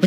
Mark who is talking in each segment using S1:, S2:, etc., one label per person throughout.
S1: Vous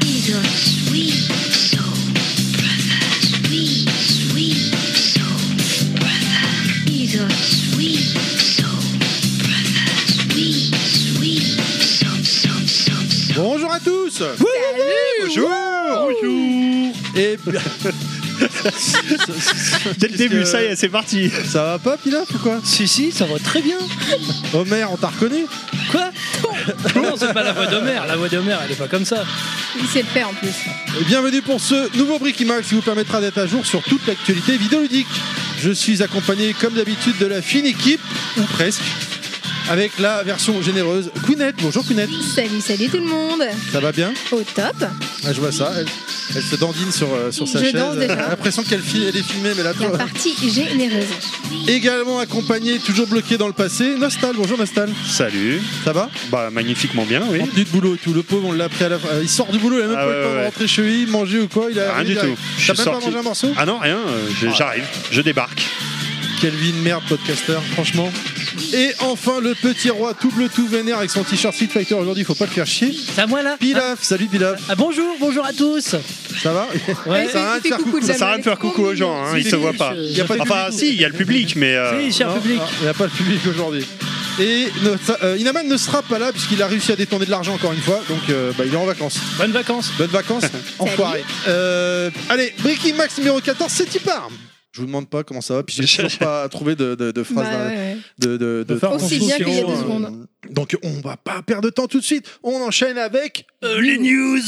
S2: He's a sweet soul, brother. Sweet, sweet soul, brother. He's a sweet soul, brother. Sweet, sweet soul, soul, soul, soul.
S3: Bonjour à tous Bonjour Bonjour Et bien...
S4: Dès le début, ça y est, c'est parti.
S3: Ça va pas, Pilaf, ou quoi
S5: Si, si, ça va très bien.
S3: Homer, on t'a reconnu Eh,
S5: Quoi Non, c'est pas la voix d'Homer. La voix d'Homer, elle est pas comme ça.
S6: Il sait le faire en plus.
S3: Et Bienvenue pour ce nouveau Brick Max qui vous permettra d'être à jour sur toute l'actualité vidéoludique. Je suis accompagné, comme d'habitude, de la fine équipe, ou presque, avec la version généreuse Queenette. Bonjour Queenette
S6: Salut, salut tout le monde.
S3: Ça va bien
S6: Au top.
S3: Ah, Je vois ça. Elle, elle se dandine sur, euh, sur sa
S6: Je
S3: chaise.
S6: danse déjà.
S3: J'ai l'impression qu'elle fi- elle est filmée, mais là,
S6: La
S3: toi-
S6: partie généreuse.
S3: Également accompagné, toujours bloqué dans le passé, Nostal. Bonjour Nostal.
S4: Salut.
S3: Ça va
S4: Bah, magnifiquement bien, oui.
S3: Contenu de boulot et tout. Le pauvre, on l'a pris à la fin. Euh, Il sort du boulot, il a même pas
S4: Ah
S3: eu
S4: ouais,
S3: le temps de
S4: ouais.
S3: rentrer chez lui, manger ou quoi. Il a
S4: Rien du
S3: il a-
S4: tout. Je suis
S3: T'as même pas
S4: sorti.
S3: mangé un morceau
S4: Ah non, rien, euh, je-
S3: Ah.
S4: j'arrive, je débarque.
S3: Quelle vie de merde, podcaster, franchement. Et enfin, le petit roi tout bleu, tout vénère avec son t-shirt Street Fighter. Aujourd'hui, faut pas le faire chier.
S5: C'est à moi là
S3: Pilaf, salut Pilaf,
S5: Ah, bonjour, bonjour à tous.
S3: ça va
S5: Ouais.
S3: Ça a rien de faire coucou.
S4: Ça sert à rien de faire coucou aux gens, hein,
S5: Si,
S4: ils
S5: si,
S4: se voient
S5: je-
S4: pas.
S5: je-
S3: Y a pas de
S4: Enfin,
S3: public.
S4: si, il y a le public, mais. euh,
S5: Si, cher
S3: Non,
S5: public.
S3: ah, Il n'y a pas de public aujourd'hui. Et notre- euh, Inaman ne sera pas là puisqu'il a réussi à détourner de l'argent encore une fois, donc euh, bah, il est en vacances.
S5: Bonnes vacances.
S3: Bonnes vacances, enfoiré. Euh, allez, Breaking Max numéro 14, c'est y part Je vous demande pas comment ça va, puis j'ai toujours pas trouvé de, de, de phrase
S6: Bah, ouais, ouais.
S3: de, de, de-
S5: faire
S6: Aussi bien qu'il y a deux
S3: Euh,
S6: secondes.
S3: Donc on va pas perdre de temps tout de suite, on enchaîne avec
S4: les news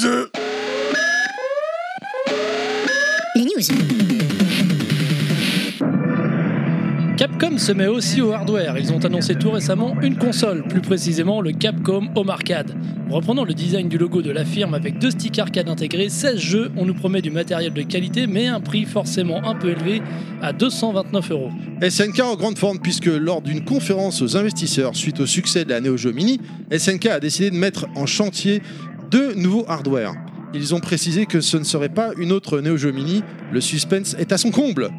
S1: Les news.
S5: Capcom se met aussi au hardware. Ils ont annoncé tout récemment une console, plus précisément le Capcom Home Arcade. Reprenant le design du logo de la firme avec deux sticks arcade intégrés, 16 jeux, on nous promet du matériel de qualité, mais un prix forcément un peu élevé à 229 euros.
S3: SNK en grande forme puisque lors d'une conférence aux investisseurs suite au succès de la Neo Geo Mini, SNK a décidé de mettre en chantier deux nouveaux hardware. Ils ont précisé que ce ne serait pas une autre Neo Geo Mini, le suspense est à son comble.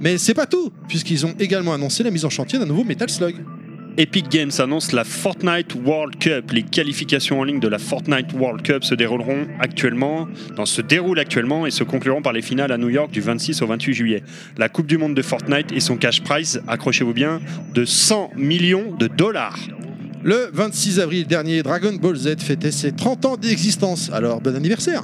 S3: Mais c'est pas tout, puisqu'ils ont également annoncé la mise en chantier d'un nouveau Metal Slug.
S4: Epic Games annonce la Fortnite World Cup. Les qualifications en ligne de la Fortnite World Cup se dérouleront actuellement, dans- se déroulent actuellement et se concluront par les finales à New York du 26 au 28 juillet. La Coupe du Monde de Fortnite et son cash prize, accrochez-vous bien, de 100 millions de dollars.
S3: Le 26 avril dernier, Dragon Ball Z fêtait ses 30 ans d'existence, alors bon anniversaire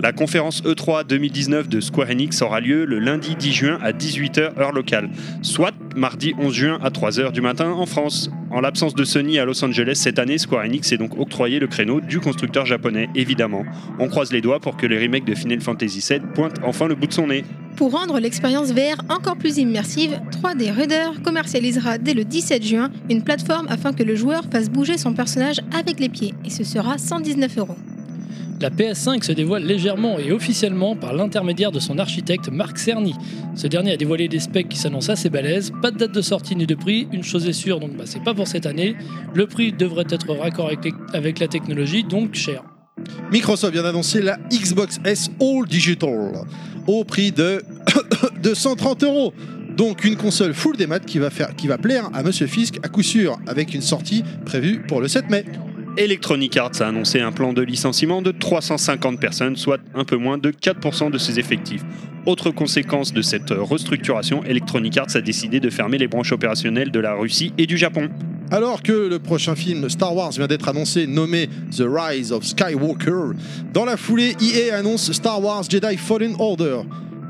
S4: La conférence E E3 2019 de Square Enix aura lieu le lundi 10 juin à 18h heure locale, soit mardi 11 juin à 3h du matin en France. En l'absence de Sony à Los Angeles cette année, Square Enix s'est donc octroyé le créneau du constructeur japonais, évidemment. On croise les doigts pour que les remakes de Final Fantasy VII pointent enfin le bout de son nez.
S6: Pour rendre l'expérience VR encore plus immersive, 3D Raider commercialisera dès le 17 juin une plateforme afin que le joueur fasse bouger son personnage avec les pieds et ce sera 119 euros.
S5: La PS5 se dévoile légèrement et officiellement par l'intermédiaire de son architecte Marc Cerny. Ce dernier a dévoilé des specs qui s'annoncent assez balèzes, pas de date de sortie ni de prix, une chose est sûre, donc bah, c'est pas pour cette année. Le prix devrait être raccord avec, les- avec la technologie, donc cher.
S3: Microsoft vient d'annoncer la Xbox S All Digital au prix de 230 euros. Donc une console full des maths qui va, faire, qui va plaire à Monsieur Fisk à coup sûr, avec une sortie prévue pour le 7 mai.
S4: Electronic Arts a annoncé un plan de licenciement de 350 personnes, soit un peu moins de 4% de ses effectifs. Autre conséquence de cette restructuration, Electronic Arts a décidé de fermer les branches opérationnelles de la Russie et du Japon.
S3: Alors que le prochain film Star Wars vient d'être annoncé, nommé The Rise of Skywalker, dans la foulée, EA annonce Star Wars Jedi Fallen Order,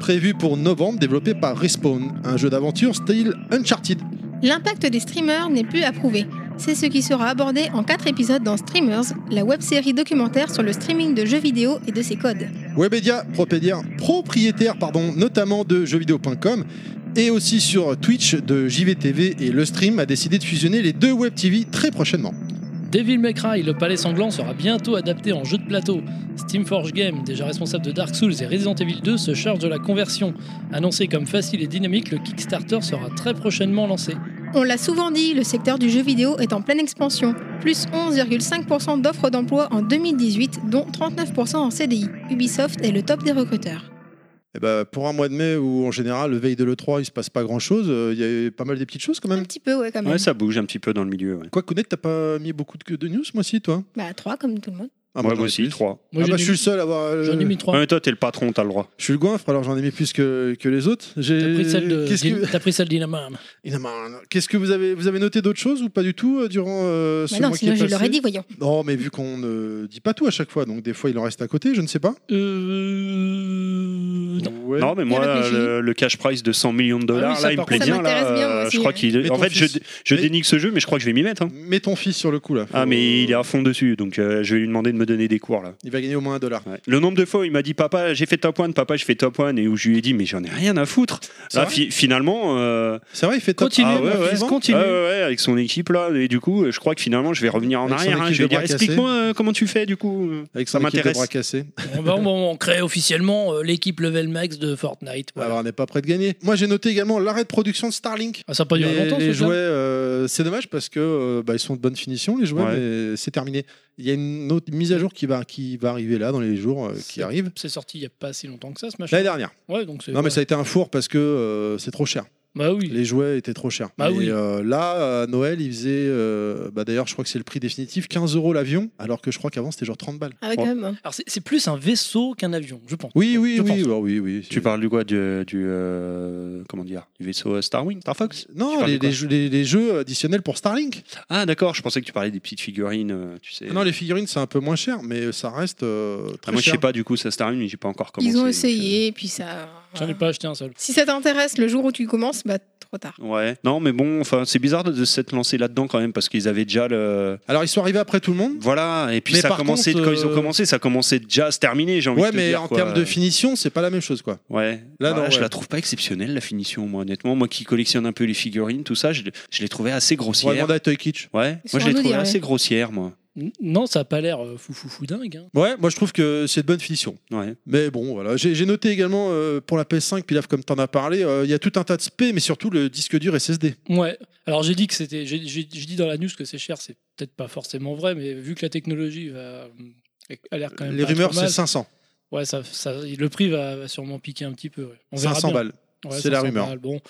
S3: prévu pour novembre, développé par Respawn, un jeu d'aventure style Uncharted.
S6: L'impact des streamers n'est plus approuvé. C'est ce qui sera abordé en 4 épisodes dans Streamers, la web-série documentaire sur le streaming de jeux vidéo et de ses codes.
S3: Webedia, propédia- propriétaire pardon, notamment de jeuxvideo.com, et aussi sur Twitch de JVTV et le stream a décidé de fusionner les deux web TV très prochainement.
S5: Devil May Cry, le palais sanglant sera bientôt adapté en jeu de plateau. Steamforge Game, déjà responsable de Dark Souls et Resident Evil 2, se charge de la conversion. Annoncé comme facile et dynamique, le Kickstarter sera très prochainement lancé.
S6: On l'a souvent dit, le secteur du jeu vidéo est en pleine expansion. Plus 11,5% d'offres d'emploi en 2018, dont 39% en CDI. Ubisoft est le top des recruteurs.
S3: Eh ben, pour un mois de mai où en général le veille de l'E3 il se passe pas grand chose, il y a eu pas mal des petites choses quand
S6: Un
S3: même.
S6: petit peu, ouais, quand même.
S4: Ouais, ça bouge un petit peu dans le milieu. Ouais.
S3: Quoi connaît, t'as pas mis beaucoup de, de news moi aussi toi
S6: Bah, 3 comme tout le monde.
S3: Ah,
S4: Moi
S3: j'en ai
S4: aussi,
S3: plus.
S4: trois.
S5: Moi,
S3: ah
S5: j'en
S3: bah
S5: ai
S3: je suis le
S5: mis-
S3: seul à avoir. euh,
S5: J'en ai mis
S4: Ouais,
S5: 3.
S4: mais toi, t'es le patron, t'as le droit.
S3: Je suis le goinfre alors j'en ai mis plus que, que les autres. J'ai.
S5: T'as pris celle de,
S3: Euh, Qu'est-ce que...
S5: Din- t'as pris celle d'Inamam.
S3: Il y en a marre, non. Qu'est-ce que vous avez vous avez noté d'autres choses ou pas du tout euh, durant euh, ce
S6: Bah non,
S3: mois qui
S6: sinon
S3: est
S6: je
S3: passé
S6: l'aurais dit, voyons.
S3: Non, mais vu qu'on ne dit pas tout à chaque fois, donc des fois il en reste à côté, je ne sais pas.
S5: Euh... non.
S3: Ouais.
S4: Non, mais moi,
S6: Il a réfléchi.
S4: le, le cash prize de 100 millions de dollars,
S5: Ah oui, ça,
S4: là, il me
S5: par
S4: plaît
S5: contre,
S6: ça
S4: bien. Là,
S6: m'intéresse bien,
S4: euh,
S6: moi
S4: je
S6: aussi,
S4: crois
S6: ouais.
S4: qu'il.
S3: Et
S4: En
S3: ton
S4: fait, je,
S3: fils
S4: je
S3: Mais- Oh.
S4: dénigre ce jeu, mais je crois que je vais m'y mettre. hein.
S3: Mets ton fils sur le coup là.
S4: Ah,
S3: Faut-
S4: mais il est à fond dessus, donc euh, je vais lui demander de me donner des cours là.
S3: Il va gagner au moins un dollar.
S4: Ouais. Le nombre de fois où il m'a dit papa j'ai fait top one, papa je fais top one et où je lui ai dit mais j'en ai rien à foutre.
S3: C'est
S4: Là
S3: vrai
S4: fi- finalement euh,
S3: C'est vrai, il fait top.
S5: Continue,
S4: ah
S3: Ah,
S4: ouais,
S3: ouais,
S4: ouais.
S3: suivant.
S5: continue.
S4: ah ouais, ouais, avec son équipe là et du coup euh, je crois que finalement je vais revenir en
S3: Avec son
S4: arrière. hein.
S3: équipe
S4: je vais
S3: de
S4: dire
S3: bras
S4: explique-moi euh, comment tu fais du coup. euh.
S3: Avec
S4: Ça
S3: son équipe de
S4: m'intéresse.
S3: bras cassés.
S5: Bon, bah, on, on crée officiellement euh, l'équipe level max de Fortnite. voilà.
S3: Alors on n'est pas prêt de gagner. Moi j'ai noté également l'arrêt de production de Starlink.
S5: Ah, ça n'a pas duré
S3: les,
S5: longtemps
S3: les
S5: ce
S3: jouets,
S5: jeu.
S3: euh, c'est dommage parce que euh, bah, ils sont de bonne finition les jouets,
S4: Ouais.
S3: mais c'est terminé. Il y a une autre mise à jour qui va qui va arriver là dans les jours euh, qui
S5: C'est-
S3: arrivent.
S5: C'est sorti il n'y a pas si longtemps que ça, ce machin.
S3: L'année dernière.
S5: Ouais, donc c'est.
S3: Non mais ça a été un four parce que euh, c'est trop cher.
S5: Bah oui.
S3: Les jouets étaient trop chers.
S5: Bah
S3: Et,
S5: oui.
S3: euh, là, à Noël, ils faisaient, euh, bah, d'ailleurs, je crois que c'est le prix définitif, 15 euros l'avion, alors que je crois qu'avant c'était genre 30 balles.
S6: Ah ouais,
S4: Bon.
S6: quand même. hein.
S5: Alors c'est- c'est plus un vaisseau qu'un avion, je pense.
S3: Oui, oui,
S5: Je
S3: oui,
S5: pense.
S3: bah oui, oui.
S4: Tu parles du quoi du, du, euh, comment dire du vaisseau Starwing Star Fox Tu
S3: Non,
S4: parles
S3: les,
S4: de quoi
S3: les jeux, les- les jeux additionnels pour Starlink.
S4: Ah d'accord je pensais que tu parlais des petites figurines euh, tu sais.
S3: Ah Non, les figurines, c'est un peu moins cher, mais ça reste euh,
S4: Ah,
S3: très
S4: moi je
S3: cher.
S4: sais pas du coup ça Starwing mais j'ai pas encore commencé.
S6: Ils ont
S4: donc, euh,
S6: essayé, puis ça. euh,
S5: J'en ai pas acheté un seul.
S6: Si ça t'intéresse, le jour où tu commences, bah, trop tard.
S4: euh, Ouais. Non mais bon enfin c'est bizarre de, de s'être lancé là-dedans quand même parce qu'ils avaient déjà le
S3: Alors, ils sont arrivés après tout le monde.
S4: Voilà, et puis
S3: Mais
S4: ça
S3: par
S4: a commencé,
S3: contre,
S4: quand ils ont
S3: euh,
S4: commencé, ça commençait déjà à se terminer, j'ai envie
S3: Ouais,
S4: de te
S3: mais
S4: dire,
S3: en
S4: quoi.
S3: termes de finition, c'est pas la même chose, quoi.
S4: Ouais.
S3: Là,
S4: Là,
S3: non,
S4: je
S3: ouais.
S4: la trouve pas exceptionnelle, la finition, moi, honnêtement. Moi qui collectionne un peu les figurines, tout ça, je, je l'ai trouvée assez
S3: On va
S4: grossière.
S3: demander à Toy Kitsch.
S4: Ouais,
S6: Ils sont
S4: moi je
S6: à
S4: l'ai
S6: nous
S4: trouvée
S6: dire, ouais.
S4: assez grossière, moi.
S5: N- Non, ça a pas l'air euh, fou fou fou dingue. hein.
S3: Ouais, moi je trouve que c'est de bonne finition.
S4: Ouais.
S3: Mais bon, voilà. J'ai j'ai noté également euh, pour la PS5, Pilaf, comme t'en as parlé, euh, il y a tout un tas de spé, mais surtout le disque dur SSD.
S5: Ouais. Alors j'ai dit que c'était, j'ai j'ai- j'ai dit dans la news que c'est cher, c'est peut-être pas forcément vrai, mais vu que la technologie va a l'air quand même.
S3: Les
S5: pas
S3: rumeurs,
S5: trop mal,
S3: c'est 500.
S5: Ouais, ça, ça- le prix va, va sûrement piquer un petit peu. ouais. On verra
S3: 500
S5: bien.
S3: balles.
S5: Ouais,
S3: c'est la
S5: 500
S3: rumeur.
S5: balles, Bon,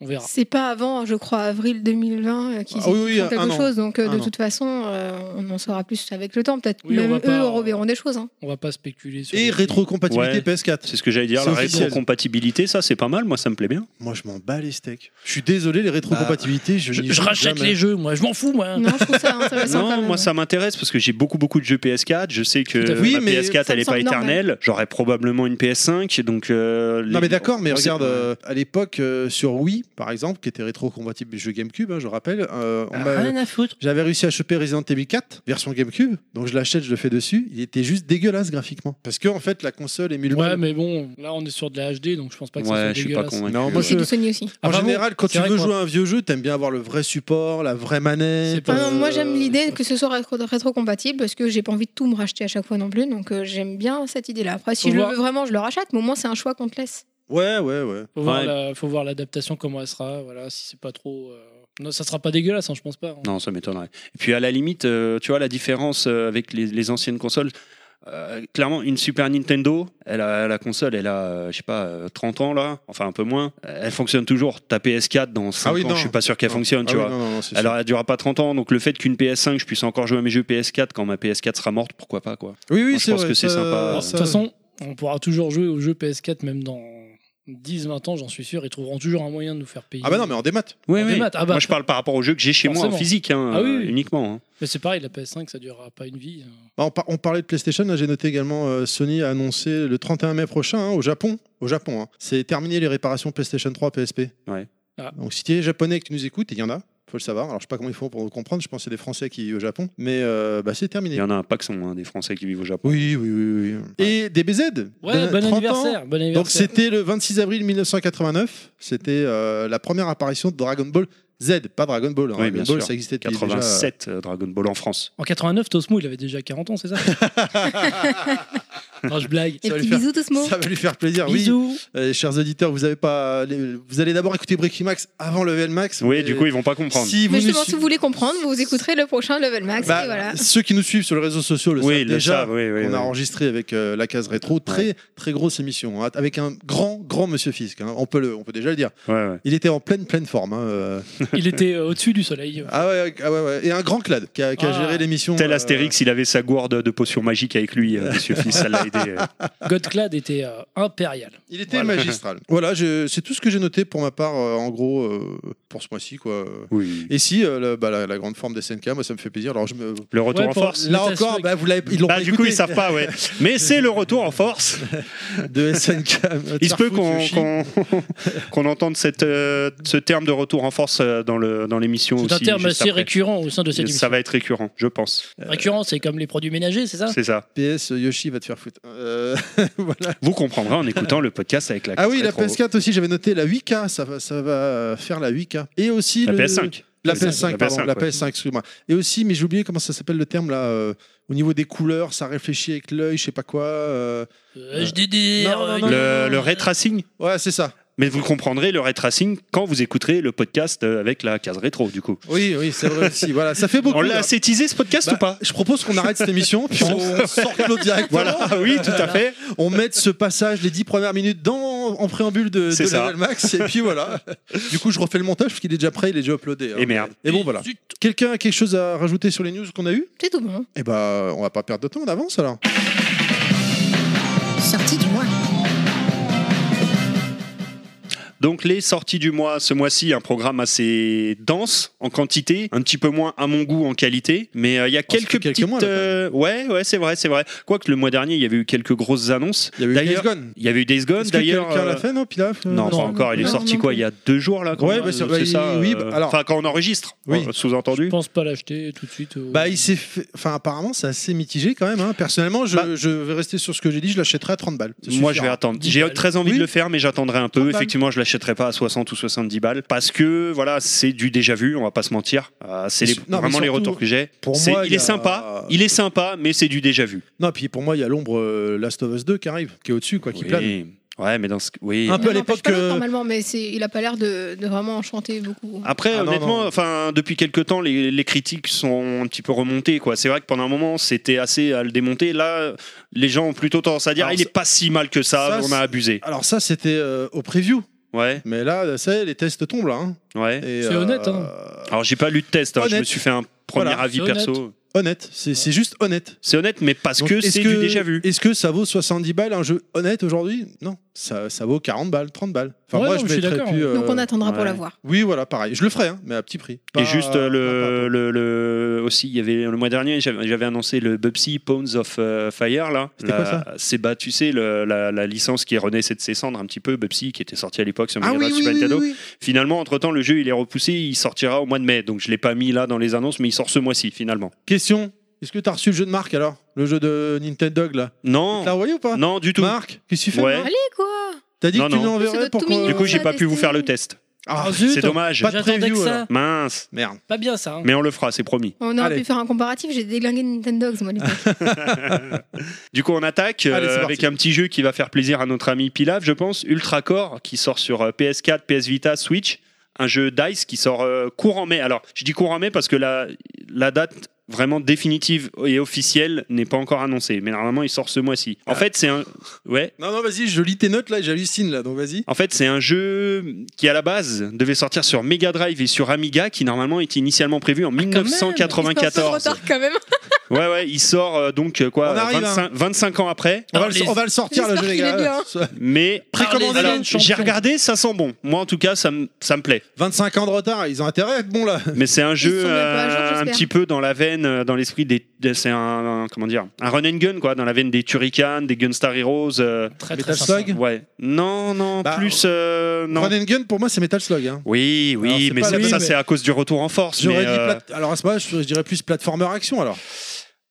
S5: on verra.
S6: C'est pas avant, je crois, avril 2020 euh, qu'ils
S3: Ah oui, oui,
S6: font
S3: un
S6: quelque
S3: an.
S6: chose. Donc, euh,
S3: Un
S6: de
S3: an.
S6: toute façon, euh, on en saura plus avec le temps. Peut-être
S5: Oui, on
S6: même
S5: va
S6: eux
S5: pas-
S6: reverront des choses. hein.
S5: On va pas spéculer. Sur
S3: Et
S5: les-
S3: rétrocompatibilité
S4: Ouais.
S3: PS4.
S4: C'est ce que j'allais dire,
S3: C'est
S4: la
S3: officiel.
S4: rétrocompatibilité, ça c'est pas mal, moi ça me plaît bien.
S3: Moi, je m'en bats les steaks. Je suis désolé, les rétrocompatibilités, je,
S5: Bah, Je,
S3: n'y
S5: je
S3: joue
S5: rachète
S3: jamais.
S5: les jeux, moi. Je m'en fous, moi.
S6: Non, je trouve ça intéressant. quand
S4: Non,
S6: même,
S4: moi
S6: ouais.
S4: ça m'intéresse parce que j'ai beaucoup beaucoup de jeux PS4, je sais
S5: Tout à
S4: que
S5: fait.
S3: Oui,
S4: ma
S3: mais
S4: PS4
S6: ça
S4: elle
S6: me
S4: est pas
S6: semble normal.
S4: éternelle, j'aurais probablement une PS5, donc... euh,
S3: Non
S4: les-
S3: mais d'accord, mais
S4: on sait-
S3: regarde, euh, à l'époque euh, sur Wii, par exemple, qui était rétrocompatible jeu GameCube, hein, je rappelle, euh,
S5: Ah
S3: on m'a-
S5: Rien à foutre.
S3: j'avais réussi à choper Resident Evil 4 version GameCube, donc je l'achète, je le fais dessus, il était juste dégueulasse graphiquement, parce que en fait la console émule
S5: Ouais,
S3: mal.
S5: mais bon, là on est sur de la HD, donc je pense pas que ça soit
S4: Ouais, je suis pas
S5: dégueulasse.
S4: convaincu. euh,
S3: Non, moi,
S6: Et
S3: je-
S6: c'est du Sony aussi.
S5: Ah,
S3: En
S5: bah bon,
S3: général, quand
S5: c'est
S3: tu
S5: vrai
S3: veux
S5: que
S3: jouer à un vieux jeu, t'aimes bien avoir le vrai support, la vraie
S5: C'est
S3: manette.
S5: pas-
S6: Ah non, moi
S3: euh,
S6: j'aime l'idée que ce soit rétro- rétrocompatible parce que j'ai pas envie de tout me racheter à chaque fois non plus donc euh, j'aime bien cette idée là. Après si
S5: Faut
S6: je le
S5: voir.
S6: veux vraiment je le rachète mais au moins c'est un choix qu'on te laisse.
S3: Ouais, ouais, ouais.
S5: Faut voir,
S4: Ouais.
S5: la- faut voir l'adaptation comment elle sera. Voilà, si c'est pas trop. euh, Non, ça sera pas dégueulasse, hein, je pense pas. hein.
S4: Non, ça m'étonnerait. Et puis à la limite, euh, tu vois, la différence euh, avec les, les anciennes consoles, euh, clairement, une Super Nintendo, elle a, la console, elle a, euh, je sais pas, euh, 30 ans là, enfin un peu moins, Euh, elle fonctionne toujours. Ta PS4 dans 5
S3: Ah oui,
S4: ans,
S3: non.
S4: je suis pas sûr qu'elle
S3: Non.
S4: fonctionne,
S3: Ah
S4: tu
S3: oui,
S4: vois.
S3: non, non, non, c'est
S4: Alors elle durera pas 30 ans, donc le fait qu'une PS5, je puisse encore jouer à mes jeux PS4 quand ma PS4 sera morte, pourquoi pas quoi.
S3: sûr. oui, oui,
S4: moi, je
S3: c'est
S4: pense
S3: vrai,
S4: que c'est
S3: ça-
S4: sympa.
S5: Alors,
S4: Ah,
S5: De
S3: ça-
S5: toute façon, on pourra toujours jouer aux jeux PS4 même dans 10-20 ans, j'en suis sûr. Ils trouveront toujours un moyen de nous faire payer.
S3: Ah bah non, mais en démat.
S4: Oui,
S5: En démat, ah bah,
S4: Moi je parle par rapport aux jeux que j'ai chez moi en
S5: forcément.
S4: physique, hein,
S5: Ah oui,
S4: euh,
S5: oui.
S4: uniquement. hein.
S5: Mais c'est pareil, la PS5, ça durera pas une vie. hein.
S3: Bah, On, par- on parlait de PlayStation, là j'ai noté également euh, Sony a annoncé le 31 mai prochain hein, au Japon. Au Japon, hein, c'est terminé les réparations PlayStation 3 PSP.
S4: Ouais.
S5: Ah.
S3: Donc si tu es japonais et que tu nous écoutes, et il y en a, faut le savoir. Alors je sais pas comment ils font pour comprendre, je pense que c'est des Français qui vivent au Japon, mais euh, bah, c'est
S4: Il
S3: terminé.
S4: y en a un paxon, hein, des Français qui vivent au Japon.
S3: Oui, oui, oui. oui. Et DBZ
S5: Ouais,
S3: de-
S5: bon
S3: 30 Ben, ans.
S5: anniversaire, bon
S3: Donc
S5: anniversaire.
S3: c'était le 26 avril 1989, c'était euh, la première apparition de Dragon Ball Z, pas Dragon Ball. hein.
S4: Oui, bien
S3: Dragon Ball,
S4: sûr.
S3: ça existait depuis déjà, euh,
S4: 87 euh, Dragon Ball en France.
S5: En 89, Tosmo, il avait déjà 40 ans, c'est ça Non, je blague.
S6: Et
S3: va lui
S6: petits
S3: faire-
S6: bisous, Tosmo.
S3: Ça va lui faire plaisir, oui.
S5: Bisous.
S3: Euh, chers auditeurs, vous avez pas, les- vous allez d'abord écouter Breaking Max avant Level Max.
S4: Oui,
S3: Et
S4: du coup, ils vont pas comprendre.
S3: si vous
S6: Mais
S3: nous
S6: justement,
S3: su-
S6: si vous voulez comprendre, vous écouterez le prochain Level Max.
S3: Bah,
S6: et voilà.
S3: Ceux qui nous suivent sur les réseaux sociaux le
S4: oui,
S3: savent
S4: ils le
S3: déjà.
S4: savent, oui, oui,
S3: On a
S4: oui.
S3: enregistré avec euh, la case rétro, très très grosse émission, hein, avec un grand grand Monsieur Fisk. hein. on peut le, on peut déjà le dire.
S4: Ouais, ouais.
S3: Il était en pleine pleine forme. hein, euh.
S5: Il était euh, au-dessus du soleil.
S3: Ah, ouais, ah ouais, ouais. et un grand clad qui a, qui a
S5: Ah.
S3: géré l'émission.
S4: Tel
S3: euh,
S4: Astérix, il avait sa gourde de potion magique avec lui, euh, Monsieur Fils, ça l'a aidé. euh.
S5: Godclad était euh, impérial.
S3: Il était
S4: Voilà.
S3: magistral. Voilà, je- c'est tout ce que j'ai noté pour ma part, euh, en gros, euh, pour ce mois-ci. quoi.
S4: Oui.
S3: Et si, euh, le- bah, la, la grande forme des SNK, moi, ça me fait plaisir. Alors, je me...
S4: Le retour
S5: Ouais,
S4: en
S5: pour-
S4: force.
S3: Là
S5: Metal
S3: encore,
S5: Slug.
S3: bah, vous l'avez- ils l'ont
S4: Ah,
S3: pas
S4: du coup,
S3: écouté,
S4: ils savent pas, ouais. Mais c'est le retour en force.
S3: de SNK.
S4: Il se peut
S3: Tarfoot,
S4: qu'on
S3: Yoshi.
S4: qu'on- qu'on entende cette, euh, ce terme de retour en force euh, dans le- dans l'émission
S5: C'est un
S4: aussi.
S5: terme
S4: juste
S5: assez
S4: après.
S5: récurrent au sein de cette émission. Ah.
S4: Ça va être récurrent, je pense.
S5: Récurrent, c'est comme les produits ménagers, c'est ça
S4: C'est ça.
S3: PS, Yoshi va te faire foutre. Euh, voilà.
S4: Vous comprendrez en écoutant le podcast avec la
S3: Ah oui, la
S4: rétro.
S3: PS4 aussi, j'avais noté la 8K, ça va, ça va faire la 8K. Et aussi
S4: La
S3: le-
S4: PS5.
S3: La
S4: Oui,
S3: PS5,
S4: la
S3: pardon,
S4: PS5,
S3: la
S4: ouais.
S3: PS5, excuse-moi. Et aussi, mais j'ai oublié comment ça s'appelle le terme là, euh, au niveau des couleurs, ça réfléchit avec l'œil, je sais pas quoi. euh.
S5: Euh, HDDR.
S3: Non, non,
S5: euh,
S3: non,
S4: Le, le ray tracing.
S3: Ouais, c'est ça.
S4: Mais vous comprendrez le ray tracing quand vous écouterez le podcast euh, avec la case rétro, du coup.
S3: Oui, oui, c'est vrai aussi. Voilà, ça fait beaucoup.
S4: On l'a
S3: là.
S4: assez teasé ce podcast
S3: Bah,
S4: ou pas
S3: Je propose qu'on arrête cette émission, puis on sort l'autre direct.
S4: Voilà, Ah oui, tout à fait.
S3: On met ce passage, les dix premières minutes, dans, en préambule de,
S4: C'est
S3: de
S4: ça.
S3: Level Max, et puis voilà. Du coup, je refais le montage, parce qu'il est déjà prêt, il est déjà uploadé. hein.
S4: Et merde.
S3: Et bon, voilà.
S5: Zut.
S3: Quelqu'un a quelque chose à rajouter sur les news qu'on a eues
S6: C'est tout bon.
S3: Eh bah, on va pas perdre de temps, on avance alors.
S1: Sortie du mois.
S4: Donc les sorties du mois, ce mois-ci, un programme assez dense en quantité, un petit peu moins à mon goût en qualité, mais euh, il y a
S3: Oh, ça
S4: quelques
S3: fait quelques
S4: petites,
S3: mois, là, quand même.
S4: euh, ouais, ouais, c'est vrai, c'est vrai. Quoique le mois dernier, il y avait eu quelques grosses annonces.
S3: Il y a eu
S4: D'ailleurs-
S3: Days Gone.
S4: Il y avait eu Days Gone,
S3: Est-ce que
S4: d'ailleurs.
S3: quelqu'un l'a
S4: euh,
S3: fait, non, Pilaf Euh,
S4: Non, pas
S5: Non,
S4: encore. Il est
S6: non,
S4: sorti
S6: non
S4: quoi
S6: plus.
S4: il y a deux jours là. quand
S3: Ouais,
S4: même,
S3: bah, c'est-
S4: euh,
S3: bah,
S4: c'est
S3: il-
S4: ça.
S3: oui,
S4: euh,
S3: bah, alors-
S4: enfin quand on enregistre,
S3: Oui.
S4: euh,
S5: Je
S4: sous-entendu.
S5: pense pas l'acheter tout de suite. euh.
S3: Bah, il s'est fait... Enfin, apparemment, c'est assez mitigé quand même. hein. Personnellement, je,
S4: Bah-
S3: je vais rester sur ce que j'ai dit, je l'achèterai à 30 balles. Ça
S4: Moi, je
S3: suffira.
S4: vais attendre.
S5: 10
S4: J'ai
S5: balles.
S4: très envie
S3: Oui.
S4: de le faire, mais j'attendrai un peu.
S3: balles.
S4: Effectivement, je l'achèterai pas à 60 ou 70 balles parce que voilà, c'est du déjà vu. On va pas se mentir. Euh, c'est
S3: Mais
S4: les-
S3: su- non, mais
S4: vraiment les
S3: surtout,
S4: retours que j'ai.
S3: pour
S4: C'est-
S3: moi,
S4: il
S3: il y
S4: est
S3: a-
S4: sympa. Il est sympa, mais c'est du déjà vu.
S3: Non, puis pour moi, il y a l'ombre euh, Last of Us 2 qui arrive, qui est au-dessus, quoi, qui
S4: Oui.
S3: plane.
S4: Ouais, mais dans ce... oui.
S3: Un peu à
S6: Il en
S3: l'époque,
S6: empêche pas l'autre,
S3: euh,
S6: Normalement, mais c'est- il a pas l'air de, de vraiment enchanter beaucoup.
S4: Après,
S3: Ah, non,
S4: honnêtement,
S3: non.
S4: enfin, depuis quelques temps, les, les critiques sont un petit peu remontées. Quoi, c'est vrai que pendant un moment, c'était assez à le démonter. Là, les gens ont plutôt tendance à dire,
S3: Alors,
S4: Ah, il
S3: ça-
S4: est pas si mal que
S3: ça,
S4: ça. on
S3: c'est-
S4: a abusé.
S3: Alors ça, c'était euh, au preview.
S4: Ouais,
S3: Mais là, ça y est, les tests tombent là. hein.
S4: ouais.
S3: Et, euh,
S5: C'est honnête, hein.
S4: Alors, j'ai pas lu de test. hein, je
S3: Honnête.
S4: me suis fait un premier
S3: Voilà,
S4: avis
S5: c'est honnête.
S4: perso.
S3: Honnête, c'est c'est juste honnête.
S4: C'est honnête, mais parce
S3: Donc,
S4: que c'est
S3: que-
S4: du déjà vu.
S3: Est-ce que ça vaut 70 balles un jeu honnête aujourd'hui Non, ça, ça vaut 40 balles, 30 balles. Enfin,
S5: Ouais,
S3: moi,
S5: non,
S3: je
S5: je suis
S3: mettrais
S5: d'accord.
S3: plus. euh,
S6: Donc on attendra
S4: ouais.
S6: pour la voir.
S3: Oui, voilà, pareil. Je le ferai, hein, mais à petit prix. Pas-
S4: Et juste euh, le,
S3: pas-
S4: le, le- aussi, il y avait le mois dernier, j'avais j'avais annoncé le Bubsy Pounds of euh, Fire là.
S3: C'était
S4: La-
S3: quoi ça
S4: C'est bah tu sais le- la, la licence qui est renaissée de ses cendres un petit peu Bubsy qui était sorti à l'époque sur
S3: Ah oui,
S4: Mega Drive
S3: oui,
S4: Super
S3: oui,
S4: Nintendo.
S3: oui,
S4: Finalement, entre temps, le jeu il est repoussé, il sortira au mois de mai, donc je l'ai pas mis là dans les annonces, mais il sort ce mois-ci finalement.
S3: oui. Question est-ce que t'as reçu le jeu de Marc alors Le jeu de Nintendo là Tu
S4: Non,
S3: l'as envoyé ou pas
S4: non du tout.
S3: Marc, qu'est-ce que tu fais
S4: Ouais.
S3: Marc
S6: Allez quoi
S3: T'as dit
S4: Non,
S3: que tu
S4: non.
S6: Ça doit
S3: l'enverrais
S6: être
S3: pour
S6: tout
S3: qu'on.
S6: mignon.
S4: du coup, j'ai
S6: On
S4: pas
S6: va
S4: pu vous
S6: tester.
S4: faire le test.
S3: Ah,
S5: Ah, zut.
S4: C'est dommage.
S3: pas de
S5: J'attendais
S3: preview,
S5: que ça.
S3: alors.
S4: Mince.
S3: Merde.
S5: Pas bien ça. hein.
S4: Mais on le fera, c'est promis.
S6: On aurait
S3: Allez.
S6: pu faire un comparatif, j'ai déglingué Nintendogs moi. les gars.
S4: Du coup, on attaque euh,
S3: Allez, c'est parti.
S4: avec un petit jeu qui va faire plaisir à notre ami Pilaf, je pense, Ultra Core, qui sort sur euh, PS4, PS Vita, Switch. Un jeu DICE qui sort euh, courant mai. Alors, je dis courant mai parce que la, la date vraiment définitive et officielle n'est pas encore annoncée. Mais normalement, il sort ce mois-ci.
S3: Ah.
S4: En fait, c'est un. Ouais.
S3: Non, non, vas-y, je lis tes notes là, j'hallucine là, donc vas-y.
S4: En fait, c'est un jeu qui, à la base, devait sortir sur
S3: Ah,
S4: Mega Drive et sur Amiga, qui normalement était initialement prévu en
S5: quand même.
S6: Ils sont un peu en
S4: 1994.
S6: retard quand même.
S4: Ouais, ouais, il sort euh, donc euh, quoi
S3: On arrive, hein.
S4: 25, 25 ans après.
S3: On va,
S5: Alors,
S3: le,
S5: les-
S3: on va le sortir, le jeu, les
S6: J'espère qu'il
S5: hein.
S3: gars.
S4: Mais
S5: Précommandez-le,
S4: Alors,
S5: le champion.
S4: j'ai regardé, ça sent bon. Moi, en tout cas, ça me ça me plaît.
S3: 25 ans de retard, ils ont intérêt à être bons là.
S4: Mais c'est un jeu
S6: sont même pas à jour,
S4: euh, un
S6: j'espère.
S4: petit peu dans la veine, euh, dans l'esprit des. des- C'est un, un- comment dire, un run and gun quoi, dans la veine des Turrican, des Gunstar Heroes. euh,
S5: Très
S3: Metal
S5: très sympa.
S3: Slug
S4: ouais. Non, non,
S3: Bah,
S4: plus euh, non.
S3: Run and Gun, pour moi, c'est Metal Slug. hein.
S4: Oui,
S3: Alors,
S4: oui,
S3: c'est
S4: mais
S3: pas
S4: ça,
S3: le-
S4: ça,
S3: mais-
S4: c'est à cause du retour en force.
S3: J'aurais
S4: mais,
S3: dit
S4: euh,
S3: plat- Alors à ce moment-là, je, je dirais plus platformer action alors.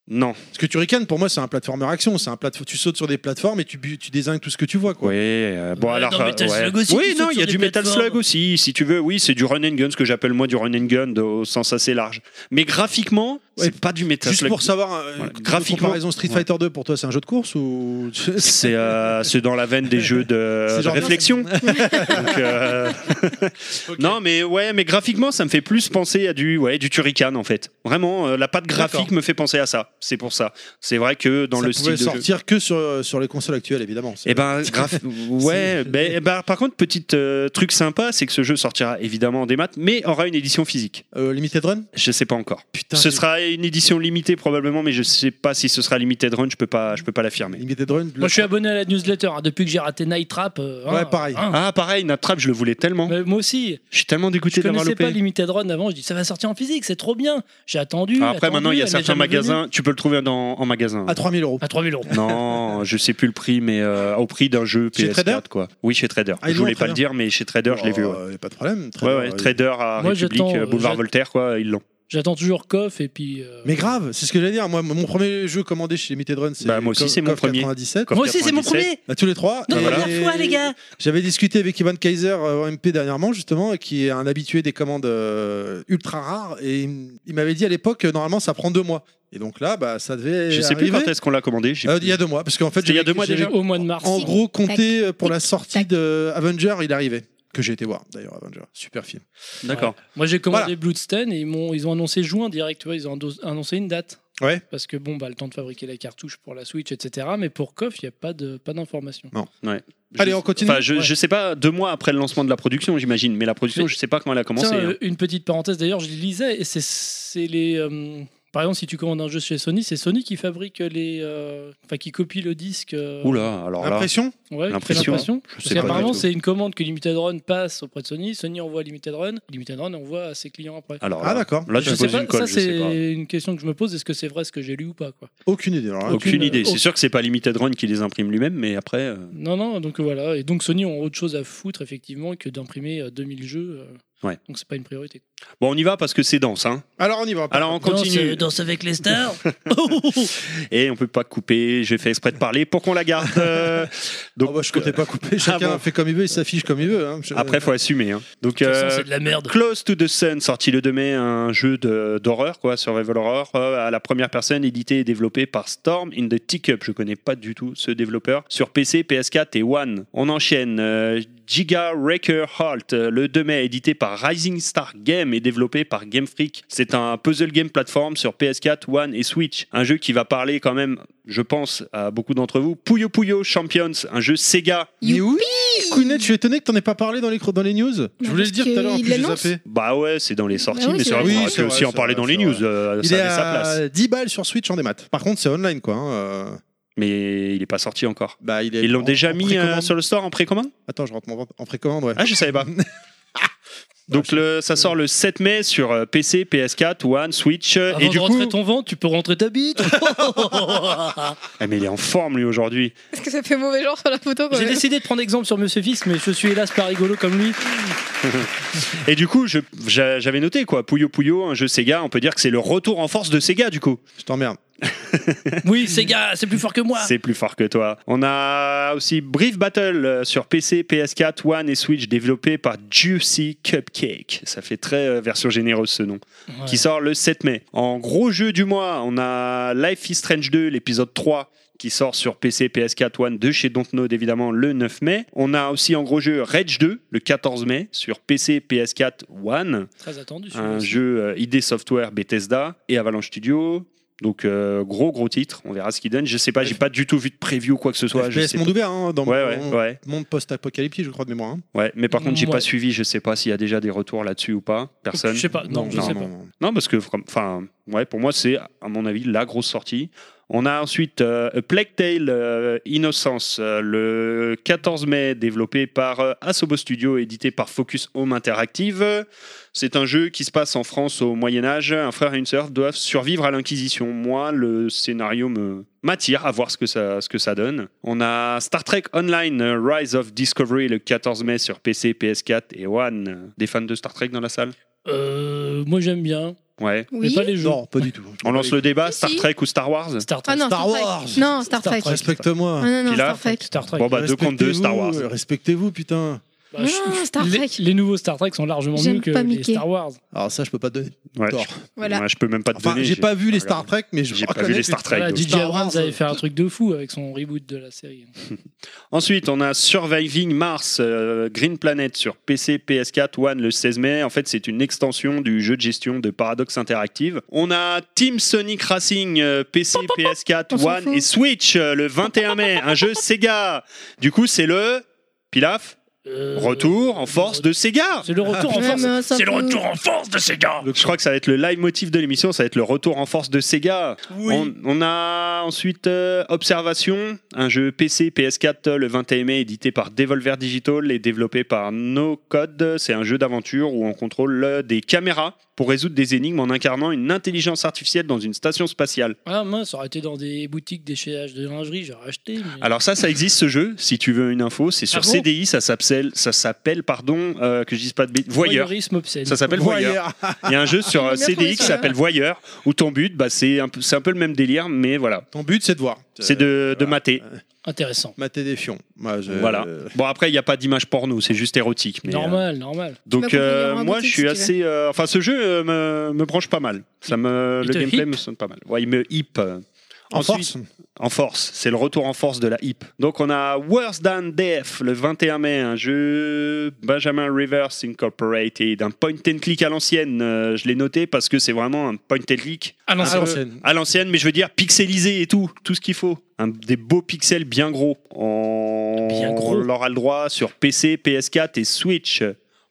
S4: Non.
S3: Parce que Turrican, pour moi, c'est un platformer action. C'est un plate- tu sautes sur des plateformes et tu, bu- tu désingues tout ce que tu vois quoi.
S4: Oui, euh, bon
S5: Ouais,
S4: alors.
S5: dans
S4: euh,
S5: Metal
S4: ouais.
S5: Slug aussi,
S4: oui,
S5: tu
S4: non,
S5: sautes
S4: il y a
S5: sur
S4: du
S5: des
S4: Metal
S5: plateformes.
S4: Slug aussi, si tu veux. Oui, c'est du run and gun, ce que j'appelle moi du run and gun de- au sens assez large. Mais graphiquement,
S3: Ouais.
S4: c'est pas du Metal
S3: Juste
S4: Slug.
S3: pour savoir, euh,
S4: Voilà.
S3: une
S4: Graphiquement-
S3: comparaison Street
S4: Ouais.
S3: Fighter 2 pour toi, c'est un jeu de course ou
S4: C'est euh, c'est dans la veine des jeux de,
S3: C'est
S4: de
S3: genre-
S4: réflexion. Donc, euh, Non, mais ouais, mais graphiquement, ça me fait plus penser à du ouais du Turrican en fait. Vraiment, euh, la patte graphique
S3: D'accord.
S4: me fait penser à ça. C'est pour ça. C'est vrai que dans
S3: ça
S4: le
S3: pouvait
S4: style de jeu.
S3: sortir que sur, sur les consoles actuelles évidemment. C'est-
S4: Eh ben, graph- ouais, ben, eh ben, par contre, petit euh, truc sympa, c'est que ce jeu sortira évidemment en démat, mais aura une édition physique.
S3: Euh, Limited Run
S4: Je sais pas encore.
S3: Putain,
S4: ce
S3: j'ai-
S4: sera une édition limitée probablement, mais je sais pas si ce sera limited run. Je peux pas, je peux pas l'affirmer.
S3: Limited Run.
S5: Moi, je suis abonné à la newsletter hein, depuis que j'ai raté Night Trap. euh,
S3: Ouais,
S5: hein,
S3: pareil.
S5: hein.
S4: Ah, pareil, Natrap, je le voulais tellement.
S5: Mais moi aussi.
S4: Je suis tellement
S5: Je
S4: dégoûté d'avoir
S5: connaissais
S4: loupé.
S5: pas Limited Run avant. Je dis ça va sortir en physique, c'est trop bien. J'ai attendu.
S4: Ah, Après,
S5: attendu,
S4: maintenant, il y a
S5: elle est
S4: certains
S5: jamais venue.
S4: magasins, tu peux le trouver dans, en magasin.
S3: à 3000 euros.
S5: À 3000 euros.
S4: Non, je sais plus le prix, mais euh, au prix d'un jeu
S3: Chez Trader
S4: PS4, quoi. Oui, chez Trader.
S3: Ah, ils
S4: je voulais
S3: l'ont,
S4: pas le
S3: Trader.
S4: dire, mais chez Trader, je l'ai vu. Ouais,
S3: Euh, y a pas de problème. Très
S4: ouais,
S3: bien.
S4: ouais, Trader à
S5: Moi,
S4: République,
S5: j'attends,
S4: euh, boulevard
S5: j'att-
S4: Voltaire, quoi, ils l'ont.
S5: J'attends toujours Coff et puis. euh,
S3: Mais grave, c'est ce que j'allais dire. Moi, mon premier jeu commandé chez Limited Run, c'est
S4: Bah, moi aussi,
S3: Co-
S4: c'est mon
S3: Coff
S4: premier.
S3: 97.
S5: Moi aussi, c'est mon
S4: 97.
S5: premier.
S3: Bah, tous les trois.
S4: Ah,
S5: Non,
S3: Et-
S5: mais la fois, les gars.
S3: J'avais discuté avec Ivan Kaiser euh, en MP dernièrement, justement, qui est un habitué des commandes euh, ultra rares. Et il m- il m'avait dit à l'époque, euh, normalement, ça prend deux mois. Et donc là, bah, ça devait.
S4: Je sais plus
S3: arriver.
S4: quand est-ce qu'on l'a commandé. j'ai
S3: Euh,
S4: plus.
S3: Il y a deux mois. Parce qu'en fait,
S4: C'était il y a
S3: j'avais-
S4: deux mois
S3: j'avais
S5: Au mois de mars.
S3: En gros, compté euh, pour
S6: Tac,
S3: la sortie
S6: tac.
S3: de Avenger, il arrivait. Que j'ai été voir, d'ailleurs, Avenger. Super film.
S4: D'accord.
S5: Moi, j'ai commandé
S3: Voilà.
S5: Bloodstained et ils, m'ont- ils ont annoncé juin direct. Tu vois, ils ont ando- annoncé une date.
S3: Ouais.
S5: Parce que bon, bah, le temps de fabriquer la cartouche pour la Switch, etc. Mais pour KOF, il n'y a pas de pas d'information.
S3: Allez,
S4: Je-
S3: on continue.
S4: Enfin, je,
S3: Ouais.
S4: je sais pas, deux mois après le lancement de la production, j'imagine. Mais la production,
S5: Mais-
S4: je sais pas quand elle a commencé.
S5: Tiens,
S4: hein.
S5: euh, une petite parenthèse d'ailleurs, je lisais et c'est- c'est les. euh, par exemple, si tu commandes un jeu chez Sony, c'est Sony qui fabrique les. euh, Enfin, qui copie le disque. euh,
S4: Oula, alors Oh là,
S3: Impression
S5: Ouais,
S4: L'impression,
S5: l'impression. l'impression.
S4: je
S5: Parce
S4: sais pas. du
S5: qu'apparemment,
S4: tout.
S5: c'est une commande que Limited Run passe auprès de Sony. Sony envoie Limited Run. Limited Run envoie à ses clients après.
S4: Alors
S3: Ah,
S4: Oh là-
S3: d'accord.
S4: Là, je,
S5: Je
S4: pose
S5: sais pas,
S4: une colle.
S5: ça
S4: je sais pas.
S5: c'est une question que je me pose, est-ce que c'est vrai ce que j'ai lu ou pas quoi
S3: Aucune idée. alors, hein.
S4: Aucune,
S5: aucune-
S4: idée. C'est
S5: aucune-
S4: sûr que c'est pas Limited Run qui les imprime lui-même, mais après. euh,
S5: Non non, donc voilà, et donc Sony ont autre chose à foutre effectivement que d'imprimer euh, 2000 jeux. euh,
S4: Ouais.
S5: Donc c'est pas une priorité.
S4: Bon, on y va parce que c'est dense. Hein.
S3: Alors, on y va.
S4: Alors on continue.
S5: euh, avec les stars.
S4: Et on peut pas couper. J'ai fait exprès de parler pour qu'on la garde. Euh,
S3: Oh, bah, je comptais pas couper. Chacun
S4: bon.
S3: fait comme il veut, il s'affiche comme il veut. hein. Je-
S4: euh, Après, faut assumer. hein. Donc, euh,
S5: c'est de la merde.
S4: Close to the Sun, sorti le 2 mai, un jeu de- d'horreur, quoi, survival horror, euh, à la première personne, édité et développé par Storm in the Teacup. Je connais pas du tout ce développeur. Sur PC, PS4 et One. On enchaîne. euh, Giga Wrecker Halt, euh, le 2 mai, édité par Rising Star Game et développé par Game Freak. C'est un puzzle game platform sur PS4, One et Switch. Un jeu qui va parler quand même, je pense, à beaucoup d'entre vous. Puyo Puyo Champions, un jeu Sega.
S3: Mais oui Kounet, je suis étonné que t'en aies pas parlé dans les, dans les news.
S5: Bah,
S3: je voulais
S6: parce
S3: le dire tout à l'heure, en
S6: qu'il
S3: plus j'ai
S6: l'annonce.
S3: zappé.
S4: Bah ouais, c'est dans les sorties,
S6: Bah oui,
S4: mais
S6: c'est
S4: c'est vrai
S3: vrai.
S4: qu'on
S3: Oui,
S4: aurait
S3: c'est
S4: pu aussi
S3: vrai,
S4: en
S3: c'est
S4: parler
S3: vrai,
S4: dans les
S3: c'est
S4: news.
S3: vrai.
S4: euh,
S3: Il
S4: ça
S3: est
S4: avait sa place.
S3: à 10 balles sur Switch en démat. Par contre, c'est online quoi. hein, euh,
S4: mais il est pas sorti encore.
S3: Bah, il est
S4: Ils l'ont
S3: en-
S4: déjà
S3: en
S4: mis
S3: précommande.
S4: euh, sur le store en précommande
S3: Attends, je rentre mon- en précommande, ouais.
S4: Ah, je savais pas. Donc le, ça sort le 7 mai sur euh, PC, PS4, One, Switch euh,
S5: Avant
S4: et
S5: de
S4: du coup.
S5: rentrer ton ventre, tu peux rentrer ta bite.
S4: Ah, mais il est en forme lui aujourd'hui.
S6: Est-ce que ça fait mauvais genre sur la photo quand
S5: J'ai
S6: même
S5: décidé de prendre exemple sur Monsieur Fils, mais je suis hélas pas rigolo comme lui.
S4: Et du coup, je- j'a- j'avais noté quoi, Puyo Puyo, un jeu Sega. On peut dire que c'est le retour en force de Sega du coup.
S3: Je t'emmerde.
S5: Oui, ces gars, c'est plus fort que moi.
S4: C'est plus fort que toi. On a aussi Brief Battle euh, sur PC, PS4, One et Switch, développé par Juicy Cupcake. Ça fait très euh, version généreuse ce nom.
S5: Ouais.
S4: qui sort le 7 mai. En gros jeu du mois, on a Life is Strange 2, l'épisode 3 qui sort sur PC, PS4, One, 2 chez Dontnod évidemment le 9 mai. On a aussi en gros jeu Rage 2 le 14 mai sur PC, PS4, One,
S5: Très attendu.
S4: un
S5: celui-là.
S4: jeu euh, ID Software Bethesda et Avalanche Studio. Donc euh, gros gros titre, on verra ce qu'il donne. Je sais pas, j'ai pas du tout vu de preview ou quoi que ce soit. je
S3: FPS
S4: sais
S3: monde ouvert, hein, dans
S4: pas. Ouais
S3: mon
S4: ouais ouais
S3: monde post-apocalyptique, je crois, de mémoire. hein.
S4: ouais. Mais par contre j'ai
S5: Ouais.
S4: pas suivi, je sais pas s'il y a déjà des retours là-dessus ou pas. Personne.
S5: Je sais pas, non, je
S4: non,
S5: sais pas.
S3: non, non.
S4: Non, parce que, comme- enfin, ouais, pour moi, c'est, à mon avis, la grosse sortie. On a ensuite euh, A Plague Tale euh, Innocence, euh, le 14 mai, développé par euh, Asobo Studio, édité par Focus Home Interactive. C'est un jeu qui se passe en France au Moyen-Âge. Un frère et une sœur doivent survivre à l'Inquisition. Moi, le scénario me m'attire à voir ce que, ça, ce que ça donne. On a Star Trek Online euh, Rise of Discovery le 14 mai sur PC, PS4 et One. Des fans de Star Trek dans la salle
S5: Euh, moi j'aime bien,
S4: Ouais.
S5: mais
S6: Oui.
S5: pas les jeux.
S3: Non, pas du tout.
S4: On lance le débat,
S6: Si,
S4: Star
S6: si.
S4: Trek ou Star Wars
S5: Star Trek.
S6: Ah non,
S3: Star
S6: Star, Trek.
S3: Wars.
S6: Non, Star
S5: Star
S6: Trek.
S5: Trek.
S6: Ah
S3: Respecte-moi.
S6: non, non,
S4: Puis là,
S6: Star Trek.
S5: Star Trek.
S4: Bon, bah, deux contre deux,
S3: Respectez-vous,
S4: Star Wars.
S3: euh, Respectez-vous, putain.
S5: Bah,
S6: Non,
S5: je-
S6: Star
S5: les,
S6: Trek.
S5: les nouveaux Star Trek sont largement
S6: J'aime
S5: mieux que
S6: pas
S5: les
S6: Mickey.
S5: Star Wars.
S3: Alors ça, je peux pas te donner.
S4: Ouais,
S3: tort.
S4: je-
S6: Voilà.
S4: ouais, je peux même pas te
S3: Enfin,
S4: donner.
S3: j'ai pas vu les
S4: regarde.
S3: Star Trek, mais je
S4: J'ai pas vu
S3: reconnais
S4: les
S3: que
S4: Star euh, Trek,
S5: Voilà,
S4: donc.
S5: DJ
S3: Star Wars, euh,
S5: Abrams avait fait un truc de fou avec son reboot de la série.
S4: Ensuite, on a Surviving Mars euh, Green Planet sur PC, PS4, One le 16 mai. En fait, c'est une extension du jeu de gestion de Paradox Interactive. On a Team Sonic Racing euh, PC,
S6: on
S4: PS4,
S6: s'en
S4: One
S6: fout.
S4: et Switch euh, le 21 mai. Un jeu Sega. Du coup, c'est le Pilaf.
S5: Euh,
S4: Retour en force de Sega.
S5: C'est le retour en
S6: Ouais,
S5: force.
S6: mais on s'en
S5: C'est le
S6: fout.
S5: retour en force de Sega.
S4: Je crois que ça va être le live motif de l'émission, ça va être le retour en force de Sega. On, on a ensuite euh, Observation, un jeu PC, PS4 euh, le 21 mai, édité par Devolver Digital et développé par No Code. C'est un jeu d'aventure où on contrôle euh, des caméras pour résoudre des énigmes en incarnant une intelligence artificielle dans une station spatiale.
S5: Ah mince, ça aurait été dans des boutiques d'échéage de lingerie, j'aurais acheté. mais-
S4: Alors ça, ça existe ce jeu, si tu veux une info, c'est sur
S5: Ah bon
S4: CDI, ça s'appelle, ça s'appelle pardon, euh, que je dise pas de bêtises, Voyeur.
S5: Voyeurisme obscène.
S4: Ça s'appelle Voyeur. Il y a un jeu sur
S6: Ils l'ont
S4: euh,
S6: Ah, bien trouvé,
S4: CDI qui
S6: ça.
S4: s'appelle Voyeur, où ton but, bah, c'est un, peu- c'est un peu le même délire, mais voilà,
S3: Ton but, c'est de voir.
S4: c'est de, de
S3: Euh, voilà.
S4: mater.
S5: Intéressant.
S3: Mater des fions. Moi, je-
S4: Voilà.
S3: euh,
S4: Bon, après, il n'y a pas d'image porno, c'est juste érotique. Mais, euh,
S5: normal, normal.
S6: Tu
S4: donc,
S6: m'as compris,
S4: euh,
S6: il y aura un
S4: moi,
S6: boutique,
S4: je suis
S6: si tu
S4: assez. euh, enfin, ce jeu euh, me, me branche pas mal. Ça me,
S5: Il
S4: le
S5: te
S4: gameplay
S5: hip
S4: me sonne pas mal. Ouais, il me hip. euh.
S3: En
S4: Ensuite-
S3: force.
S4: En force, c'est le retour en force de la hip. Donc on a Worse Than Death le 21 mai, un jeu Benjamin Reverse Incorporated, un point and click à l'ancienne. Euh, je l'ai noté parce que c'est vraiment un point and click
S5: Ah non,
S3: À
S5: c'est-
S3: l'ancienne.
S4: à l'ancienne, mais je veux dire pixelisé et tout, tout ce qu'il faut. Un- des beaux pixels bien gros. On,
S5: Bien gros.
S4: on aura le droit sur PC, PS4 et Switch.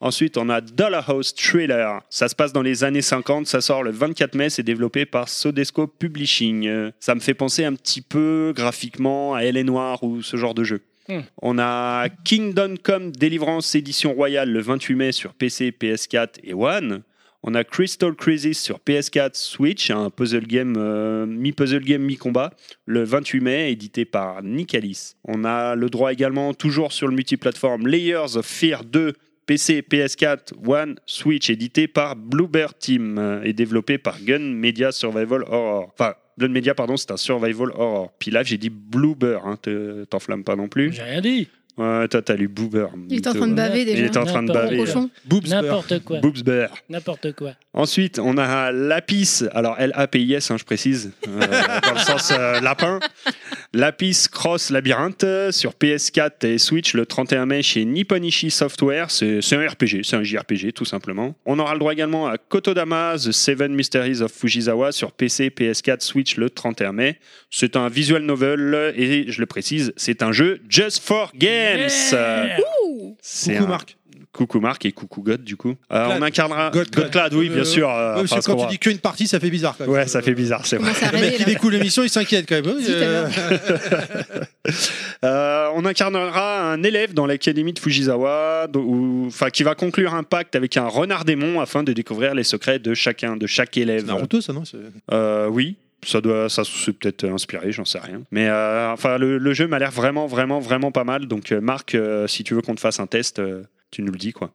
S4: Ensuite, on a Dollar House Thriller. Ça se passe dans les années 50, ça sort le 24 mai, c'est développé par Sodesco Publishing. Euh, Ça me fait penser un petit peu graphiquement à Elle est Noire ou ce genre de jeu.
S5: Hmm.
S4: On a Kingdom Come Deliverance édition royale le 28 mai sur PC, PS4 et One. On a Crystal Crisis sur PS4, Switch, un puzzle game, euh, mi-puzzle game, mi-combat, le 28 mai, édité par Nicalis. On a le droit également, toujours sur le multiplateforme, Layers of Fear 2, PC, PS4, One, Switch, édité par Bluebird Team euh, et développé par Gun Media Survival Horror. Enfin, Gun Media, pardon, c'est un Survival Horror. Puis là, j'ai dit Bluebird, hein, te- t'enflamme pas non plus.
S5: Ah, J'ai rien dit.
S4: Ouais, toi, t'as lu Bluebird.
S6: Il est en train de baver
S4: Il
S6: déjà.
S4: était en train de
S5: N'importe
S4: baver. euh,
S5: quoi.
S6: Cochon.
S3: Boobster.
S5: N'importe quoi.
S4: Boobsbear.
S5: N'importe quoi.
S4: Ensuite, on a Lapis, alors L-A-P-I-S, hein, je précise, euh, dans le sens euh, lapin. Lapis Cross Labyrinthe euh, sur PS4 et Switch le 31 mai chez Nipponishi Software. C'est c'est un RPG, c'est un JRPG tout simplement. On aura le droit également à Kotodama The Seven Mysteries of Fujizawa sur PC, PS4, Switch le 31 mai. C'est un visual novel et je le précise, c'est un jeu Just for Games.
S5: Yeah
S6: Ouh.
S4: C'est
S3: Coucou
S4: un- euh,
S3: Marc.
S4: Coucou Marc et coucou God du coup. Euh,
S3: Clad.
S4: on incarnera
S3: God
S4: God,
S3: Clad.
S4: Clad, oui
S3: Euh,
S4: bien sûr. euh,
S3: Ouais,
S4: enfin,
S3: parce
S4: ce
S3: que quand
S4: qu'on
S3: tu
S4: va-
S3: dis qu'une partie, ça fait bizarre. Quand même. Euh,
S4: Ouais, ça fait bizarre, c'est vrai.
S6: Commence à
S3: Le mec,
S6: rêver
S3: il
S6: là.
S3: écoute l'émission, il s'inquiète quand même.
S6: Si, t'as
S3: Euh,
S4: Euh, on incarnera un élève dans l'académie de Fujizawa, do- ou- enfin qui va conclure un pacte avec un renard démon afin de découvrir les secrets de chacun, de chaque
S3: C'est
S4: élève.
S3: Naruto, ça, non c'est-
S4: Euh, oui, ça doit, ça c'est peut-être inspiré, j'en sais rien. Mais euh, enfin, le, le jeu m'a l'air vraiment, vraiment, vraiment pas mal. Donc euh, Marc, euh, si tu veux qu'on te fasse un test, euh, tu nous le dis quoi.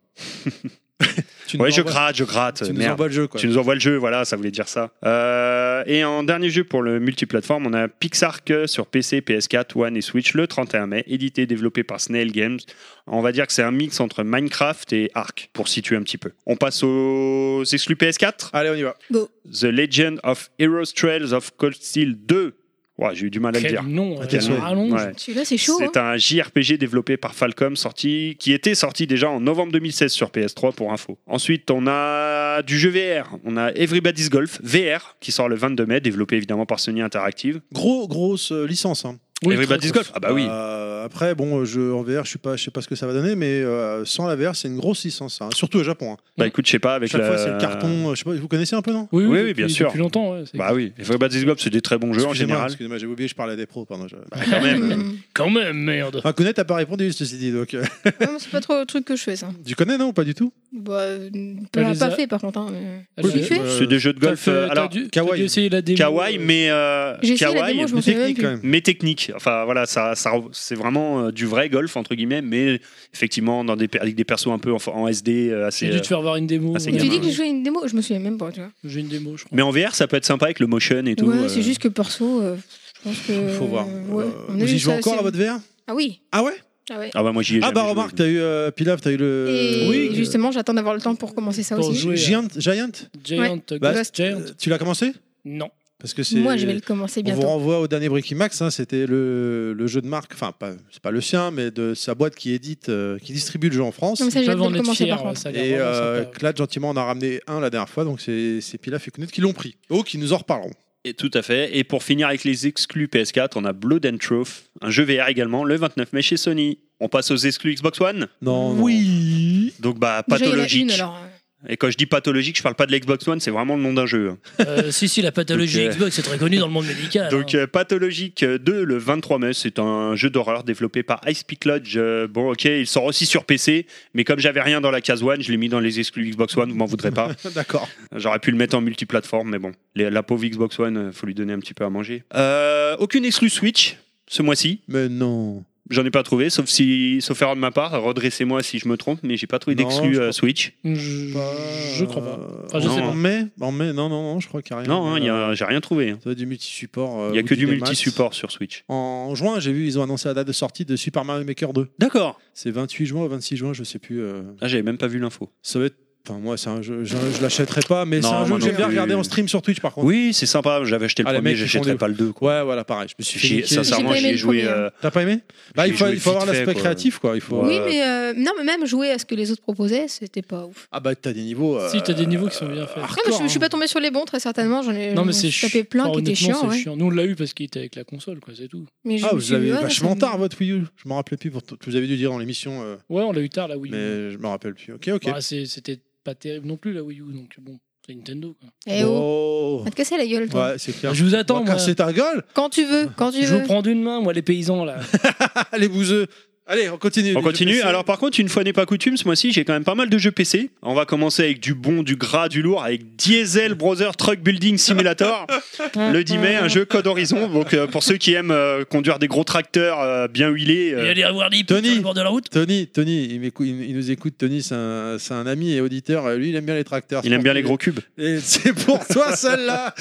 S3: Tu nous
S4: Ouais, je
S3: envoies-
S4: gratte, je gratte.
S3: Tu nous
S4: merde.
S3: envoies le jeu, quoi.
S4: Tu nous envoies le jeu, voilà, ça voulait dire ça. Euh, et en dernier jeu pour le multiplateforme, on a Pixark sur PC, PS4, One et Switch le 31 mai, édité et développé par Snail Games. On va dire que c'est un mix entre Minecraft et Ark, pour situer un petit peu. On passe aux exclus PS4.
S3: Allez, on y va.
S4: The Legend of Heroes Trails of Cold Steel 2. Ouah, J'ai eu du mal à le dire.
S5: Quel nom, euh,
S3: quel nom.
S5: rallonge.
S4: Ouais.
S6: Celui-là, c'est chaud.
S4: C'est
S6: hein.
S4: un JRPG développé par Falcom, sorti, qui était sorti déjà en novembre 2016 sur PS3 pour info. Ensuite, on a du jeu VR. On a Everybody's Golf VR, qui sort le 22 mai, développé évidemment par Sony Interactive.
S3: Gros, grosse euh, licence. hein.
S5: Oui,
S4: Everybody's
S5: très-
S4: Golf Ah bah oui.
S3: Euh, après, bon, euh, je, en VR, je suis pas, je sais pas ce que ça va donner, mais euh, sans la VR, c'est une grosse licence, hein. surtout au Japon. hein.
S4: Bah écoute, je sais pas, avec
S3: Chaque
S4: la...
S3: fois, c'est le carton. euh, je sais pas, vous connaissez un peu, non
S5: Oui,
S4: Oui, oui,
S5: depuis-
S4: bien sûr.
S5: Depuis longtemps, ouais, c'est-
S4: Bah oui, Everybody's Golf, c'est des très bons jeux en
S3: Excusez-moi,
S4: général.
S3: Excusez-moi, j'ai oublié, je parlais à des pros, pardon. Je... Bah,
S4: Quand même.
S6: Hum.
S5: Quand même, merde.
S3: Kounet, t'as pas répondu, ceci dit. Donc, euh,
S6: Ouais, moi, c'est pas trop le truc que je fais, ça.
S3: tu connais, non ou Pas du tout
S6: Bah, euh,
S5: Bah,
S6: pas,
S5: les
S6: pas
S5: a-
S6: fait, par contre. hein, mais-
S5: Ah,
S6: Oui,
S5: j'ai-
S6: tu fais
S3: euh,
S4: C'est des jeux de
S5: T'as
S4: golf,
S5: fait-
S4: euh,
S5: t'as
S4: alors,
S5: dû-
S3: kawaii.
S5: t'as dû essayer la démo.
S4: kawaii, mais... euh,
S6: J'ai essayé la
S4: kawaii,
S6: démo, je m'en
S3: Mais
S6: souviens même
S3: technique,
S6: plus.
S3: quand même.
S4: mais technique. Enfin voilà, ça, ça, c'est vraiment euh, du vrai golf entre guillemets, mais effectivement dans des per- avec des persos un peu en, en SD euh, assez.
S5: J'ai dû te faire voir une démo.
S4: Ah, c'est
S5: ouais.
S6: Mais tu
S4: gamin,
S6: dis que j'ai joué à une démo, je me souviens même pas, tu vois.
S5: J'ai une démo, je crois.
S4: Mais en VR, ça peut être sympa avec le motion et tout.
S6: ouais,
S4: euh.
S6: c'est juste que perso, euh, je pense que.
S3: Faut voir.
S6: Ouais,
S3: Euh,
S6: on a
S3: vous y
S6: eu
S3: jouez
S6: ça,
S3: encore
S6: c'est-
S3: à votre VR
S6: Ah oui.
S3: Ah ouais
S6: Ah ouais.
S4: Ah bah moi j'y ai
S3: Ah
S4: jamais
S3: bah
S4: joué.
S3: remarque, t'as eu euh, Pilaf, t'as eu le.
S6: Et
S5: oui,
S6: justement, j'attends d'avoir le temps pour commencer ça
S5: Pour
S6: aussi.
S5: jouer.
S3: Giant, Giant
S5: Giant
S3: euh, Bah,
S5: Ghost Giant.
S3: Euh, Tu l'as commencé
S5: Non.
S3: Parce que c'est.
S6: Moi, je vais le commencer
S3: On vous
S6: bientôt.
S3: renvoie au dernier Bricky Max, hein, c'était le, le jeu de marque, enfin pas- c'est pas le sien, mais de sa boîte qui édite, euh, qui distribue le jeu en France.
S6: Non, mais ça, j'ai
S5: Peuvent
S6: hâte de
S5: en
S6: le
S5: être
S6: commencer
S5: fiers,
S6: par contre.
S5: ça a l'air
S3: Et
S5: vraiment
S3: euh,
S5: sympa.
S3: Clad, gentiment, en a ramené un la dernière fois, donc c'est c'est Pilaf et Kounet qui l'ont pris. Oh, qui nous en reparleront.
S4: Et tout à fait. Et pour finir avec les exclus PS4, on a Blood and Truth, un jeu VR également, le 29 mai chez Sony. On passe aux exclus Xbox One.
S3: Non, non.
S5: Oui.
S4: Donc bah
S6: Déjà, il y en a
S4: pathologique.
S6: une, alors. hein.
S4: Et quand je dis pathologique, je parle pas de l'Xbox One, c'est vraiment le nom d'un jeu.
S5: Euh, si, si, la pathologie
S4: Donc, euh,
S5: Xbox est très connue dans le monde
S6: Ah
S5: médical.
S4: Donc
S5: hein.
S4: euh, Pathologique 2 le 23 mai, c'est un jeu d'horreur développé par High Speed Lodge. Euh, bon ok, il sort aussi sur PC, mais comme j'avais rien dans la case One, je l'ai mis dans les exclus Xbox One, vous m'en voudrez pas.
S3: D'accord.
S4: J'aurais pu le mettre en multiplateforme, mais bon, les- la pauvre Xbox One, euh, faut lui donner un petit peu à manger. Euh, aucune exclue Switch ce mois-ci,
S3: Mais non.
S4: j'en ai pas trouvé, sauf si, sauf erreur de ma part, redressez-moi si je me trompe, mais j'ai pas trouvé
S3: Non,
S4: d'exclus
S3: je
S4: euh,
S3: pense-
S4: Switch.
S5: je, je crois pas. Enfin,
S4: je
S3: non,
S4: sais pas.
S3: En mai, en mai, non, non, non, je crois qu'il n'y a rien.
S4: Non, hein, il y a- j'ai rien trouvé. hein.
S3: Ça doit être du multi-support. euh,
S4: Il y a que
S3: Wii
S4: du
S3: des maths.
S4: multi-support sur Switch.
S3: En juin, j'ai vu, ils ont annoncé la date de sortie de Super Mario Maker 2.
S4: D'accord.
S3: C'est 28 juin ou 26 juin, je sais plus. euh,
S4: Ah, j'avais même pas vu l'info.
S3: Ça va être. Enfin, moi, c'est un jeu. Je, je l'achèterai pas, mais
S4: Non,
S3: c'est un jeu
S4: moi
S3: que
S4: non
S3: j'aime bien
S4: plus.
S3: regarder en stream sur Twitch, par contre.
S4: Oui, c'est sympa. J'avais acheté le
S3: Ah, les
S4: premier,
S3: mecs, ils font
S4: j'achèterai
S3: des-
S4: pas le deux. Quoi.
S3: Ouais, voilà, pareil. Je me suis fait.
S4: J'ai-
S3: niquer.
S4: sincèrement,
S6: J'ai pas aimé
S4: j'y ai
S6: le
S4: joué.
S6: premier, hein.
S4: euh,
S3: T'as pas aimé Bah,
S4: J'ai
S3: il faut,
S4: joué
S3: il faut avoir
S4: vite fait,
S3: l'aspect
S4: quoi.
S3: créatif, quoi. Il faut.
S4: Ouais.
S6: Oui, mais euh, non, mais même jouer à ce que les autres proposaient, c'était pas ouf.
S3: Ah bah t'as des niveaux. euh,
S5: Si, t'as des niveaux qui sont bien faits.
S3: hardcore,
S6: Non, mais je, je suis
S3: hein.
S6: pas tombé sur les bons, très certainement. J'en ai,
S5: Non,
S6: j'en
S5: mais
S6: ai
S5: c'est
S6: tapé plein qui
S5: honnêtement,
S6: étaient chiants.
S5: c'est
S6: ouais.
S5: chiant. Nous, on l'a eu parce qu'il était avec la console, quoi, c'est tout.
S6: Mais je
S3: Ah,
S6: me
S3: vous
S6: suis dit,
S3: l'avez
S6: ouais,
S3: vachement
S6: ça-
S3: tard votre Wii U. Je me rappelais plus. Vous, vous avez dû dire dans l'émission, euh,
S5: Ouais, on l'a eu tard, la Wii U.
S3: mais je me rappelle plus. Ok, ok.
S5: Bah, c'est- C'était pas terrible non plus, la Wii U, donc bon, c'est Nintendo, quoi.
S6: Eh oh,
S3: Oh.
S6: va te casser la gueule, toi.
S3: Ouais, c'est clair.
S5: Je vous attends,
S3: Bon,
S5: moi.
S3: Cassez ta gueule,
S6: Quand tu veux, quand tu
S5: Je vous
S6: veux.
S5: prends d'une main, moi, les paysans, là.
S3: les bouseux. Allez, on continue.
S4: On
S3: Les jeux
S4: continue.
S3: PC.
S4: Alors par contre, une fois n'est pas coutume, ce mois-ci, j'ai quand même pas mal de jeux PC. On va commencer avec du bon, du gras, du lourd, avec Diesel Brother Truck Building Simulator. Le 10 mai, un jeu Code Horizon. Donc euh, pour ceux qui aiment euh, conduire des gros tracteurs euh, bien huilés, euh,
S5: Et aller avoir des
S3: Tony.
S5: sur le bord de la route.
S3: Tony, Tony, il, m'écou- il- il nous écoute. Tony, c'est un, c'est un ami et auditeur. Euh, Lui, il aime bien les tracteurs.
S4: il aime bien les gros cubes.
S3: Et C'est pour toi celle-là.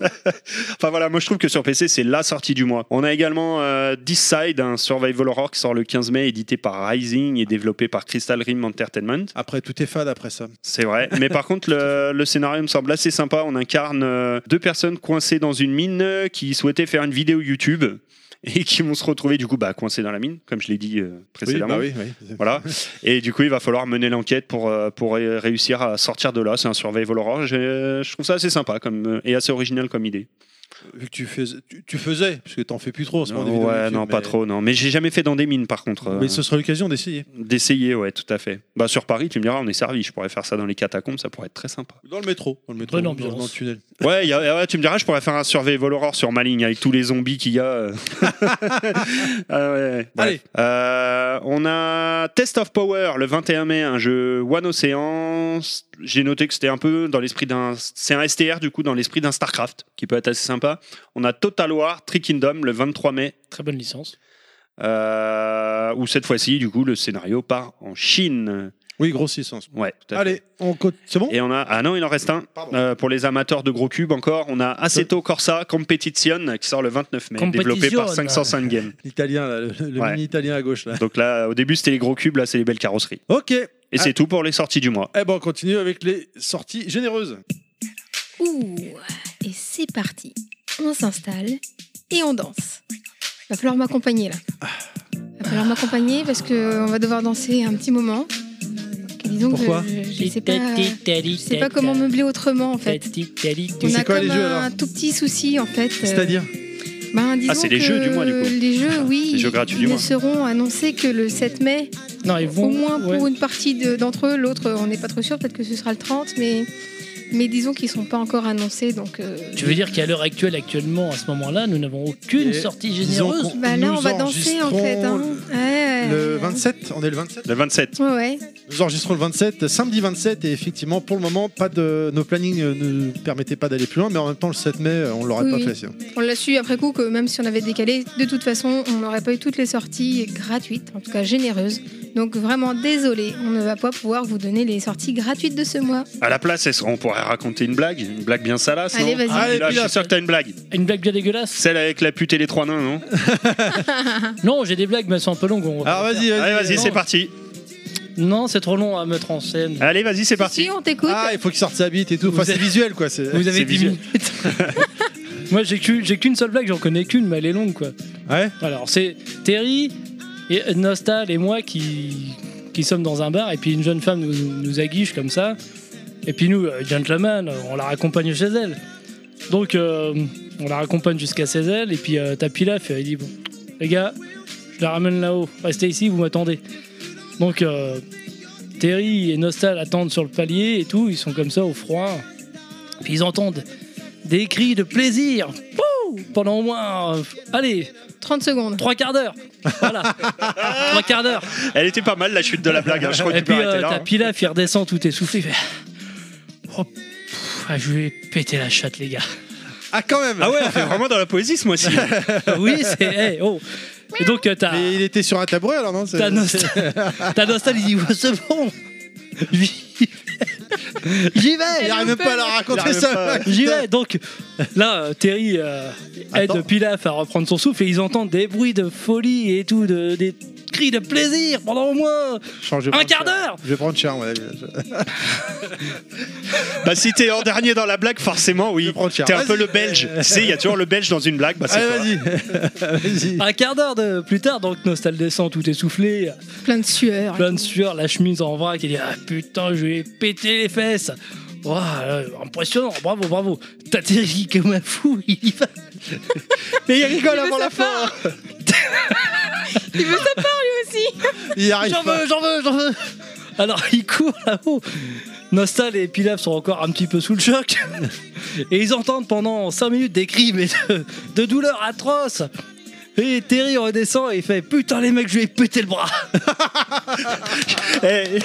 S4: Enfin voilà, moi je trouve que sur PC c'est la sortie du mois. On a également euh, This Side, un survival horror qui sort le 15 mai, édité par Rising et développé par Crystal Rim Entertainment.
S3: Après, tout est fade après ça.
S4: C'est vrai. Mais par contre, le, le scénario me semble assez sympa. On incarne euh, deux personnes coincées dans une mine euh, qui souhaitaient faire une vidéo YouTube et qui vont se retrouver du coup bah, coincées dans la mine, comme je l'ai dit euh, précédemment.
S3: oui, bah oui, oui.
S4: Voilà. Et du coup, il va falloir mener l'enquête pour, euh, pour euh, réussir à sortir de là. C'est un survival horror. Je, je trouve ça assez sympa comme, euh, et assez original comme idée.
S3: Vu que tu faisais, tu, tu faisais, parce que t'en fais plus trop en ce moment. des vidéos
S4: ouais,
S3: YouTube,
S4: non,
S3: mais-
S4: pas trop. Non, mais j'ai jamais fait dans des mines par contre. euh,
S3: Mais ce sera l'occasion d'essayer.
S4: D'essayer, ouais, tout à fait. Bah, sur Paris, tu me diras, on est servi. Je pourrais faire ça dans les catacombes, ça pourrait être très sympa.
S3: Dans le métro, dans le métro,
S5: Bonne
S3: dans,
S5: ambiance.
S3: dans le tunnel.
S4: Ouais, y a- ouais, tu me diras, je pourrais faire un survival horror sur ma ligne avec tous les zombies qu'il y a. euh. Ah ouais, bref.
S3: Allez.
S4: Euh, on a Test of Power le 21 mai, un jeu One Ocean. J'ai noté que c'était un peu dans l'esprit d'un. C'est un STR du coup, dans l'esprit d'un StarCraft, qui peut être assez sympa. On a Total War Three Kingdom le 23 mai,
S5: Très bonne licence.
S4: euh, où cette fois-ci, du coup, le scénario part en Chine.
S3: Oui, grosse licence.
S4: Ouais, tout à fait.
S3: Allez, on co- c'est bon
S4: Et on a ah non il en reste un
S3: Pardon.
S4: Euh, pour les amateurs de gros cubes encore on a Assetto Corsa Competition qui sort le 29 mai
S5: Competition.
S4: développé par 505 Games
S3: L'italien, là, le, le
S4: Ouais.
S3: mini italien à gauche là.
S4: donc là au début c'était les gros cubes là c'est les belles carrosseries
S3: Ok. Et
S4: et c'est tout pour les sorties du mois
S3: Eh ben, on continue avec les sorties généreuses.
S6: Ouh, et c'est parti. On s'installe et on danse. Va falloir m'accompagner là. Va falloir m'accompagner parce que on va devoir danser un petit moment. Et disons
S3: Pourquoi
S6: que je- je, je sais pas, je sais pas comment meubler autrement en fait. On
S3: c'est
S6: a
S3: quoi
S6: comme
S3: les jeux,
S6: un
S3: alors
S6: tout petit souci en fait. euh,
S3: C'est-à-dire
S6: ben, disons
S4: Ah, c'est les
S6: que
S4: jeux du mois, du coup.
S6: Les jeux, oui.
S4: Les jeux gratuits du
S6: ils ne
S4: mois.
S6: seront annoncés que le 7 mai,
S5: Non, ils vont.
S6: au moins
S5: ouais.
S6: pour une partie de- d'entre eux. L'autre, on n'est pas trop sûr, peut-être que ce sera le 30, mais, mais disons qu'ils ne sont pas encore annoncés. Donc, euh,
S5: Tu veux dire qu'à l'heure actuelle, actuellement, à ce moment-là, nous n'avons aucune
S3: Et
S5: sortie
S3: disons
S5: généreuse
S3: qu'on-
S6: bah, là,
S3: nous
S6: on va danser en
S3: enregistrons
S6: fait. hein. Ouais,
S3: Le
S6: ouais.
S3: 27, on est le 27
S4: Le 27.
S6: Ouais, ouais.
S3: Nous enregistrons le 27, samedi 27, et effectivement, pour le moment, pas de, nos plannings euh, ne nous permettaient pas d'aller plus loin, mais en même temps, le 7 mai, euh, on l'aurait
S6: Oui,
S3: pas
S6: oui.
S3: fait. sinon.
S6: On l'a su après coup que même si on avait décalé, de toute façon, on n'aurait pas eu toutes les sorties gratuites, en tout cas généreuses. Donc vraiment désolé, on ne va pas pouvoir vous donner les sorties gratuites de ce mois.
S4: À la place, est-ce- on pourrait raconter une blague, une blague bien salace.
S6: Allez,
S4: non Ah,
S6: vas-y.
S3: Allez,
S4: Là, je suis
S3: Pilaf.
S4: sûr que t'as une blague.
S5: Une blague bien dégueulasse
S4: Celle avec la pute et les trois nains, non
S5: Non, j'ai des blagues, mais elles sont un peu longues. on va
S3: Alors
S5: pas
S3: Ah, vas-y, euh, vas-y.
S4: Allez, vas-y,
S5: non.
S4: c'est parti.
S5: Non, c'est trop long à mettre en scène.
S4: Allez, vas-y, c'est
S6: Si,
S4: parti.
S6: on t'écoute.
S3: Ah, il faut qu'il sorte sa bite et tout. Enfin,
S5: Vous
S3: c'est
S5: êtes-
S3: visuel, quoi. c'est-
S5: Vous avez
S4: C'est
S5: 10
S4: visuel.
S5: minutes. Moi, j'ai qu'une j'ai qu'une seule blague, j'en connais qu'une, mais elle est longue, quoi.
S3: Ouais.
S5: Alors, c'est Terry, et Nostal et moi qui, qui sommes dans un bar, et puis une jeune femme nous, nous aguiche comme ça. Et puis nous, euh, gentlemen, euh, on la raccompagne chez elle. Donc, euh, on la raccompagne jusqu'à chez elle, et puis euh, t'as Pilaf, et il dit Bon, les gars, je la ramène là-haut, restez ici, vous m'attendez. Donc, euh, Terry et Nostal attendent sur le palier et tout, ils sont comme ça au froid. Puis ils entendent des cris de plaisir Pouh pendant au moins, euh, allez,
S6: 30 secondes.
S5: Trois quarts d'heure. Voilà. Trois quarts d'heure.
S4: Elle était pas mal, la chute de la blague. hein. Je crois que
S5: Et
S4: tu peux
S5: puis
S4: arrêter là.
S5: euh, t'as
S4: hein.
S5: Pilaf, il redescend tout essoufflé. il fait, Oh, pff, ah, je vais péter la chatte, les gars.
S3: Ah, quand même
S4: Ah ouais, elle fait vraiment dans la poésie ce mois-ci.
S5: oui, c'est. eh, oh. Et donc euh, t'as.
S3: Mais il était sur un tabouret, alors, non c'est-
S5: T'as Nostal, t'as Nostal, il dit Ouais, c'est bon. J'y J'y vais.
S3: Il arrive pas à leur raconter
S4: arrive pas.
S3: ça.
S5: J'y vais donc là euh, Terry euh, aide
S3: Attends.
S5: Pilaf à reprendre son souffle et ils entendent des bruits de folie et tout, de- des cris de plaisir pendant au moins
S3: Change, je vais
S5: un
S3: prendre
S5: quart
S3: cher.
S5: d'heure
S3: Je vais prendre cher, à mon avis. Je
S4: bah, si t'es en dernier dans la blague, forcément,
S3: vais
S4: oui.
S3: prendre cher.
S4: T'es un peu
S3: Vas-y. Euh.
S4: le belge. tu sais, il y a toujours le belge dans une blague. Bah, c'est toi.
S3: Allez, vas-y. Vas-y.
S5: Un quart d'heure de plus tard, donc Nostal descend tout essoufflé,
S3: Ah,
S6: Plein de sueur.
S5: plein de sueur, la chemise en vrac, il dit Ah putain, je vais péter les fesses Ouah, euh, impressionnant, bravo, bravo T'atterris comme un fou, il y va
S3: Mais il rigole avant
S6: sa
S3: la fin.
S6: Il veut sa part lui aussi.
S3: Ah, Il y arrive
S5: J'en
S3: pas.
S5: veux, j'en veux, j'en veux Alors il court là-haut Nostal et Pilaf sont encore un petit peu sous le choc et ils entendent pendant 5 minutes des cris mais de, de douleur atroce et Terry redescend et il fait Putain les mecs, je vais péter le bras
S4: Eh,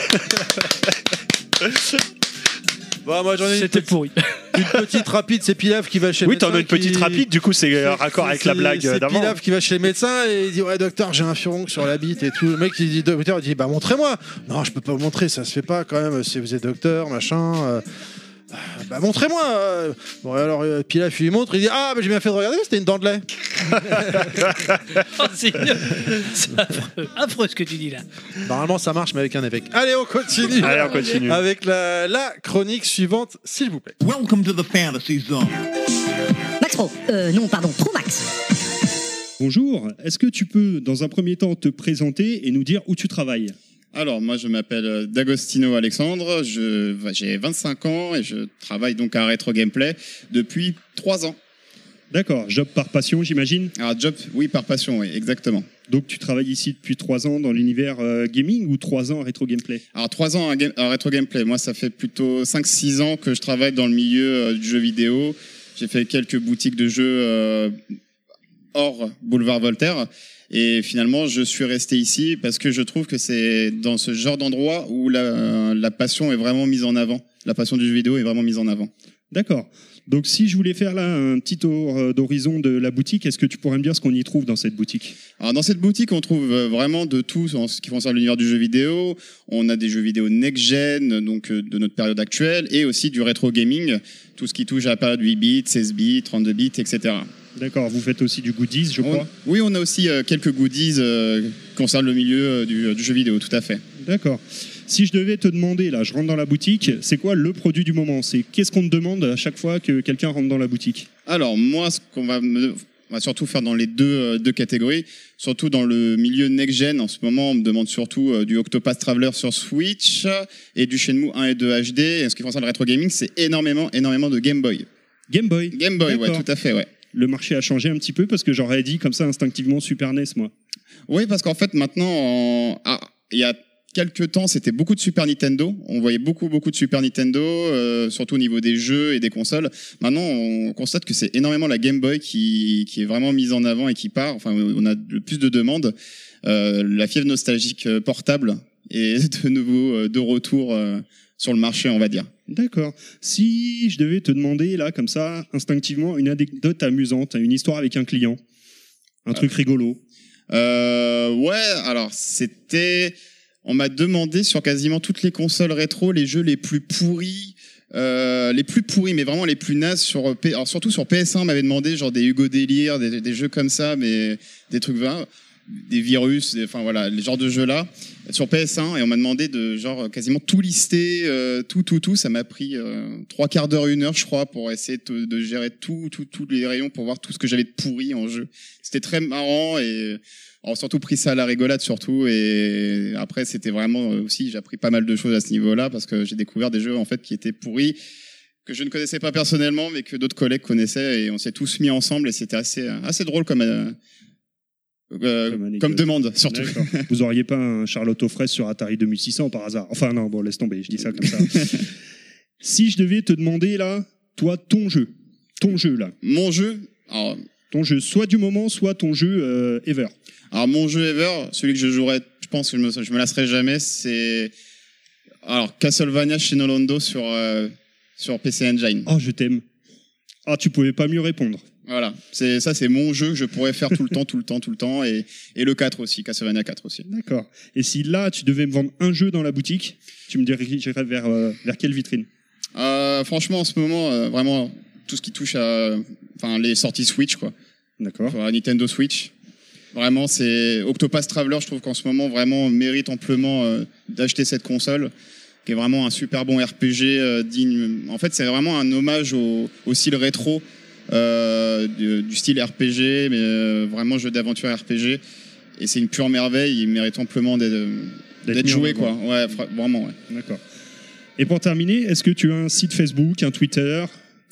S3: Bon, moi, j'en ai une
S5: C'était
S3: petite,
S5: pourri
S3: une petite rapide. C'est Pilaf qui va chez le
S4: Oui, t'en as
S3: médecin
S4: une petite
S3: qui-
S4: rapide, du coup, c'est euh, raccord avec la
S3: C'est-
S4: blague euh,
S3: C'est
S4: d'avant.
S3: Pilaf qui va chez le médecin et il dit Ouais, docteur, j'ai un furoncle sur la bite et tout. Le mec, il dit Docteur, il dit Bah, montrez-moi. Non, je peux pas vous montrer, ça se fait pas quand même. Si vous êtes docteur, machin. euh, Bah, montrez-moi. euh. Bon, et alors euh, Pilaf, il lui montre, il dit Ah, bah, j'ai bien fait de regarder, c'était une dent de lait.
S5: Oh, c'est c'est affreux, affreux ce que tu dis là.
S3: Normalement, ça marche, mais avec un évêque. Allez, on continue
S4: Allez, on continue.
S3: avec la, la chronique suivante, s'il vous plaît.
S7: Welcome to the fantasy zone.
S1: Max Pro. Euh, non, pardon, Pro Max.
S8: Bonjour, est-ce que tu peux dans un premier temps te présenter et nous dire où tu travailles
S9: Alors, moi, je m'appelle euh, D'Agostino Alexandre, je- j'ai 25 ans et je travaille donc à Retro Gameplay depuis 3 ans.
S8: D'accord, job par passion j'imagine.
S9: Alors, job, oui, par passion, oui, exactement.
S8: Donc tu travailles ici depuis trois ans dans l'univers euh, gaming ou trois ans rétro gameplay
S9: Alors, 3 ans à, Ga- à Retro Gameplay, moi, ça fait plutôt 5-6 ans que je travaille dans le milieu euh, du jeu vidéo. J'ai fait quelques boutiques de jeux euh, hors boulevard Voltaire. Et finalement, je suis resté ici parce que je trouve que c'est dans ce genre d'endroit où la- la passion est vraiment mise en avant. La passion du jeu vidéo est vraiment mise en avant.
S8: D'accord. Donc si je voulais faire là un petit tour euh, d'horizon de la boutique, est-ce que tu pourrais me dire ce qu'on y trouve dans cette boutique
S9: Alors dans cette boutique, on trouve euh, vraiment de tout en ce qui concerne l'univers du jeu vidéo. On a des jeux vidéo next-gen, donc euh, de notre période actuelle, et aussi du rétro gaming, tout ce qui touche à la période 8 bits, 16 bits, 32 bits, etc.
S8: D'accord, vous faites aussi du goodies je
S9: On-
S8: crois.
S9: oui, on a aussi euh, quelques goodies euh, qui concernent le milieu euh, du, du jeu vidéo, tout à fait.
S8: D'accord. Si je devais te demander, là je rentre dans la boutique, c'est quoi le produit du moment C'est qu'est-ce qu'on te demande à chaque fois que quelqu'un rentre dans la boutique
S9: Alors moi, ce qu'on va me on va surtout faire dans les deux, euh, deux catégories. Surtout dans le milieu next-gen, en ce moment, on me demande surtout euh, du Octopath Traveler sur Switch euh, et du Shenmue 1 et 2 HD. Et en ce qui concerne le rétro gaming, c'est énormément, énormément de Game Boy.
S8: Game Boy.
S9: Game Boy, ouais,
S8: D'accord.
S9: tout à fait, ouais.
S8: Le marché a changé un petit peu parce que j'aurais dit comme ça instinctivement Super NES, moi.
S9: Oui, parce qu'en fait, maintenant, en- ah, il y a quelques temps, c'était beaucoup de Super Nintendo. On voyait beaucoup, beaucoup de Super Nintendo, euh, surtout au niveau des jeux et des consoles. Maintenant, on constate que c'est énormément la Game Boy qui, qui est vraiment mise en avant et qui part. Enfin, on a le plus de demandes. Euh, la fièvre nostalgique euh, portable est de nouveau euh, de retour euh, sur le marché, on va dire.
S8: D'accord. Si je devais te demander, là, comme ça, instinctivement, une anecdote amusante, une histoire avec un client, un truc rigolo.
S9: Euh, ouais, alors c'était. On m'a demandé sur quasiment toutes les consoles rétro les jeux les plus pourris. euh, les plus pourris, mais vraiment les plus nazes sur euh, P... alors, surtout sur PS1, on m'avait demandé genre des Hugo délire, des, des jeux comme ça, mais des trucs vins, des virus, des- enfin voilà, les genres de jeux là sur PS1 et on m'a demandé de genre quasiment tout lister, euh, tout, tout, tout. Ça m'a pris euh, trois quarts d'heure, une heure, je crois, pour essayer de, de gérer tout, tout, tous les rayons pour voir tout ce que j'avais de pourri en jeu. C'était très marrant et euh, on a surtout pris ça à la rigolade surtout et après c'était vraiment euh, aussi j'ai appris pas mal de choses à ce niveau-là parce que j'ai découvert des jeux en fait qui étaient pourris que je ne connaissais pas personnellement mais que d'autres collègues connaissaient et on s'est tous mis ensemble et c'était assez assez drôle comme euh, euh,
S8: Comme
S9: comme,
S8: anecdote.
S9: demande surtout.
S8: D'accord. Vous auriez pas un Charlotte aux fraises sur Atari 2600 par hasard Enfin non, bon, laisse tomber, je dis ça comme ça. si je devais te demander, là, toi, ton jeu, ton jeu, là,
S9: Mon jeu alors,
S8: ton jeu, soit du moment, soit ton jeu euh, ever.
S9: alors mon jeu ever celui que je jouerai je pense que je me je me lasserai jamais c'est alors Castlevania Shinolondo sur euh, sur PC Engine.
S8: Oh, je t'aime. Ah, tu pouvais pas mieux répondre.
S9: Voilà, c'est ça, c'est mon jeu que je pourrais faire tout le temps, tout le temps, tout le temps, et, et le 4 aussi, Castlevania 4 aussi.
S8: D'accord. Et si là, tu devais me vendre un jeu dans la boutique, tu me dirigerais vers, euh, vers quelle vitrine
S9: Euh, franchement, en ce moment, euh, vraiment tout ce qui touche à, enfin, les sorties Switch, quoi,
S8: D'accord.
S9: Enfin, Nintendo Switch. Vraiment, c'est Octopath Traveler. Je trouve qu'en ce moment, vraiment, mérite amplement euh, d'acheter cette console, qui est vraiment un super bon RPG euh, digne. En fait, c'est vraiment un hommage au, au style rétro. euh, du, du style RPG, mais euh, vraiment jeu d'aventure RPG. Et c'est une pure merveille, il mérite amplement d'être, euh, d'être
S8: mis en
S9: joué,
S8: avant.
S9: quoi. Ouais, fra- vraiment, ouais.
S8: D'accord. Et pour terminer, est-ce que tu as un site Facebook, un Twitter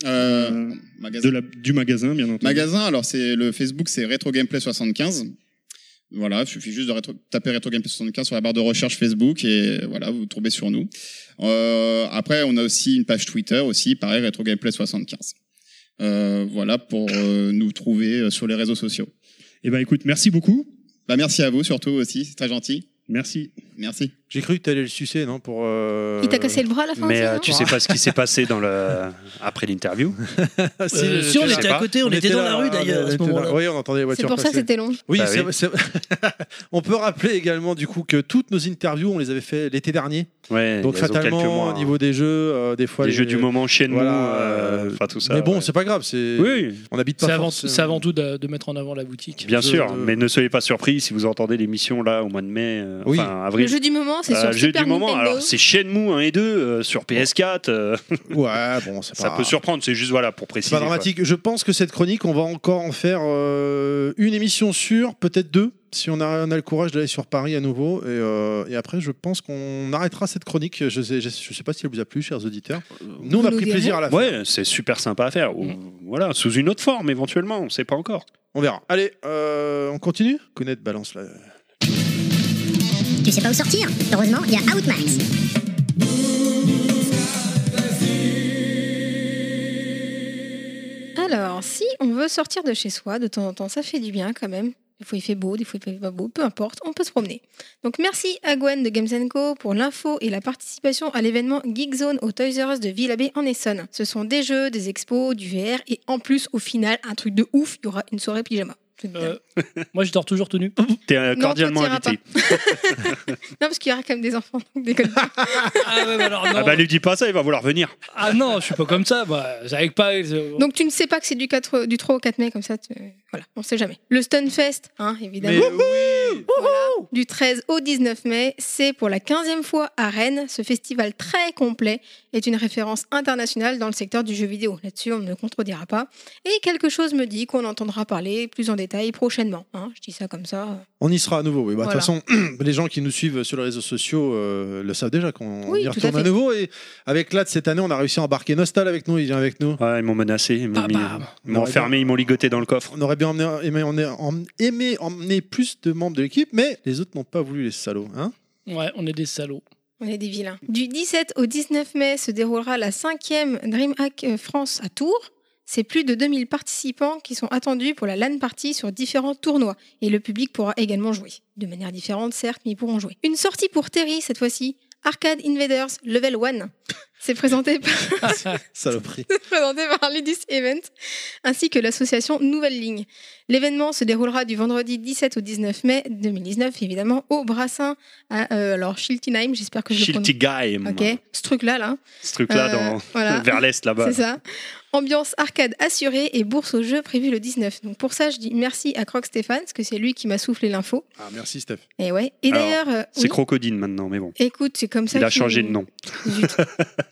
S9: Euh,
S8: euh,
S9: magasin.
S8: de la, du magasin, bien entendu
S9: Magasin, alors c'est le Facebook, c'est Retro Gameplay 75. Voilà, il suffit juste de rétro- taper Retro Gameplay 75 sur la barre de recherche Facebook et voilà, vous tombez sur nous. Euh, après, on a aussi une page Twitter aussi, pareil, Retro Gameplay 75. Euh, voilà pour euh, nous trouver euh, sur les réseaux sociaux.
S8: Eh ben, écoute, merci beaucoup.
S9: Bah, merci à vous surtout aussi, c'est très gentil.
S8: Merci.
S9: Merci.
S3: J'ai cru que t'allais le sucer, non pour, euh,
S6: Il t'a cassé le bras à la fin
S4: Mais
S6: c'est
S4: euh,
S6: ça
S4: tu sais pas ce qui s'est passé dans le... après l'interview.
S3: Ah, si,
S5: Euh,
S3: je-
S5: si on
S4: je
S5: était
S4: sais
S5: à
S4: pas.
S5: côté, on, était, dans
S3: là,
S5: la rue
S3: on
S5: d'ailleurs à ce
S3: était là.
S5: moment-là.
S3: Oui, on entendait les
S6: C'est
S3: voitures
S6: pour ça que
S3: passer.
S6: c'était long.
S3: Oui,
S4: Bah
S3: c'est-
S4: oui.
S3: c'est- on peut rappeler également du coup que toutes nos interviews, on les avait fait l'été dernier.
S4: Ouais,
S3: Donc
S4: elles ont quelques
S3: fatalement,
S4: mois,
S3: au niveau des jeux, euh, des fois
S4: les
S3: les-
S4: jeux du moment, chez nous,
S3: Voilà,
S4: euh,
S3: euh,
S4: enfin tout ça.
S3: Mais bon,
S4: ouais.
S3: c'est pas grave. C'est
S4: oui,
S3: on habite pas.
S5: C'est avant,
S3: forcément-
S5: c'est avant tout de, de mettre en avant la boutique.
S4: bien
S3: Je-
S4: sûr. Mais ne soyez pas surpris si vous entendez l'émission là au mois de mai, euh,
S3: Oui.
S4: enfin
S6: Le
S4: avril.
S6: jeu du moment, c'est
S4: Euh,
S6: sur
S4: le jeu
S6: Super
S4: du moment,
S6: Nintendo.
S4: alors c'est Shenmue 1 et 2 euh, sur PS4. euh,
S3: Ouais, bon, c'est
S4: ça
S3: pas.
S4: peut surprendre, c'est juste voilà pour préciser.
S3: C'est pas dramatique. Je pense que cette chronique, on va encore en faire euh, une émission sûre, peut-être deux, si on a, on a le courage d'aller sur Paris à nouveau. Et, euh, et après, je pense qu'on arrêtera cette chronique. Je sais, je, je sais pas si elle vous a plu, chers auditeurs. Nous, on
S6: Euh, Vous
S3: a
S6: nous
S3: pris
S6: direz.
S3: plaisir à la
S4: quoi. Ouais, c'est super sympa à faire. Ou-
S3: Mm.
S4: Voilà, sous une autre forme éventuellement, on sait pas encore.
S3: On verra. Allez, euh, on continue Connaître balance là.
S1: Tu sais pas où sortir Heureusement, il y a Outmax.
S6: Alors, si on veut sortir de chez soi, de temps en temps, ça fait du bien quand même. Des fois il fait beau, des fois il fait pas beau, peu importe, on peut se promener. Donc merci à Gwen de Games Co pour l'info et la participation à l'événement Geek Zone au Toys R Us de Villabé en Essonne. Ce sont des jeux, des expos, du VR et en plus au final un truc de ouf, il y aura une soirée pyjama. C'est bien.
S5: Euh, moi, je dors toujours tout nu.
S4: T'es euh,
S6: Non,
S4: cordialement
S6: toi, t'iras
S4: invité.
S6: Non parce qu'il y aura quand même des enfants, donc déconne pas.
S5: Ah, ouais, bah alors non.
S4: Ah bah lui dis pas ça, il va vouloir venir.
S5: Ah non, je suis pas comme ça. Bah, avec pas. euh,
S6: Donc tu ne sais pas que c'est du, 4 du 3 au 4 mai comme ça, tu- voilà, on sait jamais. Le Stunfest, hein, évidemment.
S3: Mais oui
S6: Voilà. Du 13 au 19 mai, c'est pour la 15e fois à Rennes. Ce festival très complet est une référence internationale dans le secteur du jeu vidéo. Là-dessus, on ne me contredira pas. Et quelque chose me dit qu'on entendra parler plus en détail prochainement. hein. Je dis ça comme ça.
S3: On y sera à nouveau. oui. Bah, De toute
S6: Voilà.
S3: façon, les gens qui nous suivent sur les réseaux sociaux euh, le savent déjà qu'on
S6: Oui,
S3: y
S6: tout à
S3: retourne à,
S6: fait.
S3: nouveau. Et avec l'AD, cette année, on a réussi à embarquer Nostal avec nous. Il vient avec nous.
S4: Ouais, ils m'ont menacé, ils
S6: Ah
S4: m'ont
S5: Bah,
S4: mis-
S5: bah, bah.
S4: ils m'ont enfermé, ils m'ont ligoté dans le coffre.
S3: On aurait bien emmené- aimé, emmener- em- aimé emmener plus de membres de l'équipe, mais les autres n'ont pas voulu, les salauds. Hein
S5: Ouais, on est des salauds.
S6: On est des vilains. Du 17 au 19 mai se déroulera la 5e DreamHack euh, France à Tours. C'est plus de 2000 participants qui sont attendus pour la LAN party sur différents tournois. Et le public pourra également jouer. De manière différente, certes, mais ils pourront jouer. Une sortie pour Terry cette fois-ci. Arcade Invaders Level 1. C'est présenté par
S3: Saloperie.
S6: présenté par Ludus Event, ainsi que l'association Nouvelle Ligne. L'événement se déroulera du vendredi 17 au 19 mai 2019, évidemment, au Brassin, à, euh, alors Schiltigheim, j'espère que je le prononce.
S4: Shilty Game.
S6: Ok, ce truc-là, là.
S4: Ce truc-là,
S6: Euh,
S4: dans...
S6: voilà.
S4: vers l'est, là-bas.
S6: C'est ça. Ambiance arcade assurée et bourse au jeu prévue le 19. Donc pour ça, je dis merci à Croc Stéphane, parce que c'est lui qui m'a soufflé l'info.
S3: Ah, merci, Steph.
S6: Et ouais. Et
S4: Alors,
S6: d'ailleurs, euh,
S4: C'est
S6: oui,
S4: Crocodile maintenant, mais bon.
S6: écoute, c'est comme ça.
S4: Il a
S6: qu'il-
S4: changé de nom.
S6: Zut.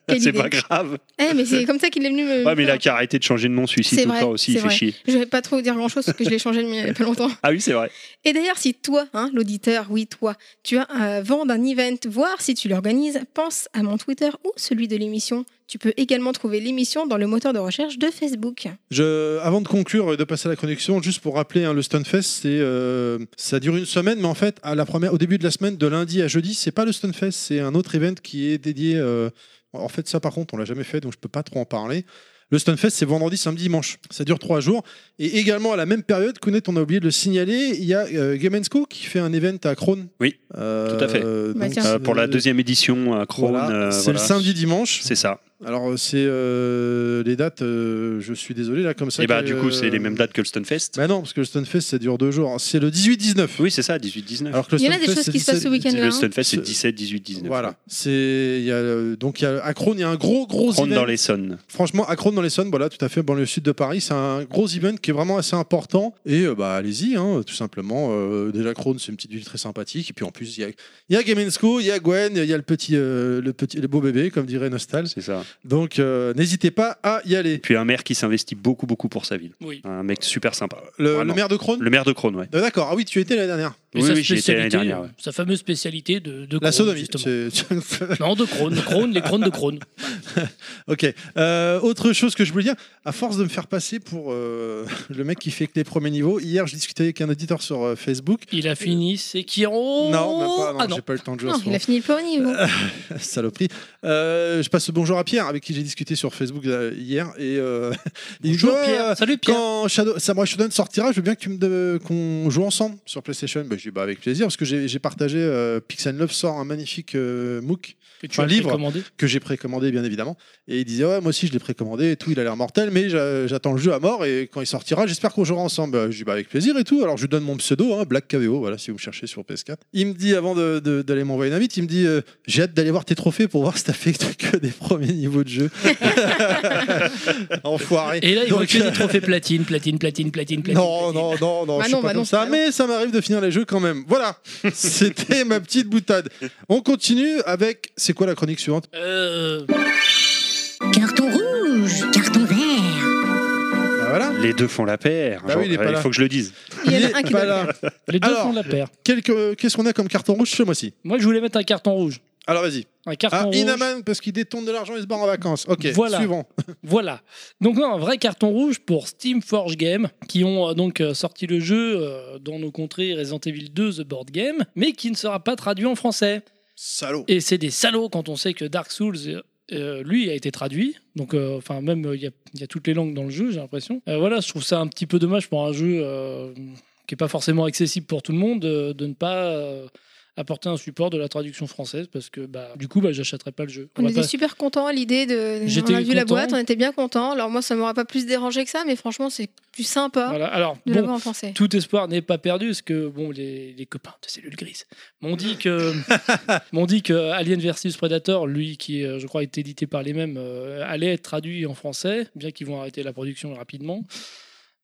S6: Quelle
S4: C'est
S6: idée.
S4: pas grave.
S6: Eh, mais c'est comme ça qu'il est venu me.
S4: Ouais, mais il a qu'à arrêter de changer de nom, celui-ci,
S6: C'est
S4: tout le
S6: vrai,
S4: temps aussi, il
S6: c'est
S4: fait
S6: vrai.
S4: chier.
S6: Je vais pas trop dire grand-chose parce que je l'ai changé il y a pas longtemps.
S4: Ah oui, c'est vrai.
S6: Et d'ailleurs, si toi, hein, l'auditeur, oui, toi, tu as un vent d'un event, voire si tu l'organises, pense à mon Twitter ou celui de l'émission. Tu peux également trouver l'émission dans le moteur de recherche de Facebook.
S3: Je, avant de conclure et de passer à la connexion, juste pour rappeler hein, le Stunfest, c'est, euh, ça dure une semaine, mais en fait, à la première, au début de la semaine, de lundi à jeudi, c'est pas le Stunfest, c'est un autre event qui est dédié. euh, en fait, ça par contre, on l'a jamais fait, donc je peux pas trop en parler. Le Stunfest, c'est vendredi, samedi, dimanche. Ça dure trois jours. Et également à la même période, Kounet, on a oublié de le signaler, il y a euh, Game Co qui fait un event à Krone.
S4: Oui,
S3: Euh,
S4: tout à fait.
S3: donc,
S6: Bah, tiens.
S4: Euh, pour la
S3: euh,
S4: deuxième édition à Krone.
S3: voilà,
S4: euh,
S3: c'est
S4: voilà.
S3: le samedi, dimanche.
S4: C'est ça.
S3: Alors, euh, c'est euh, les dates, euh, je suis désolé, là, comme ça.
S4: Et bah,
S3: que- euh,
S4: du coup, c'est les mêmes dates que le Stunfest.
S3: Bah non, parce que le Stunfest, ça dure deux jours. C'est le 18-19.
S4: Oui, c'est ça, 18-19.
S3: Alors que le
S6: Il y en a des
S3: Stunfest,
S6: choses
S3: c'est
S6: qui se passent ce
S3: 17.
S6: week-end-là.
S4: Le
S6: hein.
S4: Stunfest, c'est
S3: Ce-
S4: 17, 18, 19.
S3: Voilà, c'est il y a euh, donc il y a à Crône, il y a un gros gros
S4: Krone
S3: event.
S4: dans l'Essonne.
S3: Franchement, à Crône dans les Saônes, voilà, tout à fait, dans le sud de Paris, c'est un gros event qui est vraiment assez important. Et euh, bah allez-y, hein, tout simplement. Euh, déjà Crône, c'est une petite ville très sympathique. Et puis en plus, il y a, il y a Gamensco, il y a Gwen, il y a le petit, euh, le petit, le beau bébé, comme dirait Nostal.
S4: C'est ça.
S3: Donc euh, n'hésitez pas à y aller.
S4: Et puis un maire qui s'investit beaucoup, beaucoup pour sa ville.
S5: Oui.
S4: Un mec super sympa.
S3: Le, le
S4: Vraiment.
S3: maire de Crône.
S4: Le maire de Krone, ouais.
S3: Euh, D'accord. Ah oui, tu y étais l'année dernière.
S5: Et
S4: Oui,
S5: sa
S4: oui, j'y étais l'année
S5: spécialité,
S4: dernière, ouais.
S5: sa fameuse spécialité de, de
S3: La
S5: Krone,
S3: sodomie.
S5: justement.
S3: C'est-
S5: Non, de Krone, Krone, les Crones de Krone.
S3: Ok. Euh, autre chose que je voulais dire, à force de me faire passer pour euh, le mec qui fait que les premiers niveaux, hier je discutais avec un auditeur sur euh, Facebook.
S5: Il a fini, c'est qui en
S3: Non, même pas, non,
S5: Ah non.
S3: j'ai pas eu le temps de jouer. en
S6: Non,
S3: ce
S6: il a fini le premier niveau.
S3: moment. Saloperie. Euh, je passe le bonjour à Pierre, avec qui j'ai discuté sur Facebook euh, hier. Et, euh, il me dit,
S5: Bonjour
S3: ouais, euh,
S5: Pierre. Salut Pierre.
S3: Quand Shadow, Samurai Shodown sortira, je veux bien que tu me de- qu'on joue ensemble sur PlayStation. Bah, je dis bah avec plaisir parce que j'ai j'ai partagé euh, Pix and Love sort un magnifique euh, MOOC
S5: Que tu
S3: un
S5: as
S3: livre.
S5: précommandé.
S3: que j'ai précommandé bien évidemment et il disait ouais moi aussi je l'ai précommandé et tout il a l'air mortel mais j'a- j'attends le jeu à mort et quand il sortira j'espère qu'on jouera ensemble Euh, je dis bah avec plaisir et tout alors je lui donne mon pseudo hein, Black KVO voilà si vous me cherchez sur PS4 il me dit avant de- de- d'aller m'envoyer une invite il me dit euh, j'ai hâte d'aller voir tes trophées pour voir si t'as fait que des premiers niveaux de jeu enfoiré
S5: Et là, il
S3: Donc,
S5: voit que des trophées platine, platine, platine, platine, platine.
S3: non,
S5: platine.
S3: non, non, non,
S6: Bah
S3: je suis
S6: non,
S3: pas
S6: bah
S3: comme
S6: non,
S3: ça,
S6: bah non.
S3: mais ça m'arrive de finir les jeux quand même. Voilà, c'était ma petite boutade. On continue avec, c'est quoi la chronique suivante
S5: Euh,
S2: Carton rouge, carton vert.
S3: Bah voilà.
S4: Les deux font la paire.
S3: Bah oui, il est pas
S4: il
S3: là.
S4: faut que je le dise.
S6: Il y en a
S3: est
S6: un qui
S3: pas
S6: doit
S3: là.
S5: les deux
S3: Alors.
S5: font la paire.
S3: Quelque- Qu'est-ce qu'on a comme carton rouge ce mois-ci
S5: Moi, je voulais mettre un carton rouge.
S3: Alors vas-y.
S5: Un carton
S3: Ah,
S5: rouge.
S3: Inaman, parce qu'il détourne de l'argent et se barre en vacances. Ok,
S5: Voilà.
S3: suivant.
S5: Voilà. Donc non, un vrai carton rouge pour Steam Forge Game, qui ont euh, donc euh, sorti le jeu euh, dans nos contrées Resident Evil 2 The Board Game, mais qui ne sera pas traduit en français.
S3: Salaud.
S5: Et c'est des salauds quand on sait que Dark Souls, euh, euh, lui, a été traduit. Donc, euh, enfin, même, euh, il y, a- il y a toutes les langues dans le jeu, j'ai l'impression. Euh, voilà, je trouve ça un petit peu dommage pour un jeu euh, qui n'est pas forcément accessible pour tout le monde euh, de ne pas. euh, apporter un support de la traduction française parce que bah, du coup bah, j'achèterai pas le jeu. On
S6: On
S5: va
S6: était
S5: pas-
S6: super contents à l'idée de.
S5: J'étais
S6: on a vu la
S5: content.
S6: boîte, on était bien contents. Alors moi, ça m'aura pas plus dérangé que ça, mais franchement, c'est plus sympa
S5: Voilà. Alors,
S6: hein, de
S5: bon,
S6: l'avoir en français.
S5: tout espoir n'est pas perdu, parce que bon, les, les copains de Cellule Grise m'ont dit que m'ont dit que Alien versus Predator, lui qui euh, je crois est édité par les mêmes, euh, allait être traduit en français, bien qu'ils vont arrêter la production rapidement.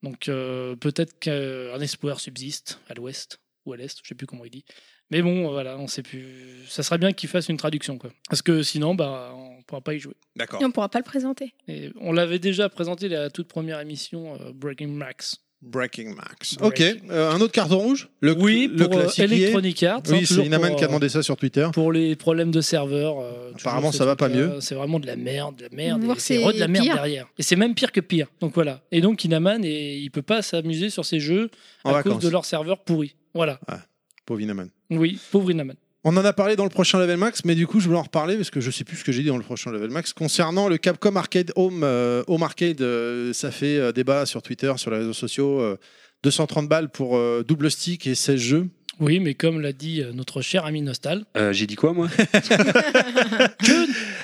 S5: Donc euh, peut-être qu'un espoir subsiste à l'ouest. ou à l'Est, je sais plus comment il dit. Mais bon, voilà, on sait plus. Ça serait bien qu'il fasse une traduction, quoi. Parce que sinon, bah, on pourra pas y jouer.
S3: D'accord.
S6: Et on pourra pas le présenter.
S5: Et on l'avait déjà présenté la toute première émission euh, Breaking Max.
S3: Breaking Max. Ok,
S5: Breaking.
S3: euh, un autre carton rouge Le cl-
S5: Oui,
S3: le
S5: pour euh,
S3: classique lié.
S5: Electronic Arts. hein,
S3: Oui, c'est
S5: toujours
S3: Inaman
S5: pour,
S3: qui a
S5: euh,
S3: demandé ça sur Twitter.
S5: Pour les problèmes de serveur. euh, toujours
S3: Apparemment,
S5: ces
S3: ça va pas
S5: trucs-là,
S3: mieux.
S5: C'est vraiment de la merde, de la
S6: On
S5: merde.
S6: va
S5: et
S6: voir
S5: C'est
S6: si
S5: re de la
S6: c'est
S5: merde
S6: pire.
S5: derrière. Et c'est même pire que pire. Donc voilà. Et donc Inaman, et, il peut pas s'amuser sur ces jeux
S3: En
S5: à
S3: vacances.
S5: cause de leur serveur pourri. Voilà.
S3: Pauvre Inaman.
S5: Oui, pauvre Inaman.
S3: On en a parlé dans le prochain Level Max, mais du coup, je voulais en reparler parce que je sais plus ce que j'ai dit dans le prochain Level Max. Concernant le Capcom Arcade Home, euh, Home Arcade, euh, ça fait euh, débat sur Twitter, sur les réseaux sociaux. euh, 230 balles pour euh, double stick et 16 jeux.
S5: Oui, mais comme l'a dit euh, notre cher ami Nostal,
S4: Euh, J'ai dit quoi, moi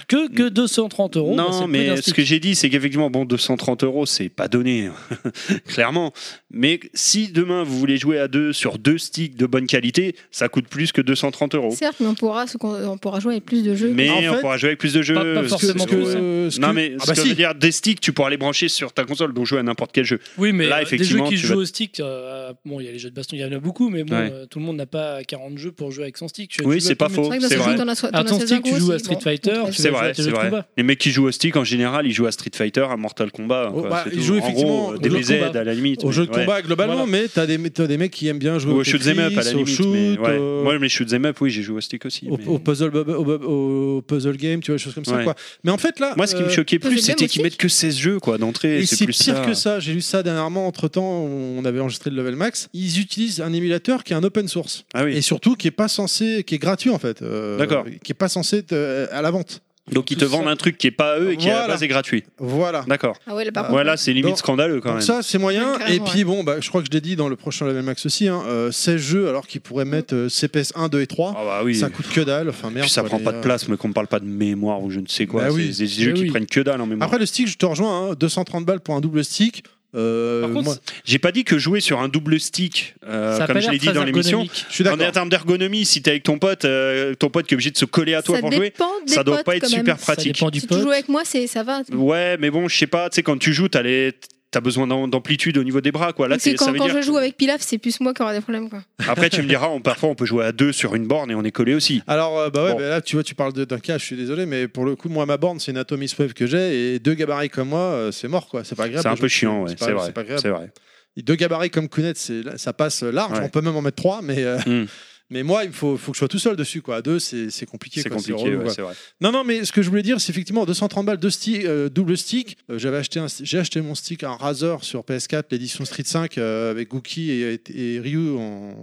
S5: que, que 230 euros.
S4: Mm.
S5: bah, c'est
S4: Non,
S5: le prix d'un
S4: mais ce
S5: stick.
S4: que j'ai dit, c'est qu'effectivement, bon, 230 euros, c'est pas donné, hein. clairement. Mais si demain vous voulez jouer à deux sur deux sticks de bonne qualité, ça coûte plus que 230 euros.
S6: Certes, mais on pourra, ce qu'on- on pourra jouer avec plus de jeux.
S4: Oh. Mais
S3: En
S4: on
S3: fait,
S4: pourra jouer avec plus de jeux.
S5: pas- pas
S4: c'est-
S5: forcément
S4: c'est-
S5: plus. hein.
S4: ouais.
S3: ce
S4: Non
S3: que-
S4: mais
S3: Ah
S4: ce
S3: bah
S4: que
S3: si.
S4: veut dire des sticks tu pourras les brancher sur ta console donc jouer à n'importe quel jeu.
S5: Oui, mais
S4: Là,
S5: euh, des jeux
S4: effectivement,
S5: qui
S4: tu
S5: jouent
S4: vas-
S5: au stick, euh, bon, il y a les jeux de baston, il y en a beaucoup, mais bon,
S4: Ouais.
S5: euh, tout le monde n'a pas 40 jeux pour jouer avec son stick. Tu-
S4: Oui,
S5: tu joues à
S4: c'est pas
S5: combien de-
S4: faux,
S6: C'est vrai que dans
S4: c'est
S6: ce jeu,
S4: vrai.
S6: t'en as so- t'en
S5: À
S6: as
S5: ton
S6: 16
S5: stick, tu
S6: gros
S5: joues à
S6: aussi.
S5: Street
S6: Bon,
S5: Fighter,
S6: on
S5: tu
S4: C'est
S5: vas jouer à
S4: vrai,
S5: tes
S4: c'est
S5: jeux de
S4: vrai.
S5: combat.
S4: Les mecs qui jouent au stick en général, ils jouent à Street Fighter, à Mortal Kombat.
S3: Oh,
S4: quoi,
S3: bah,
S4: c'est
S3: ils
S4: tout.
S3: jouent
S4: En
S3: effectivement
S4: gros,
S3: au
S4: euh,
S5: jeu de
S4: DBZ
S5: combat.
S4: à la limite.
S3: Au
S4: mais
S3: jeu de
S4: ouais.
S3: combat, globalement, mais t'as des, t'as des mecs qui aiment bien jouer
S4: Ou
S3: au,
S4: au shoot'em up à la
S3: Tetris, au
S4: limite. mais
S3: shoot,
S4: ouais.
S3: au-
S4: Moi, mes shoot'em up, oui, j'ai joué au stick aussi.
S3: au,
S4: mais-
S3: au puzzle, bubble- au bub- au puzzle game, tu vois, des choses comme ça.
S4: Ouais.
S3: Quoi. Mais en fait, là.
S4: Moi, ce qui me
S3: euh,
S4: choquait plus,
S6: j'ai bien
S4: c'était
S6: mon
S4: qu'ils
S6: stick.
S4: mettent que 16 jeux quoi d'entrée.
S3: Et
S4: et
S3: c'est
S4: plus
S3: pire que ça, j'ai lu ça dernièrement, entre temps, on avait enregistré le Level Max. Ils utilisent un émulateur qui est un open source.
S4: Ah oui.
S3: Et surtout qui est pas censé, qui est gratuit en fait. euh,
S4: D'accord.
S3: Qui est pas censé être euh, à la vente.
S4: Donc ils te
S5: Tout ça.
S4: vendent un truc qui est pas à eux et qui à la
S3: Voilà.
S4: base est gratuit.
S3: Voilà.
S4: D'accord.
S6: Ah ouais, là, par contre,
S4: Voilà, c'est limite
S3: Donc-
S4: scandaleux quand
S3: Donc
S4: même.
S3: ça, c'est moyen.
S6: Ouais,
S3: et
S6: carrément,
S3: puis bon, bah, je crois que je l'ai dit dans le prochain Level Max aussi, hein, euh, 16 jeux alors qu'ils pourraient mettre euh, CPS 1, 2 et 3.
S4: Ah bah oui.
S3: Ça coûte que dalle. Enfin merde.
S4: Puis ça
S3: quoi,
S4: prend
S3: les,
S4: pas de
S3: euh,
S4: place, mais qu'on parle pas de mémoire ou je ne sais quoi.
S3: Bah
S4: c'est
S3: oui.
S4: des jeux
S5: Mais
S4: qui
S5: oui.
S4: prennent que dalle en mémoire.
S3: Après le stick, je te rejoins, hein, 230 balles pour un double stick. euh,
S5: Par contre,
S3: moi,
S4: J'ai pas dit que jouer sur un double stick, euh,
S5: ça a
S4: comme
S5: pas
S4: je
S5: l'air
S4: l'ai dit
S5: très
S4: dans l'émission.
S5: ergonomique.
S3: je suis
S4: En
S3: d'accord.
S4: termes d'ergonomie, si t'es avec ton pote, euh, ton pote qui est obligé de se coller à toi
S6: ça
S4: pour jouer,
S6: dépend des
S4: ça doit
S6: potes,
S4: pas être
S6: quand même.
S4: super
S5: Ça
S4: pratique.
S5: dépend du
S6: Si tu
S5: pote.
S6: joues avec moi, c'est- ça va.
S4: Ouais, mais bon, je sais pas, tu sais, quand tu joues, t'as les. T'as besoin d'am- d'amplitude au niveau des bras, quoi. Là,
S6: Donc, c'est
S4: t'es- ça
S6: quand,
S4: veut
S6: quand
S4: dire-
S6: je joue avec Pilaf, c'est plus moi qui aura des problèmes. Quoi.
S4: Après, tu me diras, on, parfois, on peut jouer à deux sur une borne et on est collé aussi.
S3: Alors, euh, bah ouais,
S4: Bon.
S3: bah là, tu vois, tu parles de- d'un cas, je suis désolé, mais pour le coup, moi, ma borne, c'est une Atomis Wave que j'ai, et deux gabarits comme moi, euh, c'est mort, quoi. C'est pas agréable.
S4: C'est un
S3: Je-
S4: peu chiant, ouais,
S3: pas-
S4: c'est vrai.
S3: pas agréable.
S4: C'est vrai.
S3: Et Deux gabarits comme Kounet, c'est là, ça passe large,
S4: Ouais.
S3: on peut même en mettre trois, mais. euh,
S4: Mm.
S3: Mais moi, il me faut, faut que je sois tout seul dessus. Quoi. À deux, c'est c'est compliqué.
S4: C'est
S3: quoi,
S4: compliqué,
S3: relou,
S4: ouais,
S3: quoi.
S4: c'est vrai.
S3: Non, non, mais ce que je voulais dire, c'est effectivement 230 balles, deux sti- euh, double stick. Euh, J'avais acheté un sti- j'ai acheté mon stick un Razer sur PS4, l'édition Street 5 euh, avec Gookie et, et Ryu en,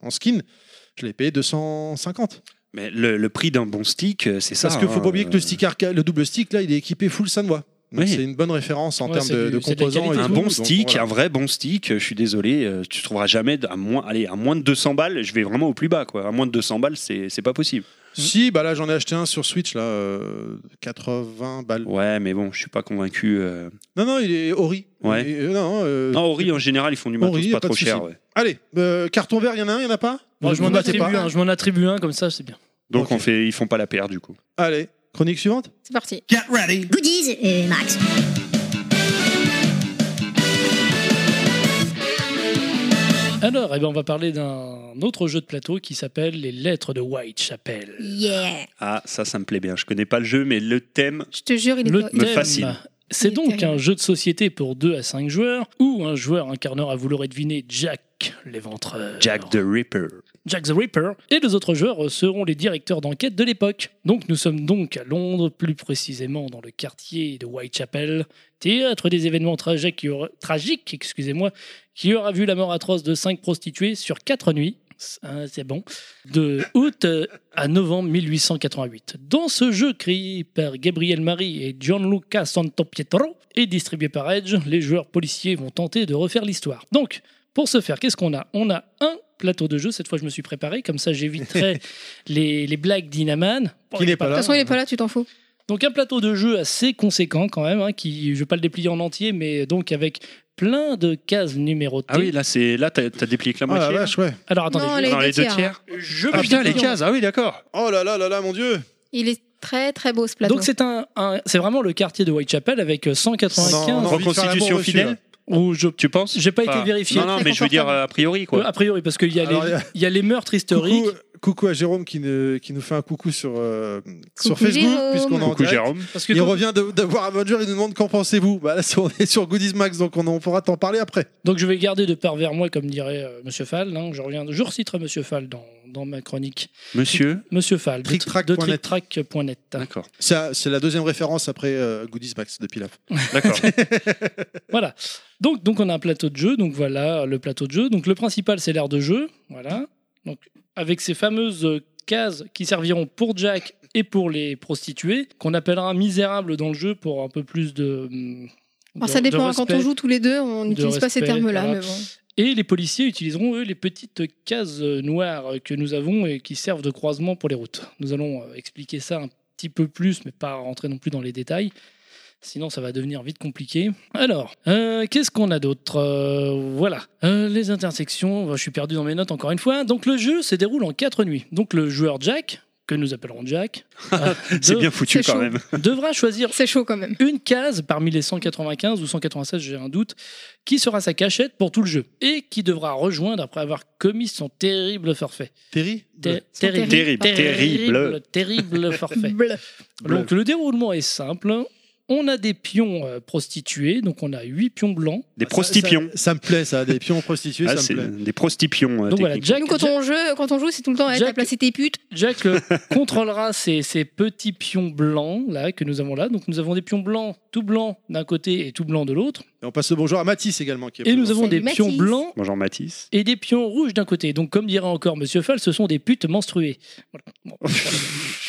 S3: en skin. Je l'ai payé 250.
S4: Mais le, le prix d'un bon stick, euh, c'est ça.
S3: Parce qu'il faut
S4: hein,
S3: pas oublier que
S4: euh,
S3: le, stick arca- le double stick, là, il est équipé full Sanwa. Donc
S4: Oui.
S3: c'est une bonne référence en
S5: Ouais,
S3: termes
S5: c'est
S3: de,
S5: du-
S3: de
S5: c'est de la
S3: composants. et
S5: qualité.
S4: un
S3: tout.
S4: bon
S3: Donc,
S4: stick, hein.
S3: voilà.
S4: un vrai bon stick, euh, je suis désolé, euh, tu trouveras jamais d- à moins, allez, à moins de 200 balles, je vais vraiment au plus bas quoi. À moins de 200 balles, c'est c'est pas possible.
S3: Si, bah là, j'en ai acheté un sur Switch, là, euh, 80 balles.
S4: Ouais, mais bon, je suis pas convaincu. euh.
S3: Non, non, il est Ori.
S4: Ouais.
S3: Il est- euh, non, euh,
S4: Non, Ori en général, ils font du matos
S3: Ori, y a
S4: pas
S3: pas de
S4: trop cher.
S3: souci.
S4: ouais.
S3: Allez, euh, carton vert, il y en a un, il y en a pas
S5: Moi, je m'en
S3: Vous battez
S5: attribue
S3: pas
S5: un, je m'en attribue un, comme ça, c'est bien.
S4: Donc
S3: Ok.
S4: on fait, ils font pas la paire du coup.
S3: Allez, chronique suivante
S6: C'est parti.
S7: Get ready.
S2: Goodies
S1: euh,
S2: et Max.
S5: Alors, eh ben, on va parler d'un autre jeu de plateau qui s'appelle Les Lettres de Whitechapel.
S2: Yeah.
S4: Ah, ça, ça me plaît bien. Je connais pas le jeu, mais le thème,
S6: Je te jure, il est
S5: Le
S6: pas-
S4: Me
S5: thème,
S4: fascine.
S5: C'est
S6: Il est
S5: donc
S6: terrible.
S5: un jeu de société pour 2 à 5 joueurs, où un joueur incarnera, vous l'aurez deviné, Jack l'éventreur.
S4: Jack the Ripper.
S5: Jack the Ripper, et les autres joueurs seront les directeurs d'enquête de l'époque. Donc nous sommes donc à Londres, plus précisément dans le quartier de Whitechapel, théâtre des événements tragiques, qui aura, tragiques, excusez-moi, qui aura vu la mort atroce de cinq prostituées sur quatre nuits. Ah, C'est bon. De août euh, à novembre 1888. Dans ce jeu créé par Gabriel Marie et Gianluca Santopietro et distribué par Edge, les joueurs policiers vont tenter de refaire l'histoire. Donc, pour ce faire, qu'est-ce qu'on a On a un plateau de jeu. Cette fois, je me suis préparé. Comme ça, j'éviterai les, les blagues d'Inaman. Bon,
S3: Qui
S5: il
S3: n'est
S5: est
S3: pas
S6: De
S3: là.
S6: toute façon, il est pas là, tu t'en fous.
S5: donc un plateau de jeu assez conséquent quand même, hein, qui je vais pas le déplier en entier, mais donc avec plein de cases numérotées.
S4: Ah oui, là, c'est là, t'as as déplié que la
S3: Oh la
S4: moitié.
S3: vache, ouais.
S5: Alors attendez,
S6: Non,
S5: je-
S6: les
S4: dans
S6: deux
S4: les deux
S6: tiers.
S4: tiers.
S5: je
S4: Ah
S5: vais
S4: putain,
S5: le
S4: les
S5: déplier en-
S4: cases. Ah oui, d'accord.
S3: Oh là là là là, mon dieu
S6: Il est très très beau ce plateau.
S5: Donc c'est un, un- c'est vraiment le quartier de Whitechapel avec euh,
S3: On a- on a
S5: 195.
S3: envie de faire
S4: Reconstitution
S3: l'amour dessus,
S4: fidèle.
S3: là.
S5: Ou je
S4: Tu penses
S5: j'ai pas
S4: Enfin,
S5: été vérifié.
S4: Non, non, mais je veux dire euh, a priori
S5: Euh,
S4: quoi.
S5: A priori, parce qu'il y, a
S3: Alors,
S5: les-
S3: il y a-
S5: il y a les meurtres historiques.
S3: Coucou, coucou à Jérôme qui, ne- qui nous fait un coucou sur, euh, sur
S6: Coucou
S3: Facebook,
S6: Jérôme.
S3: puisqu'on est en
S4: Coucou
S3: direct.
S4: Jérôme.
S5: Parce que
S3: Il
S5: quand-
S3: revient de- d'avoir Avenger, il nous demande qu'en pensez-vous. Bah là, on est sur Goodies Max, donc on, en pourra t'en parler après.
S5: Donc je vais garder de part vers moi, comme dirait euh, Monsieur Fall. hein, je, reviens, je reciterai Monsieur Fall dans, dans ma chronique.
S4: Monsieur
S5: Monsieur Fall, de-
S3: Trictrac.net.
S5: de trictrac.net.
S4: D'accord.
S3: Ça, C'est la deuxième référence après euh, Goodies Max de Pilaf.
S4: D'accord.
S5: Voilà. Donc, donc on a un plateau de jeu. Donc voilà le plateau de jeu. Donc le principal, c'est l'air de jeu. Voilà. Donc avec ces fameuses euh, cases qui serviront pour Jack et pour les prostituées, qu'on appellera misérables dans le jeu pour un peu plus de. hum,
S6: Alors
S5: de-
S6: ça
S5: de
S6: dépend, hein, quand on
S5: respect.
S6: joue tous les deux, on
S5: de
S6: n'utilise pas ces
S5: respect,
S6: termes-là. Mais
S5: voilà.
S6: bon.
S5: Et les policiers utiliseront, eux, les petites cases euh, noires euh, que nous avons et qui servent de croisement pour les routes. Nous allons euh, expliquer ça un petit peu plus, mais pas rentrer non plus dans les détails. Sinon, ça va devenir vite compliqué. Alors, euh, qu'est-ce qu'on a d'autre Euh, Voilà. Euh, les intersections, je suis perdu dans mes notes encore une fois. Donc, le jeu se déroule en quatre nuits. Donc, le joueur Jack, que nous appellerons Jack, euh,
S4: C'est
S5: de-
S4: bien foutu
S6: c'est chaud.
S4: quand même.
S5: devra choisir
S6: C'est chaud quand même.
S5: une case parmi les 195 ou 196, j'ai un doute, qui sera sa cachette pour tout le jeu et qui devra rejoindre après avoir commis son terrible forfait.
S3: Terry
S5: Ter-
S6: Son
S4: Terrible. Terrible.
S5: terrible, terrible forfait.
S6: Bleu.
S5: Donc le déroulement est simple. On a des pions euh, prostitués, donc on a 8 pions blancs.
S4: Des
S3: Ça-
S4: prostipions.
S3: Ça, ça me plaît, ça. Des pions prostitués,
S4: Ah,
S3: ça
S4: c'est
S3: me plaît.
S4: des prostipions. euh,
S5: Donc voilà,
S4: techniquement.
S5: Jack,
S6: Nous, quand on, joue, quand on joue, c'est tout le temps à
S5: Jack-
S6: la place tes putes.
S5: Jack euh, contrôlera ces, ces petits pions blancs là que nous avons là. Donc nous avons des pions blancs, tout blancs d'un côté et tout blanc de l'autre.
S3: Et on passe le bonjour à Mathis également. Qui est
S5: Et nous
S3: présent.
S5: avons des
S6: Salut,
S5: pions
S6: Mathis.
S5: blancs
S4: Bonjour Mathis.
S5: et des pions rouges d'un côté. Donc, comme dirait encore Monsieur Fall, ce sont des putes menstruées. Voilà. Bon.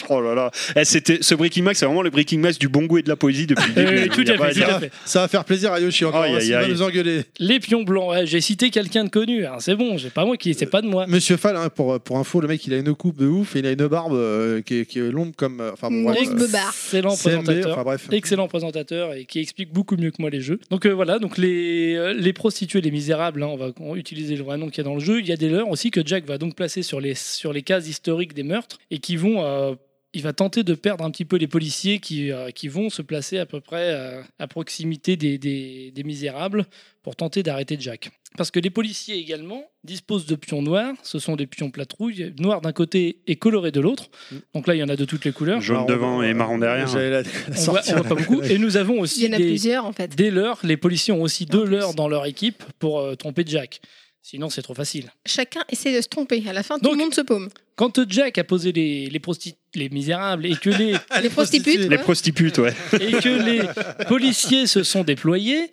S4: Oh là là. Eh, c'était, ce Breaking Max, c'est vraiment le Breaking Max du bon goût et de la poésie depuis le
S5: Euh,
S4: début.
S5: tout
S4: Il y a
S5: à
S4: pas
S5: fait, tout
S4: dire.
S5: à
S3: Ah,
S5: fait.
S3: Ça va faire plaisir à Yoshi encore.
S4: Aïe,
S3: hein,
S4: aïe,
S3: s'il va
S4: aïe.
S3: nous engueuler.
S5: Les pions blancs, ouais, j'ai cité quelqu'un de connu, hein, c'est bon, j'ai pas moi qui, c'est pas de moi.
S3: Monsieur Fall, hein, pour, pour info, le mec, il a une coupe de ouf et il a une barbe euh, qui, est, qui est longue comme. euh, Enfin, bon,
S6: Une
S3: bref,
S6: grosse
S3: euh,
S6: beubarde. Bobard.
S5: Excellent
S3: CMB,
S5: présentateur.
S3: enfin bref.
S5: Excellent présentateur et qui explique beaucoup mieux que moi les jeux. Donc euh, voilà, donc les, euh, les prostituées, les misérables, hein, on va on va utiliser le vrai nom qu'il y a dans le jeu. Il y a des leurs aussi que Jack va donc placer sur les, sur les cases historiques des meurtres et qui vont. euh, il va tenter de perdre un petit peu les policiers qui, euh, qui vont se placer à peu près euh, à proximité des, des, des misérables pour tenter d'arrêter Jack. Parce que les policiers également disposent de pions noirs, ce sont des pions platrouilles, noirs d'un côté et colorés de l'autre. Donc là, il y en a de toutes les couleurs.
S4: Jaune
S3: marron
S4: devant et marron euh, derrière.
S3: J'allais la, la
S5: On voit,
S3: sortir,
S5: on voit pas
S3: la-
S5: beaucoup. Et nous avons
S6: Il y
S5: aussi
S6: en a
S5: des,
S6: plusieurs en fait.
S5: des leurs. Les policiers ont aussi deux leurs dans leur équipe pour euh, tromper Jack. Sinon, c'est trop facile.
S6: Chacun essaie de se tromper. À la fin, tout
S5: Donc-
S6: le monde se paume.
S5: Quand euh, Jack a posé les, les, prosti- les misérables et que les,
S3: Ah,
S6: Les prostituées.
S4: Les prostitutes, ouais.
S5: et que les policiers se sont déployés,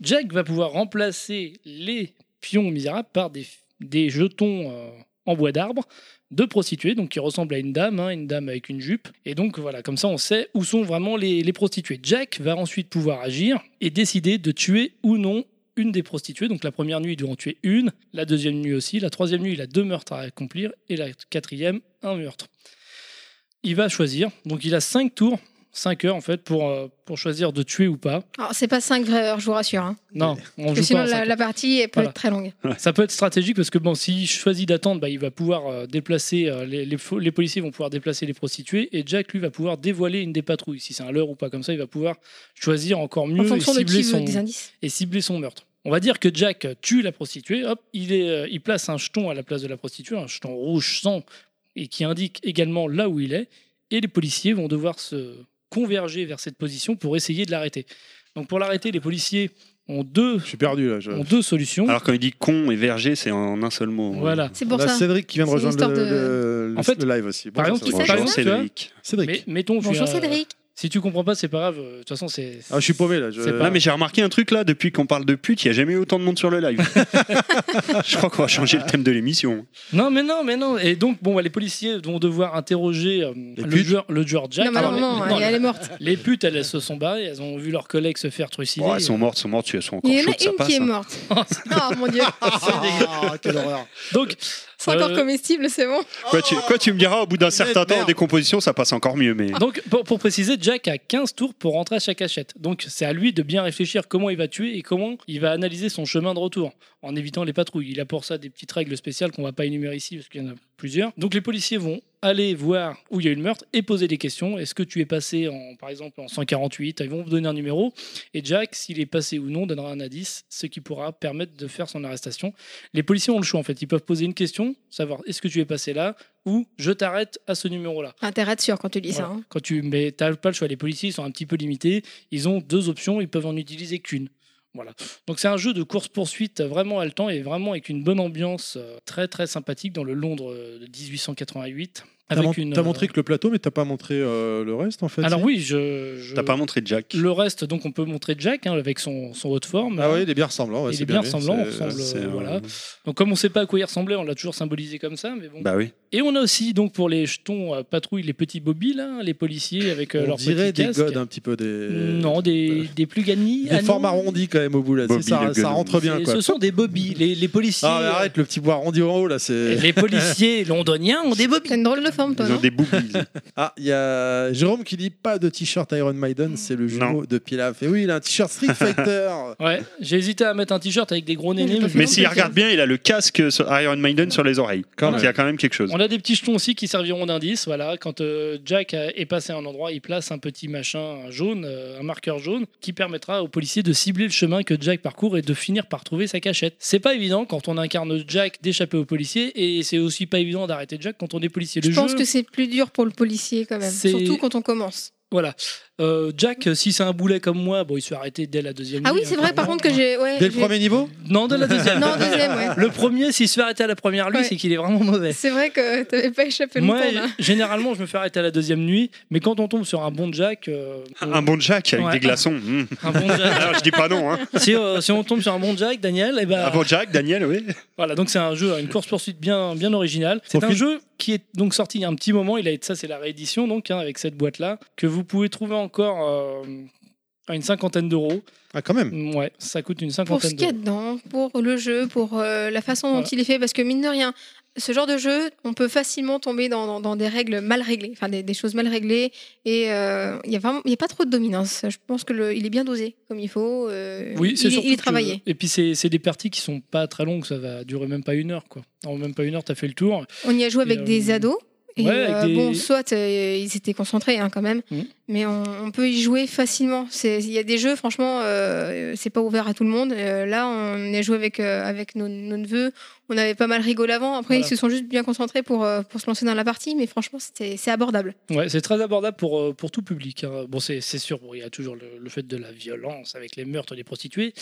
S5: Jack va pouvoir remplacer les pions misérables par des, des jetons euh, en bois d'arbre de prostituées, donc qui ressemblent à une dame, hein, une dame avec une jupe. Et donc voilà, comme ça on sait où sont vraiment les, les prostituées. Jack va ensuite pouvoir agir et décider de tuer ou non une des prostituées. Donc la première nuit, il doit en tuer une, la deuxième nuit aussi, la troisième nuit, il a deux meurtres à accomplir, et la quatrième, un meurtre. Il va choisir, donc il a cinq tours 5 heures en fait pour, euh, pour choisir de tuer ou pas.
S6: Alors, c'est pas 5 vraies heures, je vous rassure. hein.
S5: Non,
S6: Parce que
S5: on joue pas.
S6: sinon,
S5: en
S6: la,
S5: cinq
S6: la partie elle peut
S5: Voilà.
S6: être très longue.
S5: heures. Ça peut être stratégique parce que bon, s'il choisit d'attendre, bah, il va pouvoir euh, déplacer euh, les, les, fo- les policiers vont pouvoir déplacer les prostituées et Jack lui va pouvoir dévoiler une des patrouilles si c'est un leurre ou pas. Comme ça, il va pouvoir choisir encore mieux
S6: en
S5: et
S6: fonction de
S5: cibler
S6: qui
S5: son
S6: veut des indices.
S5: et cibler son meurtre. On va dire que Jack euh, tue la prostituée, hop, il, est, euh, il place un jeton à la place de la prostituée, un jeton rouge sang, et qui indique également là où il est, et les policiers vont devoir se converger vers cette position pour essayer de l'arrêter. Donc pour l'arrêter, les policiers ont deux,
S3: Je suis perdu là. je-
S5: ont deux solutions.
S4: Alors quand il dit con et verger, c'est en un seul mot.
S5: voilà.
S6: C'est
S3: On
S6: pour
S3: a
S6: ça.
S3: Cédric qui vient de
S6: C'est
S3: rejoindre le,
S6: l'histoire
S3: le- le-
S5: En fait,
S3: le live aussi.
S5: par
S3: Bonjour,
S5: exemple,
S3: Cédric.
S5: par
S4: Bonjour
S5: exemple,
S4: Cédric.
S3: Cédric.
S5: Mais, mettons, tu
S6: Bonjour
S5: as-
S6: Cédric.
S5: Si tu comprends pas, c'est pas grave. euh, De toute façon, c'est.
S3: Ah, je suis paumé là. je-
S5: C'est pas-
S4: Non mais j'ai remarqué un truc là, depuis qu'on parle de pute, il n'y a jamais eu autant de monde sur le live. Je crois qu'on va changer le thème de l'émission.
S5: Non, mais non, mais non. Et donc, bon, bah, les policiers vont devoir interroger euh, le,
S3: putes.
S5: joueur, le joueur Jack.
S6: non, mais
S5: Alors,
S6: non,
S5: les-
S6: non,
S5: non,
S6: elle est morte.
S5: Les putes, elles, elles se sont barrées, elles ont vu leurs collègues se faire trucider.
S4: Oh, elles sont mortes, elles sont mortes, elles sont encore
S6: Il y en
S4: chaudes,
S6: a
S4: ça
S6: une
S4: passe.
S6: qui est
S4: hein.
S6: morte. oh mon dieu.
S3: Ah, quelle horreur.
S5: Donc,
S6: C'est encore
S5: Euh,
S6: comestible, c'est bon.
S4: Quoi, tu, quoi, tu me diras, au bout d'un certain temps, en
S3: merde.
S4: décomposition, ça passe encore mieux. Mais
S5: donc pour, pour préciser, Jack a 15 tours pour rentrer à chaque cachette. Donc, c'est à lui de bien réfléchir comment il va tuer et comment il va analyser son chemin de retour en évitant les patrouilles. Il a pour ça des petites règles spéciales qu'on va pas énumérer ici parce qu'il y en a plusieurs. Donc, les policiers vont aller voir où il y a eu le meurtre et poser des questions. Est-ce que tu es passé, en, par exemple, en 148 Ils vont vous donner un numéro. Et Jack, s'il est passé ou non, donnera un indice, ce qui pourra permettre de faire son arrestation. Les policiers ont le choix, en fait. Ils peuvent poser une question, savoir est-ce que tu es passé là ou je t'arrête à ce numéro-là.
S6: Intérêt sûr Ah, quand tu lis ça.
S5: Voilà.
S6: hein.
S5: Quand tu mais t'as pas le choix, les policiers ils sont un petit peu limités. Ils ont deux options, ils peuvent en utiliser qu'une. Voilà. Donc c'est un jeu de course poursuite vraiment haletant et vraiment avec une bonne ambiance euh, très très sympathique dans le Londres euh, de 1888.
S3: T'as
S5: Avec
S3: mon-
S5: une,
S3: t'as
S5: euh,
S3: montré que le plateau, mais t'as pas montré euh, le reste en fait.
S5: Alors
S3: si
S5: oui, je. je-
S4: T'as pas montré Jack.
S5: Le reste, donc on peut montrer Jack hein, avec son son haut de forme.
S3: Ah ouais, il est bien ressemblant. ouais,
S5: Il
S3: c'est
S5: est bien
S3: vu,
S5: ressemblant, on
S3: c'est-
S5: ressemble-
S4: C'est,
S5: euh,
S4: euh,
S5: voilà. Donc comme on sait pas à quoi il ressemblait, on l'a toujours symbolisé comme ça, mais bon.
S4: Bah oui.
S5: Et on a aussi donc pour les jetons euh, patrouille les petits bobby là, les policiers avec euh,
S3: On
S5: leur
S3: dirait
S5: petit
S3: des
S5: casque.
S3: godes un petit peu des.
S5: Non, des, des plus gagnés.
S3: Euh, bah. Des formes arrondies quand même au bout là.
S4: Bobby,
S3: c'est- Ça,
S4: le
S3: ça
S4: gueule.
S3: rentre bien quoi.
S5: Ce sont des bobbies. Les, les policiers. euh,
S3: Ah mais arrête Euh. le petit bois arrondi en haut là c'est.
S5: Les policiers londoniens ont des bobbies.
S6: T'as une drôle de forme, toi,
S4: Ils ont
S6: non
S4: des boobies.
S3: Ah il y a Jérôme qui dit pas de t-shirt Iron Maiden c'est le jumeau de Pilaf. Et oui il a un t-shirt Street Fighter.
S5: Ouais, j'ai hésité à mettre un t-shirt avec des gros nénés. mais
S4: Mais
S5: bon.
S4: s'il regarde bien, il a le casque sur Iron Maiden sur les oreilles.
S3: Quand
S4: Donc il y a quand même quelque chose.
S5: On a des petits jetons aussi qui serviront d'indice. Voilà, quand euh, Jack euh, est passé à un endroit, il place un petit machin jaune, euh, un marqueur jaune, qui permettra aux policiers de cibler le chemin que Jack parcourt et de finir par trouver sa cachette. C'est pas évident quand on incarne Jack d'échapper aux policiers et c'est aussi pas évident d'arrêter Jack quand on est policier. Le
S6: Je pense
S5: jeu-
S6: que c'est plus dur pour le policier quand même,
S5: C'est-
S6: surtout quand on commence.
S5: Voilà. Euh, Jack, euh, si c'est un boulet comme moi, bon, il se fait arrêter dès la deuxième.
S6: Ah oui,
S5: nuit,
S6: c'est
S5: hein,
S6: vrai par
S5: clairement.
S6: contre que j'ai ouais,
S3: Dès le
S6: j'ai-
S3: premier niveau.
S5: Non, dès la deuxième.
S6: Non, deuxième, ouais.
S5: Le premier, s'il se fait arrêter à la première nuit,
S6: Ouais.
S5: c'est qu'il est vraiment mauvais.
S6: C'est vrai que t'avais pas échappé
S5: Moi,
S6: longtemps hein. là.
S5: généralement, je me fais arrêter à la deuxième nuit, mais quand on tombe sur un bon Jack, euh,
S4: Un bon Jack avec
S5: Ouais.
S4: des glaçons. hmm.
S5: un bon Jack-
S4: Ah, je dis pas non. Hein.
S5: si, euh, si on tombe sur un bon Jack, Daniel, et ben
S4: Un bon Jack, Daniel, oui.
S5: voilà. Donc c'est un jeu, une course poursuite bien, bien originale. C'est
S3: Au
S5: un
S3: fil-
S5: jeu qui est donc sorti il y a un petit moment. Il a été ça, c'est la réédition donc hein, avec cette boîte là que vous pouvez trouver encore euh, à une cinquantaine d'euros.
S3: Ah quand même.
S5: Ouais, ça coûte une
S6: Pour ce
S5: cinquantaine
S6: qu'il y a dedans,
S5: d'euros.
S6: pour le jeu, pour euh, la façon dont
S5: Voilà.
S6: il est fait, parce que mine de rien, ce genre de jeu, on peut facilement tomber dans, dans- dans des règles mal réglées, enfin des, des choses mal réglées, et euh, il n'y a, vraiment- il y a pas trop de dominance. Je pense que le- il est bien dosé comme il faut. euh,
S5: Oui,
S6: il,
S5: c'est
S6: est-
S5: surtout
S6: il est
S5: que-
S6: travaillé.
S5: Et puis c'est c'est des parties qui sont pas très longues, ça va durer même pas une heure quoi. En même pas une heure, t'as fait le tour.
S6: On y a joué
S5: Et,
S6: avec
S5: euh,
S6: des ados. Et
S5: ouais, avec
S6: euh,
S5: des-
S6: bon, soit euh, ils étaient concentrés hein, quand même,
S5: Mhm.
S6: mais on, on peut y jouer facilement. C'est- Il y a des jeux, franchement, euh, c'est pas ouvert à tout le monde. Euh, là, on a joué avec, euh, avec nos, nos neveux. On avait pas mal rigolé avant. Après,
S5: Voilà.
S6: ils se sont juste bien concentrés pour, euh, pour se lancer dans la partie, mais franchement, c'était- c'est abordable.
S5: Ouais, c'est très abordable pour, euh, pour tout public. hein. Bon, c'est c'est sûr, bon, il y a toujours le, le fait de la violence avec les meurtres des prostituées,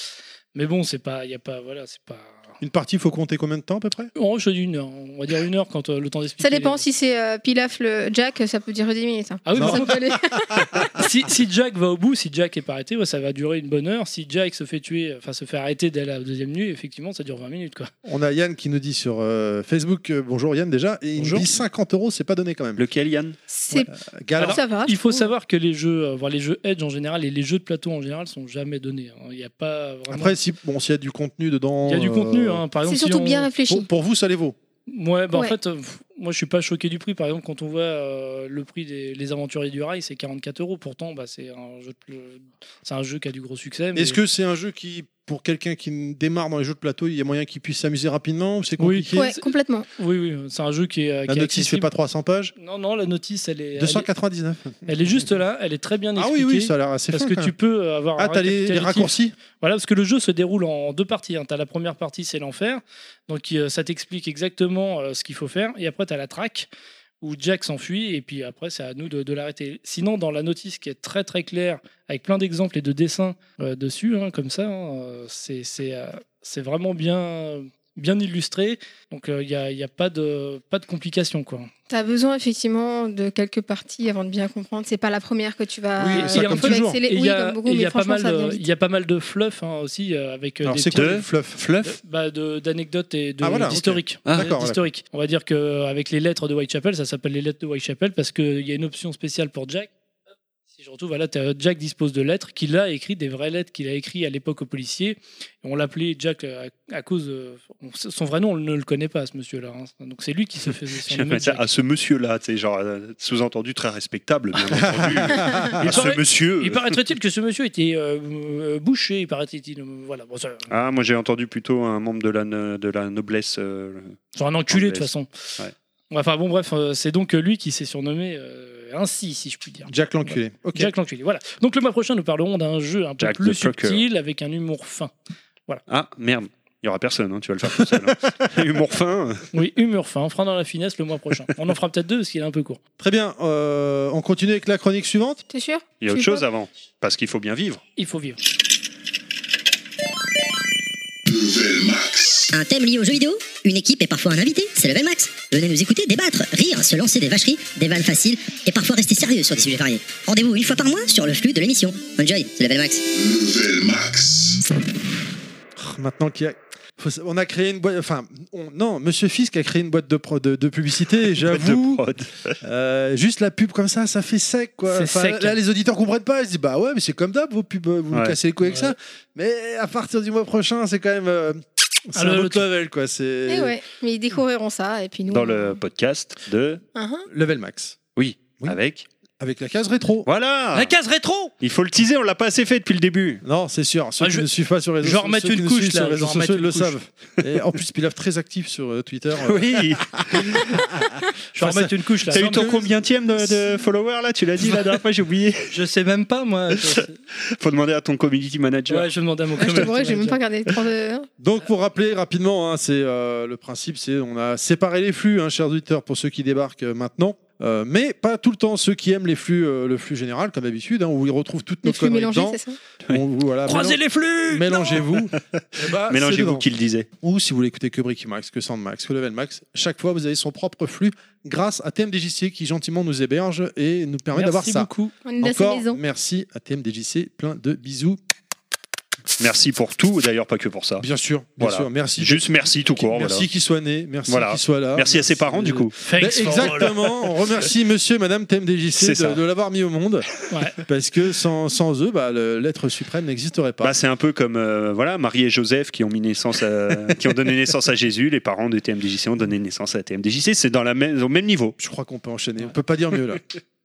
S5: mais bon, c'est pas, il y a pas, voilà, c'est pas.
S3: Une partie faut compter combien de temps à peu près.
S5: Oh, je dis une heure, on va dire une heure quand euh, le temps d'expliquer.
S6: Ça dépend.
S5: les-
S6: Si c'est euh, Pilaf, le Jack, ça peut durer 10 minutes. hein.
S5: Ah oui,
S3: Non.
S5: par
S6: Ça
S5: contre,
S6: peut aller.
S5: si, si Jack va au bout, si Jack est pas arrêté, ouais, ça va durer une bonne heure. Si Jack se fait tuer, enfin se fait arrêter dès la deuxième nuit, effectivement, ça dure 20 minutes quoi.
S3: On a Yann qui nous dit sur euh, Facebook euh, bonjour Yann déjà et il nous
S5: Bonjour.
S3: dit 50 euros c'est pas donné quand même.
S4: Lequel, Yann
S6: C'est-
S3: Galère.
S6: ça va. Ah, je
S5: Il faut
S6: trouve.
S5: savoir que les jeux, euh, voir les jeux Edge en général et les jeux de plateau en général sont jamais donnés. hein. Il n'y a pas vraiment.
S3: Après si bon s'il y a du contenu dedans.
S5: il y a du
S3: euh,
S5: contenu, hein. par
S6: C'est
S5: exemple. si
S6: surtout
S5: on-
S6: bien réfléchi.
S3: Pour, pour vous ça les vaut.
S5: Ouais, bah
S6: Ouais.
S5: en fait, euh, pff, moi je suis pas choqué du prix. Par exemple, quand on voit euh, le prix des les aventuriers du rail, c'est 44 euros. Pourtant, bah, c'est un jeu, de- c'est un jeu qui a du gros succès. mais-
S3: Est-ce que c'est un jeu qui, pour quelqu'un qui n- démarre dans les jeux de plateau, il y a moyen qu'il puisse s'amuser rapidement ou c'est
S5: Oui.
S3: compliqué
S6: Ouais, complètement.
S5: oui, oui, c'est un jeu qui est. euh,
S3: La
S5: qui est
S3: notice fait
S5: accessible.
S3: pas 300 pages
S5: Non, non, la notice, elle est. elle est-
S3: 299.
S5: Elle est, juste là. Elle est très bien
S3: Ah
S5: expliquée.
S3: oui, oui, ça a l'air assez
S5: Parce
S3: fin,
S5: que
S3: quand
S5: tu
S3: même.
S5: peux avoir. un
S3: Ah, t'as les, les
S5: récapitulatif.
S3: raccourcis
S5: Voilà, parce que le jeu se déroule en deux parties. Tu as la première partie, c'est l'enfer. Donc, euh, ça t'explique exactement euh, ce qu'il faut faire. Et après, tu as la traque où Jack s'enfuit. Et puis après, c'est à nous de, de l'arrêter. Sinon, dans la notice qui est très très claire, avec plein d'exemples et de dessins euh, dessus, hein, comme ça, hein, euh, c'est c'est, euh, c'est vraiment bien, bien illustré. Donc, euh, il n'y a, y a pas de, pas de complications. Quoi.
S6: T'as besoin effectivement de quelques parties avant de bien comprendre. C'est pas la première que tu vas.
S3: Oui, mais ça,
S6: tu
S3: comme
S6: vas
S3: toujours.
S6: exceller.
S5: Et il
S6: Oui,
S5: y a,
S6: comme beaucoup,
S5: et il y
S6: mais
S5: a pas
S6: franchement,
S5: mal
S6: ça vient
S5: de-
S6: vite.
S5: il y a pas mal de fluff hein, aussi euh, avec euh,
S3: Alors
S5: des
S3: c'est quoi
S5: trucs-
S3: le fluff
S4: Fluff
S5: bah, de- d'anecdotes et de
S3: Ah, voilà, ok.
S5: d'historique.
S4: Ah,
S5: Ouais,
S3: d'accord,
S5: d'historique. On va dire que euh, avec les lettres de Whitechapel, ça s'appelle les lettres de Whitechapel parce qu'il y a une option spéciale pour Jack. Si je retrouve, voilà, t'as- euh, Jack dispose de lettres qu'il a écrites, des vraies lettres qu'il a écrites à l'époque aux policiers. Et on l'appelait Jack euh, à, à cause. euh, on- son vrai nom, on ne le connaît pas, ce monsieur-là. hein. Donc c'est lui qui se faisait surnommer
S4: Ça,
S5: Jack.
S4: à ce monsieur-là, tu sais, genre euh, sous-entendu très respectable, bien entendu.
S5: Il
S4: à
S5: paraît-
S4: ce monsieur.
S5: Il paraîtrait-il que ce monsieur était euh, euh, bouché, il paraît-il. euh, Voilà, bon, ça-
S4: Ah, moi j'ai entendu plutôt un membre de la, no- de la noblesse. euh,
S5: c'est un enculé de toute
S4: Anglaise.
S5: façon.
S4: Ouais.
S5: Enfin bon, bref, euh, c'est donc euh, lui qui s'est surnommé euh, ainsi, si je puis dire.
S3: Jack l'enculé. Ok.
S5: Jack l'enculé. Voilà. Donc le mois prochain, nous parlerons d'un jeu un peu
S4: Jack
S5: plus
S4: the Trucker.
S5: subtil avec un humour fin.
S4: Ah, merde. Il y aura personne, hein, tu vas le faire tout seul. hein. Humour fin.
S5: Oui, humour fin. On fera dans la finesse le mois prochain. On en fera peut-être deux parce qu'il est un peu court.
S3: Très bien. euh, on continue avec la chronique suivante.
S6: T'es sûr
S4: Il y
S6: Je
S4: a autre
S6: sais
S4: chose avant. Parce qu'il faut bien vivre.
S5: Il faut vivre.
S1: Un thème lié aux jeux vidéo, une équipe et parfois un invité, c'est Level Max. Venez nous écouter, débattre, rire, se lancer des vacheries, des vannes faciles et parfois rester sérieux sur des sujets variés. Rendez-vous une fois par mois sur le flux de l'émission. Enjoy, c'est Level Max.
S3: Maintenant qu'il y a. faut sa- On a créé une boîte. Enfin, on- non, Monsieur Fisk a créé une boîte de, pro- de, de publicité. et J'avoue,
S4: Boîte de prod.
S3: euh, juste la pub comme ça, ça fait sec, quoi.
S5: C'est
S3: Enfin,
S5: sec.
S3: Là, les auditeurs comprennent pas. Ils se disent, bah ouais, mais c'est comme d'hab, vos pubs, euh, vous nous
S4: Ouais.
S3: cassez les couilles avec
S5: Ouais.
S3: ça. Mais à partir du mois prochain, c'est quand même. euh, c'est
S5: Ah,
S3: un
S5: le-
S3: autre level, quoi. C'est
S6: Eh ouais, mais ils découvriront ça et puis nous.
S4: Mm. Dans le podcast de.
S6: Hein, hein.
S3: level max.
S4: Oui.
S3: Oui.
S4: Avec.
S3: Avec la case rétro.
S4: Voilà
S5: La case rétro
S4: Il faut le teaser, on l'a pas assez fait depuis le début.
S3: Non, c'est sûr. Ceux
S5: Ah,
S3: qui
S5: je-
S3: ne suivent pas sur les
S5: je
S3: réseaux,
S5: remets
S3: ceux qui
S5: une
S3: nous
S5: couche,
S3: suivent sur
S5: là,
S3: les réseaux
S5: je remets
S3: sociaux
S5: une
S3: le
S5: couche.
S3: savent. Et en plus, Pilaf très actif sur euh, Twitter. euh,
S4: Oui
S5: Je vais
S3: Enfin,
S5: remettre une couche là.
S4: T'as eu
S5: Non,
S4: ton
S5: mais-
S4: combienième de, de followers là Tu l'as dit la dernière fois, j'ai oublié.
S5: Je sais même pas moi. Je-
S4: Faut demander à ton community manager.
S5: Ouais, je demandais à mon
S6: Ah, je
S5: community
S6: t'avouerai que j'ai même
S5: manager.
S6: pas regardé les trois de.
S3: Donc pour rappeler rapidement, hein, c'est euh, le principe, c'est on a séparé les flux, hein, chers auditeurs, pour ceux qui débarquent euh, maintenant. Euh, mais pas tout le temps ceux qui aiment les flux, euh, le flux général comme d'habitude, hein, où ils retrouvent toutes nos
S6: Les flux
S3: conneries
S6: mélangés,
S3: dedans.
S6: c'est ça
S3: On- voilà,
S5: Croisez
S3: mélan-
S5: les flux
S3: Mélangez-vous. Eh ben, c'est
S4: Mélangez-vous
S3: dedans.
S4: qui le disait.
S3: Ou si vous voulez écouter que Bricky Max, que Sandmax, que Level Max, chaque fois vous avez son propre flux grâce à TMDJC qui gentiment nous héberge et nous permet d'avoir
S5: Merci
S3: ça.
S5: beaucoup.
S6: On est assez
S3: Encore
S6: maison.
S3: merci à TMDJC, plein de bisous.
S4: Merci pour tout, d'ailleurs pas que pour ça.
S3: Bien sûr, bien
S4: Voilà.
S3: sûr, merci.
S4: Juste merci tout court.
S3: merci
S4: voilà.
S3: qu'il soit né, merci
S4: Voilà.
S3: qu'il soit là.
S4: Merci à ses parents du coup.
S3: Ben,
S5: Thanks for all.
S3: exactement, on remercie monsieur et madame
S4: C'est
S3: TMDJC
S4: ça.
S3: de, de l'avoir mis au monde,
S5: Ouais.
S3: parce que sans, sans eux, bah, le- l'être suprême n'existerait pas.
S4: Bah, c'est un peu comme euh, voilà Marie et Joseph qui ont mis naissance à- qui ont donné naissance à Jésus, les parents de TMDJC ont donné naissance à TMDJC, c'est dans la même au même niveau.
S3: Je crois qu'on peut enchaîner, on peut pas dire mieux là.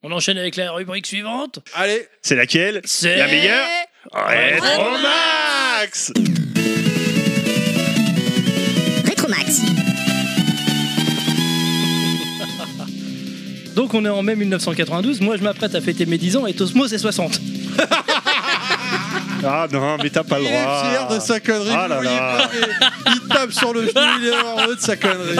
S5: On enchaîne avec la rubrique suivante.
S3: Allez,
S4: C'est laquelle
S5: C'est
S4: La meilleure
S6: Eh,
S4: Rétro
S5: Rétro
S4: Max
S2: Rétromax.
S5: Donc on est en mai 1992. Moi je m'apprête à fêter mes 10 ans et Tosmo c'est 60.
S4: Ah non, mais t'as pas le
S3: il est fier de
S4: droit.
S3: sa connerie,
S4: Ah
S3: vous
S4: là
S3: voyez
S4: là.
S3: pas, mais il tape sur le genou, il est heureux de sa connerie.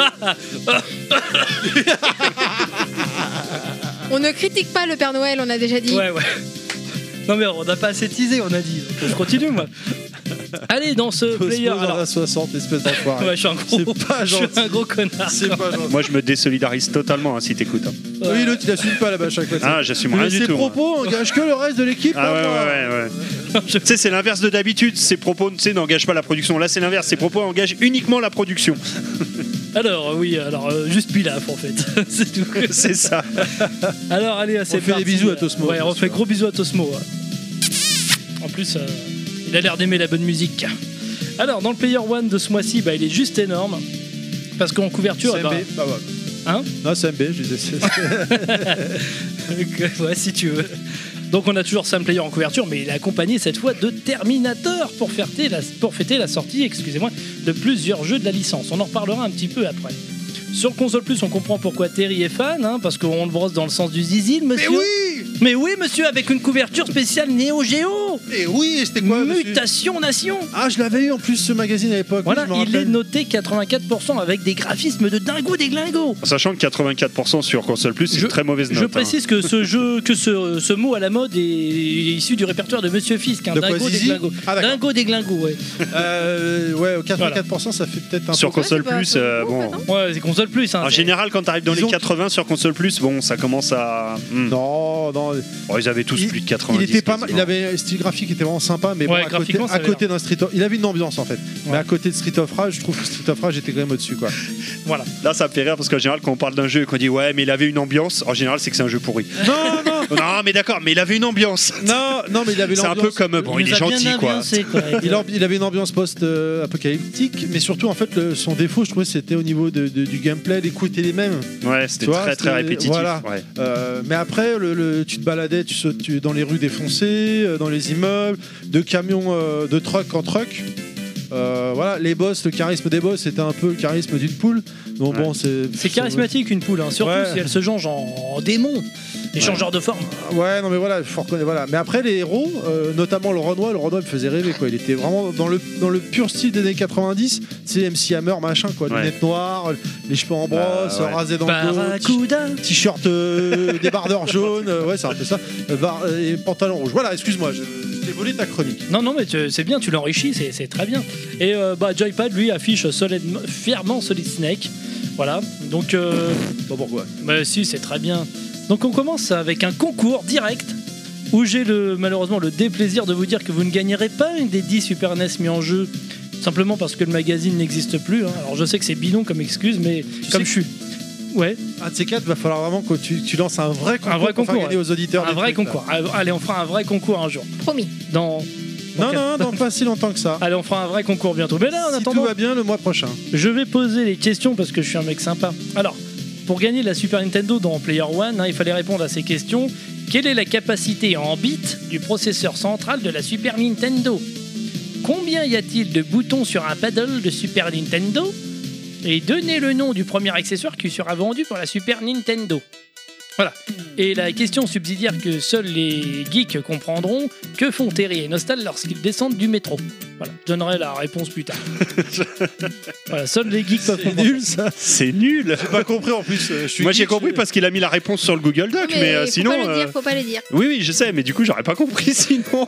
S6: On ne critique pas le Père Noël, on a déjà dit.
S5: Ouais ouais. Non mais on n'a pas assez teasé, on a dit. Donc, je continue moi. Allez dans ce
S3: Cosmo
S5: player.
S3: dans
S5: alors-
S3: la 60, espèce d'enfoiré.
S5: Ouais, je suis un gros.
S3: C'est pas
S5: Je suis
S3: gentil.
S5: un gros connard.
S3: C'est pas gentil.
S4: Moi je me désolidarise totalement hein, si t'écoutes. hein.
S5: Ouais.
S3: Oui, l'autre il assume pas là-bas à chaque fois.
S4: Ah, j'assume rien
S3: Mais
S4: du
S3: ses
S4: tout. moi.
S3: propos engagent que le reste de l'équipe.
S4: Ah
S3: hein, moi.
S4: ouais, ouais, ouais. ouais. tu sais, c'est l'inverse de d'habitude. Ses propos, tu sais, n'engagent pas la production. Là, c'est l'inverse. Ses propos engagent uniquement la production.
S5: Alors euh, oui, alors euh, juste Pilaf en fait. c'est tout.
S4: C'est ça.
S5: Alors allez, c'est
S3: fait
S5: parti.
S3: des bisous à Tosmo,
S5: euh, Ouais,
S3: bien
S5: on
S3: sûr.
S5: fait gros bisous à Tosmo. hein. En plus, euh, il a l'air d'aimer la bonne musique. Alors dans le Player One de ce mois-ci, bah, il est juste énorme. Parce qu'en couverture, eh
S3: CMB,
S5: ben,
S3: bah ouais.
S5: Hein
S3: Non, CMB, je disais.
S5: ouais, si tu veux. Donc on a toujours Sam Player en couverture, mais il est accompagné cette fois de Terminator pour fêter la, pour fêter la sortie, excusez-moi, de plusieurs jeux de la licence. On en reparlera un petit peu après. Sur console plus, on comprend pourquoi Terry est fan, hein, parce qu'on le brosse dans le sens du zizine, monsieur. Mais oui, monsieur, avec une couverture spéciale Neo Geo,
S3: Et oui, c'était quoi Ah, monsieur
S5: mutation nation.
S3: Ah, je l'avais eu en plus ce magazine à l'époque.
S5: Voilà,
S3: je me
S5: il est
S3: rappelle.
S5: noté 84% avec des graphismes de dingo des glingos.
S4: En sachant que 84% sur console plus, c'est
S5: Je-
S4: une très mauvaise note.
S5: Je
S4: hein.
S5: précise que ce jeu, que ce, ce mot à la mode est, issu du répertoire de Monsieur Fisk, un
S3: De quoi,
S5: dingo des
S3: Zizi
S5: glingos.
S3: Ah, d'accord.
S5: Dingo des glingos, ouais.
S3: Euh, ouais, au 84%, ça fait peut-être un
S4: Sur
S3: peu.
S4: console
S6: c'est pas-
S4: plus,
S6: c'est
S4: euh,
S6: pas
S4: bon.
S6: beaucoup,
S5: Ouais, c'est console plus. Hein,
S4: En
S5: c'est-
S4: général, quand t'arrives dans
S3: Disons
S4: les 80 sur console plus, bon, ça commence à. Hmm.
S3: Non, non.
S4: Oh, ils avaient tous
S3: Il-
S4: plus de 90.
S3: Il était pas mal.
S4: quasiment.
S3: Il avait un style graphique qui était vraiment sympa, mais
S5: Ouais,
S3: bon, à côté,
S5: graphiquement, ça
S3: à
S5: avait
S3: côté d'un Street of... Il avait une ambiance en fait. Mais à côté de Street of Rage, je trouve que Street of Rage était quand même au-dessus quoi.
S4: Là, ça me fait rire parce qu'en général, quand on parle d'un jeu et qu'on dit ouais, mais il avait une ambiance, en général, c'est que c'est un jeu pourri.
S3: non, non,
S4: non, mais d'accord, mais il avait une ambiance.
S3: non, non, mais il avait
S4: C'est un peu
S3: l'ambiance.
S4: comme bon, il,
S5: nous
S4: est
S5: a bien
S4: gentil, quoi.
S5: ambiancé, quoi.
S3: Il, a- il avait une ambiance post-apocalyptique, mais surtout en fait le- son défaut, je trouvais, c'était au niveau de- de- du gameplay, des coups étaient les mêmes.
S4: Ouais, c'était
S3: Tu vois,
S4: très très
S3: c'était-
S4: répétitif.
S3: voilà.
S4: ouais.
S3: Euh, mais après, le, le- tu te baladais, tu sautes tu- dans les rues défoncées, euh, dans les immeubles, de camions, euh, de truck en truck. Euh, voilà, les boss, le charisme des boss, c'était un peu le charisme d'une poule. Donc
S4: Ouais.
S3: bon, c'est.
S5: C'est charismatique une poule, hein, surtout
S3: Ouais.
S5: si elle se change en, en démon, les changeurs de forme.
S3: Ouais, non mais voilà, faut reconnaître. Voilà. Mais après, les héros, euh, notamment le Renoir, le Renoir me faisait rêver quoi. Il était vraiment dans le, dans le pur style des années 90, c'est MC Hammer, machin quoi.
S4: Ouais.
S3: Lunettes noires, les cheveux en brosse,
S4: Bah, ouais.
S3: rasé dans le dos,
S5: Barracuda
S3: t- t-shirt euh, débardeur jaune, euh, ouais, c'est un peu ça, euh, bar- euh, et pantalon rouge. Voilà, excuse-moi, je, je t'ai volé ta chronique.
S5: Non, non, mais tu- c'est bien, tu l'enrichis, c'est c'est très bien. Et euh, bah, Joypad, lui, affiche solidement, fièrement Solid Snake. Voilà, donc... euh,
S3: Bon, pourquoi
S5: Bah si, c'est très bien. Donc on commence avec un concours direct où j'ai le, malheureusement le déplaisir de vous dire que vous ne gagnerez pas une des 10 Super NES mis en jeu simplement parce que le magazine n'existe plus. hein. Alors je sais que c'est bidon comme excuse, mais comme je suis... Ouais,
S3: Un de ces quatre, va falloir vraiment que tu, tu lances un vrai concours,
S5: vrai
S3: pour faire
S5: concours,
S3: gagner
S5: ouais.
S3: aux auditeurs.
S5: un
S3: des
S5: vrai
S3: trucs, là.
S5: concours. Ah, Allez, on fera un vrai concours un jour.
S6: Promis.
S5: Dans...
S3: Non,
S5: dans quatre-
S3: non, non, pas si longtemps que ça.
S5: Allez, on fera un vrai concours bientôt. Mais Ah, là, en
S3: si
S5: attendant...
S3: tout va bien, le mois prochain.
S5: Je vais poser les questions parce que je suis un mec sympa. Alors, pour gagner la Super Nintendo dans Player One, hein, il fallait répondre à ces questions. Quelle est la capacité en bits du processeur central de la Super Nintendo Combien y a-t-il de boutons sur un paddle de Super Nintendo Et donnez le nom du premier accessoire qui sera vendu pour la Super Nintendo. Voilà. Et la question subsidiaire que seuls les geeks comprendront, que font Terry et Nostal lorsqu'ils descendent du métro Voilà, je donnerai la réponse plus tard. voilà, seuls les geeks peuvent comprendre.
S3: ça.
S4: C'est nul
S3: J'ai pas compris en plus. euh, je suis
S4: Moi j'ai
S3: geek,
S4: compris
S3: je-
S4: parce qu'il a mis la réponse sur le Google Doc, mais, euh,
S6: faut
S4: sinon.
S6: pas le
S4: euh,
S6: dire, faut pas le dire.
S4: Oui, oui, je sais, mais du coup j'aurais pas compris sinon.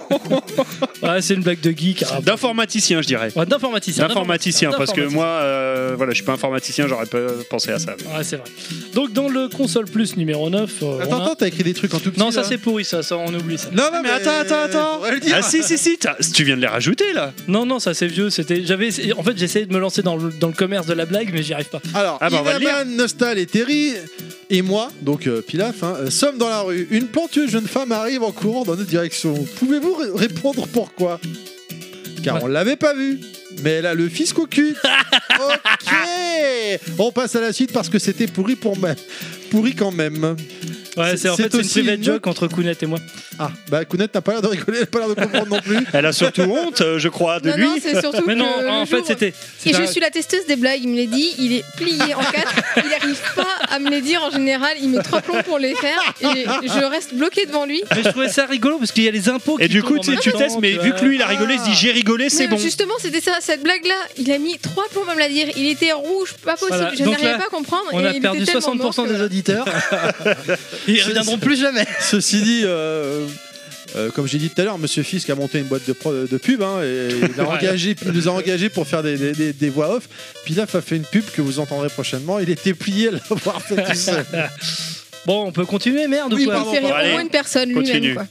S5: Ah, c'est une blague de geek. ah,
S4: D'informaticien, je dirais.
S5: Ouais, d'informaticien.
S4: D'informaticien, parce que
S5: d'informaticien.
S4: moi, euh, voilà, je suis pas informaticien, j'aurais pas pensé à ça.
S5: Ouais, c'est vrai. Donc, dans le console plus numéro 9. euh,
S3: Attends,
S5: on a-
S3: attends, t'as écrit des trucs en tout petit.
S5: Non, ça
S3: là.
S5: c'est pourri, ça, ça, on oublie ça.
S3: Non, non,
S4: mais attends, attends, attends.
S3: faudrait le dire.
S4: Ah si, si, si, t'as- tu viens de les rajouter là
S5: Non, non, ça c'est vieux. C'était, j'avais, essayé- en fait, j'essayais de me lancer dans le, dans le commerce de la blague, mais j'y arrive pas.
S3: Alors,
S4: Ah bah, on va le
S3: Inaman, Nostal et Terry et moi, donc euh, Pilaf, hein, euh, sommes dans la rue. Une plantueuse jeune femme arrive en courant dans notre direction. Pouvez-vous ré- répondre pourquoi Car
S5: Ouais.
S3: on l'avait pas vue. Mais elle a le fisc au cul. ok On passe à la suite parce que c'était pourri pour ma- Pourri quand même.
S5: Ouais, c'est, en
S3: C'est
S5: fait c'est une
S3: aussi
S5: private
S3: une-
S5: joke entre Kounet et moi.
S3: Ah, bah Kounet n'a pas l'air de rigoler, elle n'a pas l'air de comprendre non plus.
S4: Elle a surtout honte, euh, je crois, de
S6: non,
S4: lui.
S6: non, c'est surtout
S5: Mais
S6: que
S5: non,
S6: le
S5: en fait,
S6: jour-
S5: c'était.
S6: Et
S5: c'était un-
S6: je suis la testeuse des blagues, il me l'a dit, il est plié en quatre, il n'arrive pas à me les dire en général, il met trois plombs pour les faire et je reste bloquée devant lui.
S5: Mais je trouvais ça rigolo parce qu'il y a les impôts.
S4: Et
S5: qui
S4: du coup,
S5: tombent en
S4: tu,
S5: même
S4: tu
S5: temps,
S4: testes, mais
S5: tu
S4: vu
S5: vois.
S4: que lui il a rigolé, il se dit j'ai rigolé, c'est
S6: Mais
S4: bon.
S6: Justement, c'était ça, cette blague-là, il a mis trois plombs à me la dire, il était rouge, pas possible,
S5: Voilà,
S6: je
S5: donc
S6: n'arrivais
S5: là,
S6: pas à comprendre.
S5: On
S6: et
S5: a
S6: il
S5: perdu
S6: était tellement
S5: 60%
S6: mort que
S5: des
S6: voilà.
S5: auditeurs. Ils reviendront plus jamais.
S3: Ceci dit, euh, euh, comme j'ai dit tout à l'heure, Monsieur Fisk a monté une boîte de, pro- de pub hein, et il, a
S5: Ouais.
S3: engagé, il nous a engagés pour faire des, des- des- des voix off. Pilaf a fait une pub que vous entendrez prochainement. Il était plié à l'avoir fait tout seul.
S5: Bon, on peut continuer, merde ou
S3: Oui,
S5: quoi
S3: pardon.
S6: Il fait rire
S4: Allez,
S6: au moins une personne
S4: continue.
S6: lui-même. quoi.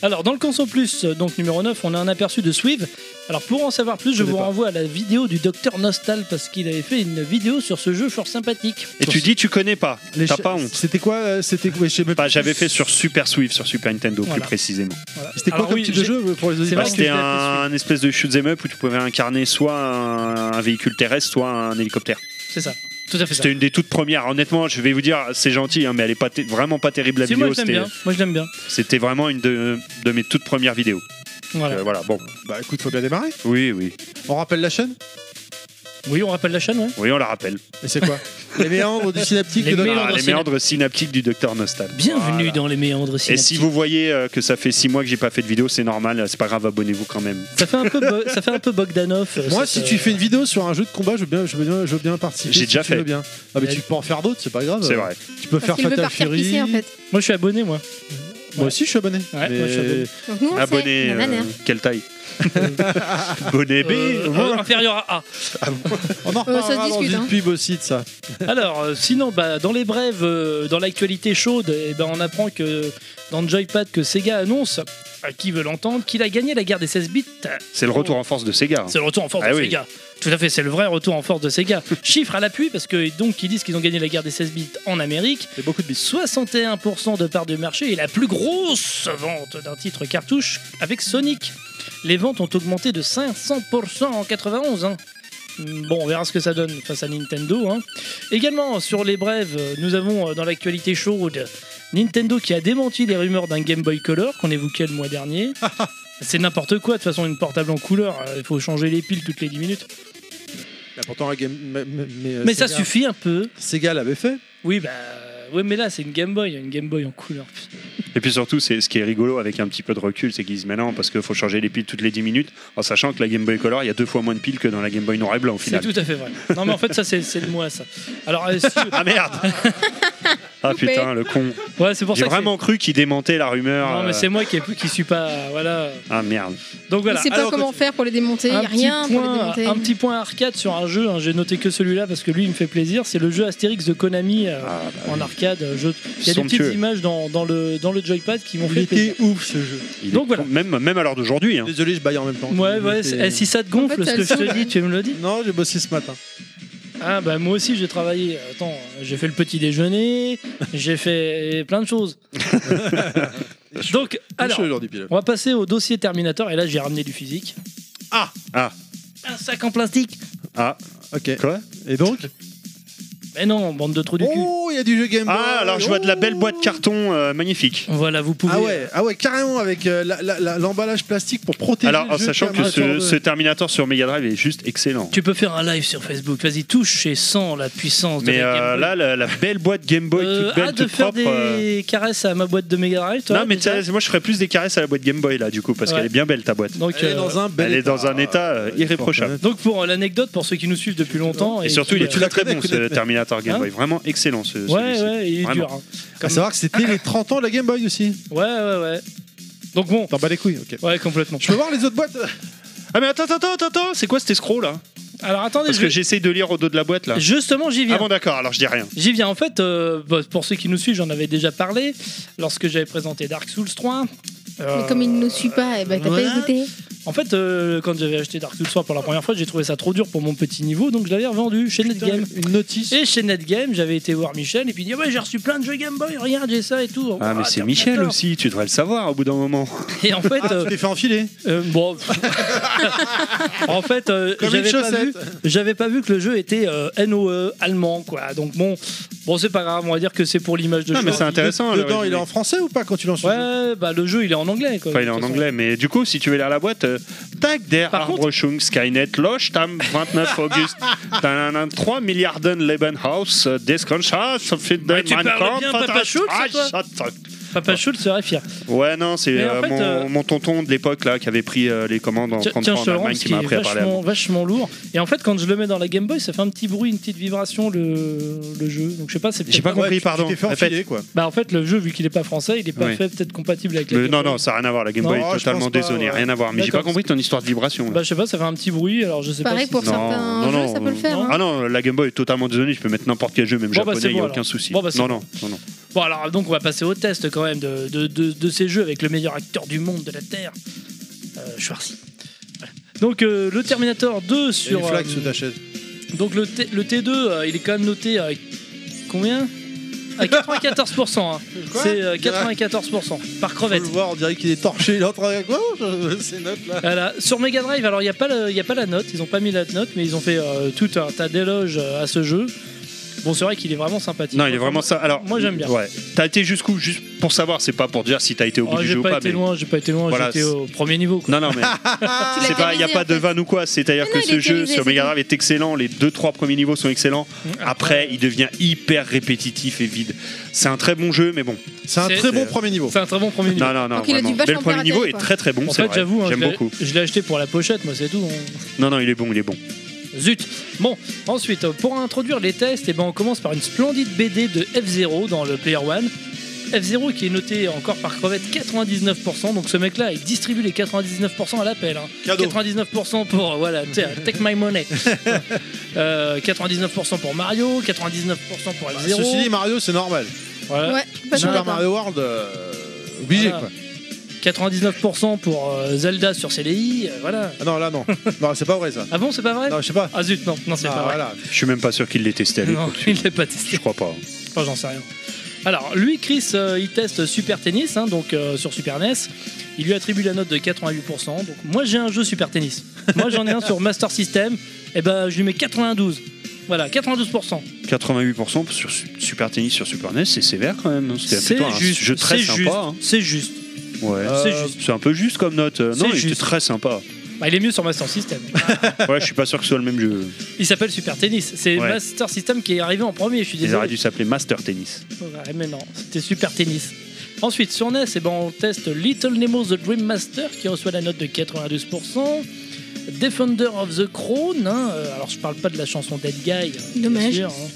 S5: Alors dans le Console Plus, euh, donc numéro 9, on a un aperçu de Swive. Alors pour en savoir plus, je,
S3: connais
S5: vous
S3: pas.
S5: renvoie à la vidéo du docteur Nostal parce qu'il avait fait une vidéo sur ce jeu fort sympathique.
S4: Et tu dis tu connais pas,
S3: Les
S4: t'as
S3: cha-
S4: pas honte.
S3: C'était quoi euh, C'était quoi, je sais même
S4: Bah,
S3: plus.
S4: j'avais fait sur Super Swift, sur Super Nintendo
S5: Voilà.
S4: plus précisément.
S5: Voilà.
S3: C'était quoi
S5: Alors,
S3: comme
S5: oui,
S3: type de
S5: j'ai-
S3: jeu euh, pour les
S5: vrai
S3: auditeurs
S4: Bah,
S5: que
S4: c'était
S5: je l'ai
S4: un,
S5: appelé
S4: un espèce de shoot'em up où tu pouvais incarner soit un, un véhicule terrestre, soit un hélicoptère.
S5: C'est ça. Tout à fait ça.
S4: C'était une des toutes premières. Honnêtement, je vais vous dire, c'est gentil, hein, mais elle est pas ter- vraiment pas terrible la
S5: Si, moi
S4: vidéo.
S5: je l'aime
S4: C'était,
S5: bien. Moi je l'aime bien.
S4: c'était vraiment une de, de mes toutes premières vidéos.
S5: Voilà.
S4: Euh, voilà, bon.
S3: Bah écoute, faut bien démarrer.
S4: Oui, oui.
S3: On rappelle la chaîne
S5: Oui, on rappelle la chaîne, ouais.
S4: Oui, on la rappelle.
S3: Et c'est quoi Les méandres du synaptique
S5: Les
S3: de-
S5: méandres.
S4: Ah, les
S5: synaptiques.
S4: méandres synaptiques du docteur Nostal.
S5: Bienvenue
S4: Voilà.
S5: dans les méandres
S4: Et
S5: synaptiques.
S4: si vous voyez euh, que ça fait 6 mois que j'ai pas fait de vidéo, c'est normal, c'est pas grave, abonnez-vous quand même.
S5: Ça fait un peu, Bo- ça fait un peu Bogdanov. euh,
S3: Moi, si
S5: cette,
S3: tu
S5: euh,
S3: fais une vidéo sur un jeu de combat, je veux bien, je veux bien, je veux bien participer.
S4: J'ai
S3: si
S4: déjà
S3: tu veux
S4: fait.
S3: bien. Ah, mais
S5: Ouais.
S3: tu peux en faire d'autres, c'est pas grave.
S5: Euh,
S4: C'est vrai.
S3: Tu peux
S6: Parce qu'il
S3: faire
S6: veut
S3: Fatal
S6: partir
S3: Fury.
S6: pisser en fait.
S5: Moi je suis abonné, moi.
S3: Moi aussi, je suis abonné.
S5: Ouais, moi, je suis abonné.
S6: Donc nous on
S4: Abonnez,
S6: sait,
S4: euh,
S6: nanana.
S4: quelle taille Abonné B
S5: Euh, euh,
S4: Eh ben, voilà.
S5: inférieur à A.
S3: On en
S6: Euh, ça se
S3: reparlera dans
S6: discute,
S3: une
S6: hein.
S3: pub aussi de ça.
S5: Alors, euh, sinon, bah, dans les brèves, euh, dans l'actualité chaude, eh ben, on apprend que dans le Joypad que Sega annonce, à qui veut l'entendre, qu'il a gagné la guerre des 16 bits.
S4: C'est le retour en force de Sega. hein.
S5: C'est le retour en force
S4: Ah
S5: de
S4: oui.
S5: Sega. Tout à fait, c'est le vrai retour en force de Sega. Chiffre à l'appui, parce que donc ils disent qu'ils ont gagné la guerre des 16 bits en Amérique.
S3: C'est beaucoup de bits.
S5: 61% de part de marché et la plus grosse vente d'un titre cartouche avec Sonic. Les ventes ont augmenté de 500% en 91. hein. Bon, on verra ce que ça donne face à Nintendo. hein. Également, sur les brèves, euh, nous avons euh, dans l'actualité chaude Nintendo qui a démenti les rumeurs d'un Game Boy Color qu'on évoquait le mois dernier. C'est n'importe quoi, de toute façon, une portable en couleur, euh, il faut changer les piles toutes les 10 minutes.
S3: Là, Ah, pourtant, la game- mais, mais- mais, euh,
S5: Mais ça
S3: Sega-
S5: suffit un peu.
S3: Sega l'avait fait.
S5: Oui, bah. Oui, mais là, c'est une Game Boy, une Game Boy en couleur.
S4: Et puis surtout, c'est ce qui est rigolo avec un petit peu de recul, c'est qu'ils disent mais non, parce qu'il faut changer les piles toutes les 10 minutes, en sachant que la Game Boy Color, il y a deux fois moins de piles que dans la Game Boy noir et blanc au
S5: C'est
S4: final.
S5: tout à fait vrai. Non, mais en fait, ça, c'est c'est le moi, ça. Alors, euh, est-ce que-
S4: Ah merde Ah
S6: Coupé.
S4: putain, le con.
S5: ouais, c'est pour
S4: J'ai
S5: ça que. c'est-
S4: vraiment cru qu'il démentait la rumeur.
S5: Non, mais
S4: euh,
S5: c'est moi qui, ai- qui suis pas. Voilà.
S4: Ah merde.
S5: Donc
S6: Je
S5: voilà.
S6: sais pas
S5: Alors,
S6: comment faire pour les démonter, il
S5: un
S6: a rien
S5: petit,
S6: pour les
S5: point,
S6: démonter.
S5: un petit point arcade sur un jeu, hein, j'ai noté que celui-là parce que lui il me fait plaisir, c'est le jeu Astérix de Konami euh,
S4: Ah, bah,
S5: en arcade. euh, jeu- Il y a des
S4: Somptueux.
S5: petites images dans, dans le, dans le joypad qui m'ont
S3: Il
S5: fait plaisir.
S3: était ouf ce jeu.
S4: il est
S5: Donc voilà.
S4: con, Même, même à l'heure d'aujourd'hui. hein.
S3: Désolé, je baille en même temps.
S5: Ouais,
S3: Il
S5: ouais,
S3: était-
S5: c'est- eh, si ça te gonfle
S6: En fait,
S5: ce que
S6: elles
S5: je te
S6: sont-
S5: dis, tu me le dis.
S3: Non, j'ai bossé ce matin.
S5: Ah bah moi aussi j'ai travaillé, attends, j'ai fait le petit déjeuner, j'ai fait plein de choses. Donc alors,
S3: Je suis aujourd'hui pilote.
S5: on va passer au dossier Terminator et là j'ai ramené du physique.
S4: Ah Ah
S5: Un sac en plastique
S4: Ah
S3: Ok.
S4: Quoi
S3: Et donc
S5: Mais non, bande de trous du cul.
S3: Oh, il y a du jeu Game Boy.
S4: Ah, alors je vois de la belle
S3: Oh.
S4: boîte carton euh, magnifique.
S5: Voilà, vous pouvez...
S3: Ah ouais, ah ouais, carrément avec euh, la- la- la- l'emballage plastique pour protéger.
S4: Alors,
S3: le
S4: en
S3: jeu
S4: sachant que
S3: Terminator
S4: ce,
S3: 2.
S4: ce Terminator sur Mega Drive est juste excellent.
S5: Tu peux faire un live sur Facebook. Vas-y, touche et sens la puissance
S4: Mais
S5: de la
S4: euh,
S5: Game Boy.
S4: là, la, la belle boîte Game Boy,
S5: Euh,
S4: toute belle,
S5: ah, de
S4: toute
S5: faire
S4: propre. euh,
S5: des caresses à ma boîte de Mega Drive, toi
S4: non, mais
S5: déjà
S4: t'as- moi je ferais plus des caresses à la boîte Game Boy là, du coup, parce
S5: Ouais.
S4: qu'elle est bien belle ta boîte.
S5: donc,
S3: Elle est
S5: euh,
S3: dans un bel
S4: Elle est dans un état euh,
S3: euh,
S4: irréprochable.
S5: donc pour euh, l'anecdote, pour ceux qui nous suivent depuis longtemps.
S4: Et, surtout,
S5: qui,
S4: il est
S5: euh,
S4: très très
S3: connais,
S4: bon
S3: connais,
S4: ce
S3: connais.
S4: Terminator Game
S5: Hein
S4: Boy. Vraiment excellent ce.
S5: Ouais,
S4: celui-ci.
S5: ouais, il est
S4: Vraiment.
S5: dur. hein.
S3: À savoir que c'était
S4: Ah.
S3: les 30 ans de la Game Boy aussi.
S5: Ouais, ouais, ouais. Donc bon,
S3: T'en bats les couilles, ok.
S5: ouais, complètement.
S3: Je peux voir les autres boîtes
S4: Ah, mais attends, attends, attends, attends, c'est quoi cet escroc là
S5: Alors attendez,
S4: Parce
S5: je
S4: que
S5: vais-
S4: j'essaye de lire au dos de la boîte là.
S5: justement, j'y viens.
S4: Ah bon, d'accord, alors je dis rien.
S5: J'y viens en fait, euh, bah, pour ceux qui nous suivent, j'en avais déjà parlé lorsque j'avais présenté Dark Souls 3. Euh,
S6: Mais comme il ne nous suit pas, eh ben, t'as
S5: voilà.
S6: pas goûté.
S5: En fait, euh, quand j'avais acheté Dark Souls 3 pour la première fois, j'ai trouvé ça trop dur pour mon petit niveau, donc je l'avais revendu chez Netgame.
S3: Une notice.
S5: Et chez Netgame, j'avais été voir Michel et puis il dit Ah Ouais, j'ai reçu plein de jeux Game Boy, regarde, j'ai ça et tout.
S4: Ah, mais c'est Michel
S5: Terminator.
S4: aussi, tu devrais le savoir au bout d'un moment.
S5: Et en fait,
S3: Ah,
S5: euh,
S3: tu t'es fait enfiler.
S5: euh, bon. en fait, euh,
S3: Comme une
S5: j'avais pas, vu-
S3: chaussette.
S5: j'avais pas vu que le jeu était euh, NOE allemand, quoi. Donc bon, bon c'est pas grave, on va dire que c'est pour l'image de
S4: Ah,
S5: jeu.
S4: mais c'est intéressant. le
S3: Dedans, il est
S4: résumé.
S3: en français ou pas quand tu lances le jeu
S5: Ouais, bah le jeu il est en anglais, quoi.
S4: Enfin, il est
S5: de
S4: en
S5: toute façon.
S4: anglais, mais du coup, si tu veux aller à la boîte, euh, Tag der
S5: Par contre-
S4: Arbroschung Skynet Loch Tam 29 August Tananan, 3 Milliarden Lebenhaus euh, Deskonschas Fit
S5: Ouais, tu parles bien Papa Schultz,
S4: Ah,
S5: toi Papa Schultz serait fier.
S4: Ouais, non, c'est
S5: Mais en
S4: euh,
S5: fait,
S4: mon,
S5: euh,
S4: mon tonton de l'époque là qui avait pris euh, les commandes en
S5: Tiens,
S4: 33
S5: tiens, je te
S4: en
S5: le rends,
S4: Allemagne
S5: ce
S4: qui
S5: qui
S4: m'a
S5: est
S4: appris à parler.
S5: vachement, vachement lourd. Et en fait, quand je le mets dans la Game Boy, ça fait un petit bruit, une petite vibration le, le jeu. Donc je sais pas, c'est
S4: J'ai
S5: peut-être
S4: pas
S3: Ouais,
S4: compris,
S3: tu-
S4: pardon.
S3: Tu t'es fait
S4: Répète.
S3: enfiler, quoi.
S5: Bah en fait le jeu vu qu'il est pas français il est pas
S4: Oui.
S5: fait peut-être compatible avec la
S4: Mais
S5: Game
S4: non,
S5: Boy.
S4: non, ça n'a rien à voir. La Game
S5: Non,
S4: Boy
S3: je
S4: est
S3: pense
S4: totalement
S3: pas,
S4: dézonnée,
S3: ouais.
S4: rien à voir. Mais j'ai pas
S5: D'accord.
S4: compris ton histoire de vibration. là.
S5: Bah je sais pas ça fait un petit bruit alors je sais
S6: Pareil
S5: pas.
S6: pour certains
S4: non,
S6: jeux,
S4: non,
S6: ça peut le faire.
S5: non.
S6: hein.
S4: Ah non, la Game Boy est totalement dézonnée. Je peux mettre n'importe quel jeu, même
S5: Bon, bah,
S4: japonais,
S5: c'est
S4: il n'y a
S5: bon,
S4: aucun
S5: alors.
S4: souci.
S5: Bon, bah, c'est
S4: non, non, non, non.
S5: si. Bon alors donc on va passer au test quand même de, de, de, de ces jeux avec le meilleur acteur du monde de la Terre. Euh, Schwarzy. Voilà. Donc euh, le Terminator 2
S3: Il y a
S5: sur
S3: une flaque
S5: euh,
S3: sous ta chaise.
S5: donc le, T, le T2 euh, il est quand même noté à combien À 94%. hein.
S3: Quoi
S5: C'est euh,
S3: Il y en a-
S5: 94% par
S3: Faut le
S5: crevette.
S3: voir, on dirait qu'il est torché, il est en train de quoi Ces notes là.
S5: Voilà. Sur Mega Drive, alors il n'y a, pas le- y a pas la note, ils n'ont pas mis la note, mais ils ont fait euh, tout un tas d'éloges euh, à ce jeu. Bon, c'est vrai qu'il est vraiment sympathique. Oh,
S4: Non, il est vraiment ça. Alors,
S5: Moi, j'aime bien.
S4: Ouais. T'as été jusqu'où Juste pour savoir, c'est pas pour dire si t'as été au bout
S5: Oh,
S4: du
S5: j'ai
S4: jeu ou
S5: pas
S4: pas.
S5: été
S4: Mais...
S5: loin, j'ai pas été loin,
S4: Voilà,
S5: j'étais
S4: c'est-
S5: au premier niveau. quoi.
S4: Non, non, mais
S6: Tu l'as
S4: c'est pas, il n'y a
S6: théorisé,
S4: pas
S6: en
S4: de
S6: fait.
S4: vanne ou quoi. C'est-à-dire
S6: Mais
S4: que
S6: non, il
S4: ce
S6: est
S4: jeu
S6: théorisé,
S4: sur Mega
S6: c'est Mmh.
S4: Drive est excellent. Les deux, trois premiers niveaux sont excellents. Après, il devient hyper répétitif et vide. C'est un très bon jeu, mais bon.
S3: C'est un
S5: C'est-
S3: très bon
S4: c'est-
S3: premier niveau.
S5: C'est un très bon premier niveau.
S4: Non, non, non.
S6: Donc, il a
S4: vraiment.
S6: dû vachement
S4: Mais le premier
S6: bien
S4: niveau
S6: atterrir,
S4: est
S6: quoi.
S4: très très bon.
S5: En
S4: c'est
S5: fait,
S4: vrai.
S5: j'avoue, hein, je
S4: j'aime
S5: l'ai-
S4: beaucoup.
S5: je l'ai acheté pour la pochette, moi, c'est tout. hein.
S4: Non, non, il est bon, il est bon.
S5: Zut Bon, ensuite, euh, pour introduire les tests, eh ben, on commence par une splendide BD de F0 dans le Player One. F0 qui est noté encore par crevette 99%, donc ce mec-là, il distribue les 99% à l'appel. hein.
S3: Cadeau.
S5: 99% pour, euh, voilà, tu sais, take my money. Euh, 99% pour Mario, 99% pour
S3: Bah,
S5: F0.
S3: Ceci dit, Mario, c'est normal.
S5: voilà.
S6: Ouais, pas sûr,
S3: Super
S6: d'accord.
S3: Mario World, euh, obligé
S5: Voilà.
S3: quoi.
S5: 99% pour euh, Zelda sur CDI, euh, voilà.
S3: Ah non, là non. non, c'est pas vrai ça.
S5: Ah bon, c'est pas vrai
S3: Non, je sais pas.
S5: Ah zut, non, non c'est
S3: Ah,
S5: pas vrai.
S3: voilà.
S4: Je suis même pas sûr qu'il l'ait testé à
S5: Non,
S4: l'époque.
S5: il l'a pas
S4: Je
S5: testé.
S4: crois pas.
S5: Enfin, j'en sais rien. Alors, lui, Chris, euh, il teste Super Tennis, hein, donc euh, sur Super NES. Il lui attribue la note de 88%. Donc, moi, j'ai un jeu Super Tennis. Moi, j'en ai un sur Master System. Et ben, je lui mets 92. Voilà, 92%.
S4: 88% sur Su- Super Tennis sur Super NES, c'est sévère quand même. hein. C'était
S5: C'est
S4: plutôt un
S5: juste.
S4: jeu très
S5: c'est
S4: sympa.
S5: juste,
S4: hein.
S5: C'est juste.
S4: Ouais.
S5: C'est
S4: Euh,
S5: juste.
S4: C'est un peu juste comme note. Euh,
S5: C'est
S4: Non, il était
S5: juste.
S4: très sympa.
S5: Bah, il est mieux sur Master System.
S4: Ouais, je suis pas sûr que ce soit le même jeu.
S5: Il s'appelle Super Tennis. C'est
S4: Ouais.
S5: Master System qui est arrivé en premier. Je suis
S4: Ils
S5: désolé.
S4: auraient dû s'appeler Master Tennis.
S5: Ouais, mais non, c'était super tennis. Ensuite, sur NES, eh ben, on teste Little Nemo The Dream Master qui reçoit la note de 92%. Defender of the Crown, hein, euh, alors je parle pas de la chanson Dead Guy. hein, bien
S6: Dommage.
S5: sûr, hein.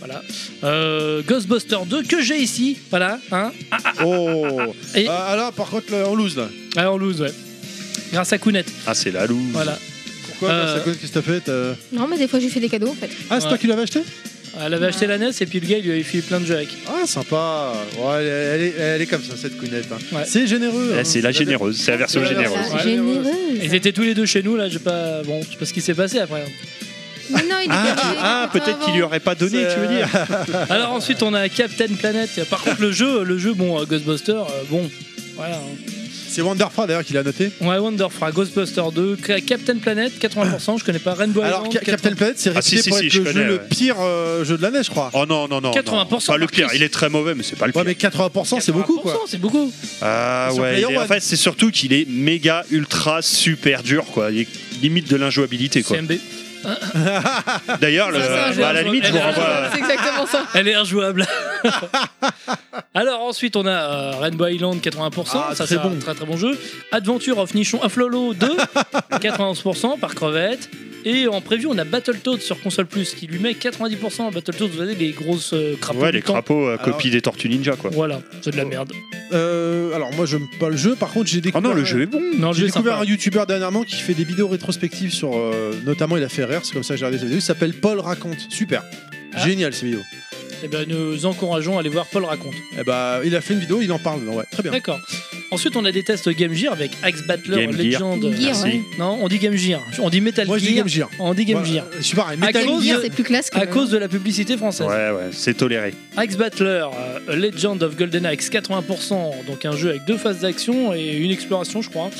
S5: voilà. Euh, Ghostbuster 2 que j'ai ici, voilà. Hein.
S3: Oh
S5: Et-
S3: Ah là, par contre, là, on lose là.
S5: Ah, on lose, ouais. Grâce à Kounet,
S4: Ah, c'est la loose.
S5: voilà.
S3: Pourquoi
S5: Euh,
S3: grâce à quoi, qu'est-ce que t'as fait t'as-
S6: Non, mais des fois, je lui fais des cadeaux en fait.
S3: Ah, c'est
S5: ouais.
S3: toi qui l'avais acheté
S5: Elle avait acheté la NES et puis le gars il lui avait filé plein de jeux avec.
S3: Ah, sympa. Ouais, elle, elle est, elle est comme ça, cette counette. hein.
S5: Ouais.
S3: C'est généreux.
S4: Eh,
S3: hein.
S4: C'est la généreuse, c'est la version
S3: Ouais,
S4: généreuse.
S3: ouais.
S6: Généreuse.
S5: Ils étaient tous les deux chez nous là, j'ai pas. Bon, je sais pas ce qui s'est passé après. hein.
S6: Mais non, il était
S4: Ah,
S6: il était
S4: ah, peut-être
S6: avant.
S4: qu'il lui aurait pas donné,
S3: C'est-
S4: tu veux dire
S5: Alors ensuite on a Captain Planet. Par contre le jeu, le jeu bon euh, Ghostbuster, euh, bon voilà. hein.
S3: C'est Wonderfra d'ailleurs qui l'a noté.
S5: Ouais Wonderfra, Ghostbuster 2, Ca- Captain Planet 80%, je connais pas Rainbow
S3: Alors,
S5: Island.
S3: Ca- Captain
S5: 80%.
S3: Planet, c'est
S4: Ah, si,
S3: réputé
S4: si,
S3: pour
S4: si,
S3: être
S4: je
S3: le, jeu
S4: connais,
S3: le
S4: ouais.
S3: pire euh, jeu de l'année, je crois.
S4: Oh non, non, non.
S5: 80%,
S4: non. Pas le pire,
S5: Marcus.
S4: il est très mauvais, mais c'est pas le pire.
S3: Ouais, mais 80%, c'est beaucoup quoi.
S5: 80%, C'est beaucoup.
S4: Ah
S3: Sur
S4: ouais,
S3: Player
S4: il est- en
S3: One.
S4: fait, c'est surtout qu'il est méga, ultra, super dur, quoi. Il est limite de l'injouabilité, quoi.
S5: CMB.
S4: D'ailleurs, le-
S6: Ça, c'est un jeu
S4: bah, à la
S5: injouable.
S4: limite, je vous
S5: Eh ben,
S4: renvoie.
S6: C'est exactement ça.
S5: Elle est injouable. Alors ensuite on a euh, Rainbow Island 80%,
S3: Ah,
S5: ça
S3: très
S5: c'est un
S3: bon.
S5: très très bon jeu. Adventure of Nichon Aflolo 2, 91% par crevette. Et en preview on a Battletoads sur console plus qui lui met 90%. Battletoads vous avez les grosses euh, crapauds.
S4: Ouais,
S5: du
S4: les
S5: temps.
S4: crapauds euh,
S3: Alors-
S4: copie des Tortues Ninja, quoi.
S5: Voilà, c'est de la merde.
S3: Euh, alors, moi, j'aime pas le jeu. Par contre, j'ai
S4: Oh
S3: découvert.
S4: non, le jeu est bon.
S5: Non, le
S3: J'ai
S5: jeu est
S3: découvert
S5: sympa.
S3: un youtubeur dernièrement qui fait des vidéos rétrospectives sur. euh, notamment, il a fait rire, c'est comme ça que j'ai regardé sa vidéo. Il s'appelle Paul Raconte. Super.
S5: Ah.
S3: Génial ces vidéos.
S5: Eh ben, nous encourageons à aller voir Paul raconte.
S3: Eh bah, il a fait une vidéo, il en parle dedans, ouais. Très bien.
S5: D'accord. Ensuite, on a des tests Game Gear avec Axe Battler
S4: Game Gear.
S5: Legend.
S6: Gear,
S4: Merci.
S6: ouais.
S5: Non, on dit Game Gear. On dit Metal
S3: Moi, je dis
S5: Gear.
S3: Game Gear.
S5: On dit Game
S3: Voilà.
S5: Gear.
S3: Je suis pareil.
S4: Ah,
S3: Metal
S5: cause-
S3: Gear.
S6: Gear, c'est plus classe que
S5: À cause de la publicité française.
S4: Ouais, ouais, c'est toléré.
S5: Axe Battler, euh, A Legend of Golden Axe, 80%. Donc un jeu avec deux phases d'action et une exploration, je crois.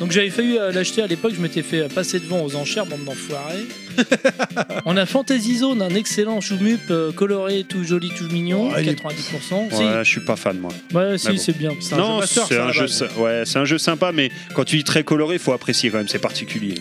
S5: Donc j'avais failli euh, l'acheter à l'époque, je m'étais fait euh, passer devant aux enchères, bande d'enfoirés. on a Fantasy Zone, un excellent choumup euh, coloré, tout joli, tout mignon,
S3: Oh, il est-
S5: 90%. Si,
S4: Ouais, je suis pas fan, moi.
S5: ouais, si,
S4: Mais bon.
S5: c'est bien. C'est un jeu
S4: Non,
S5: master,
S4: c'est
S5: ça, à
S4: un
S5: la
S4: jeu,
S5: base.
S4: sy- ouais, c'est un jeu sympa, mais quand tu dis très coloré, faut apprécier quand même, c'est particulier.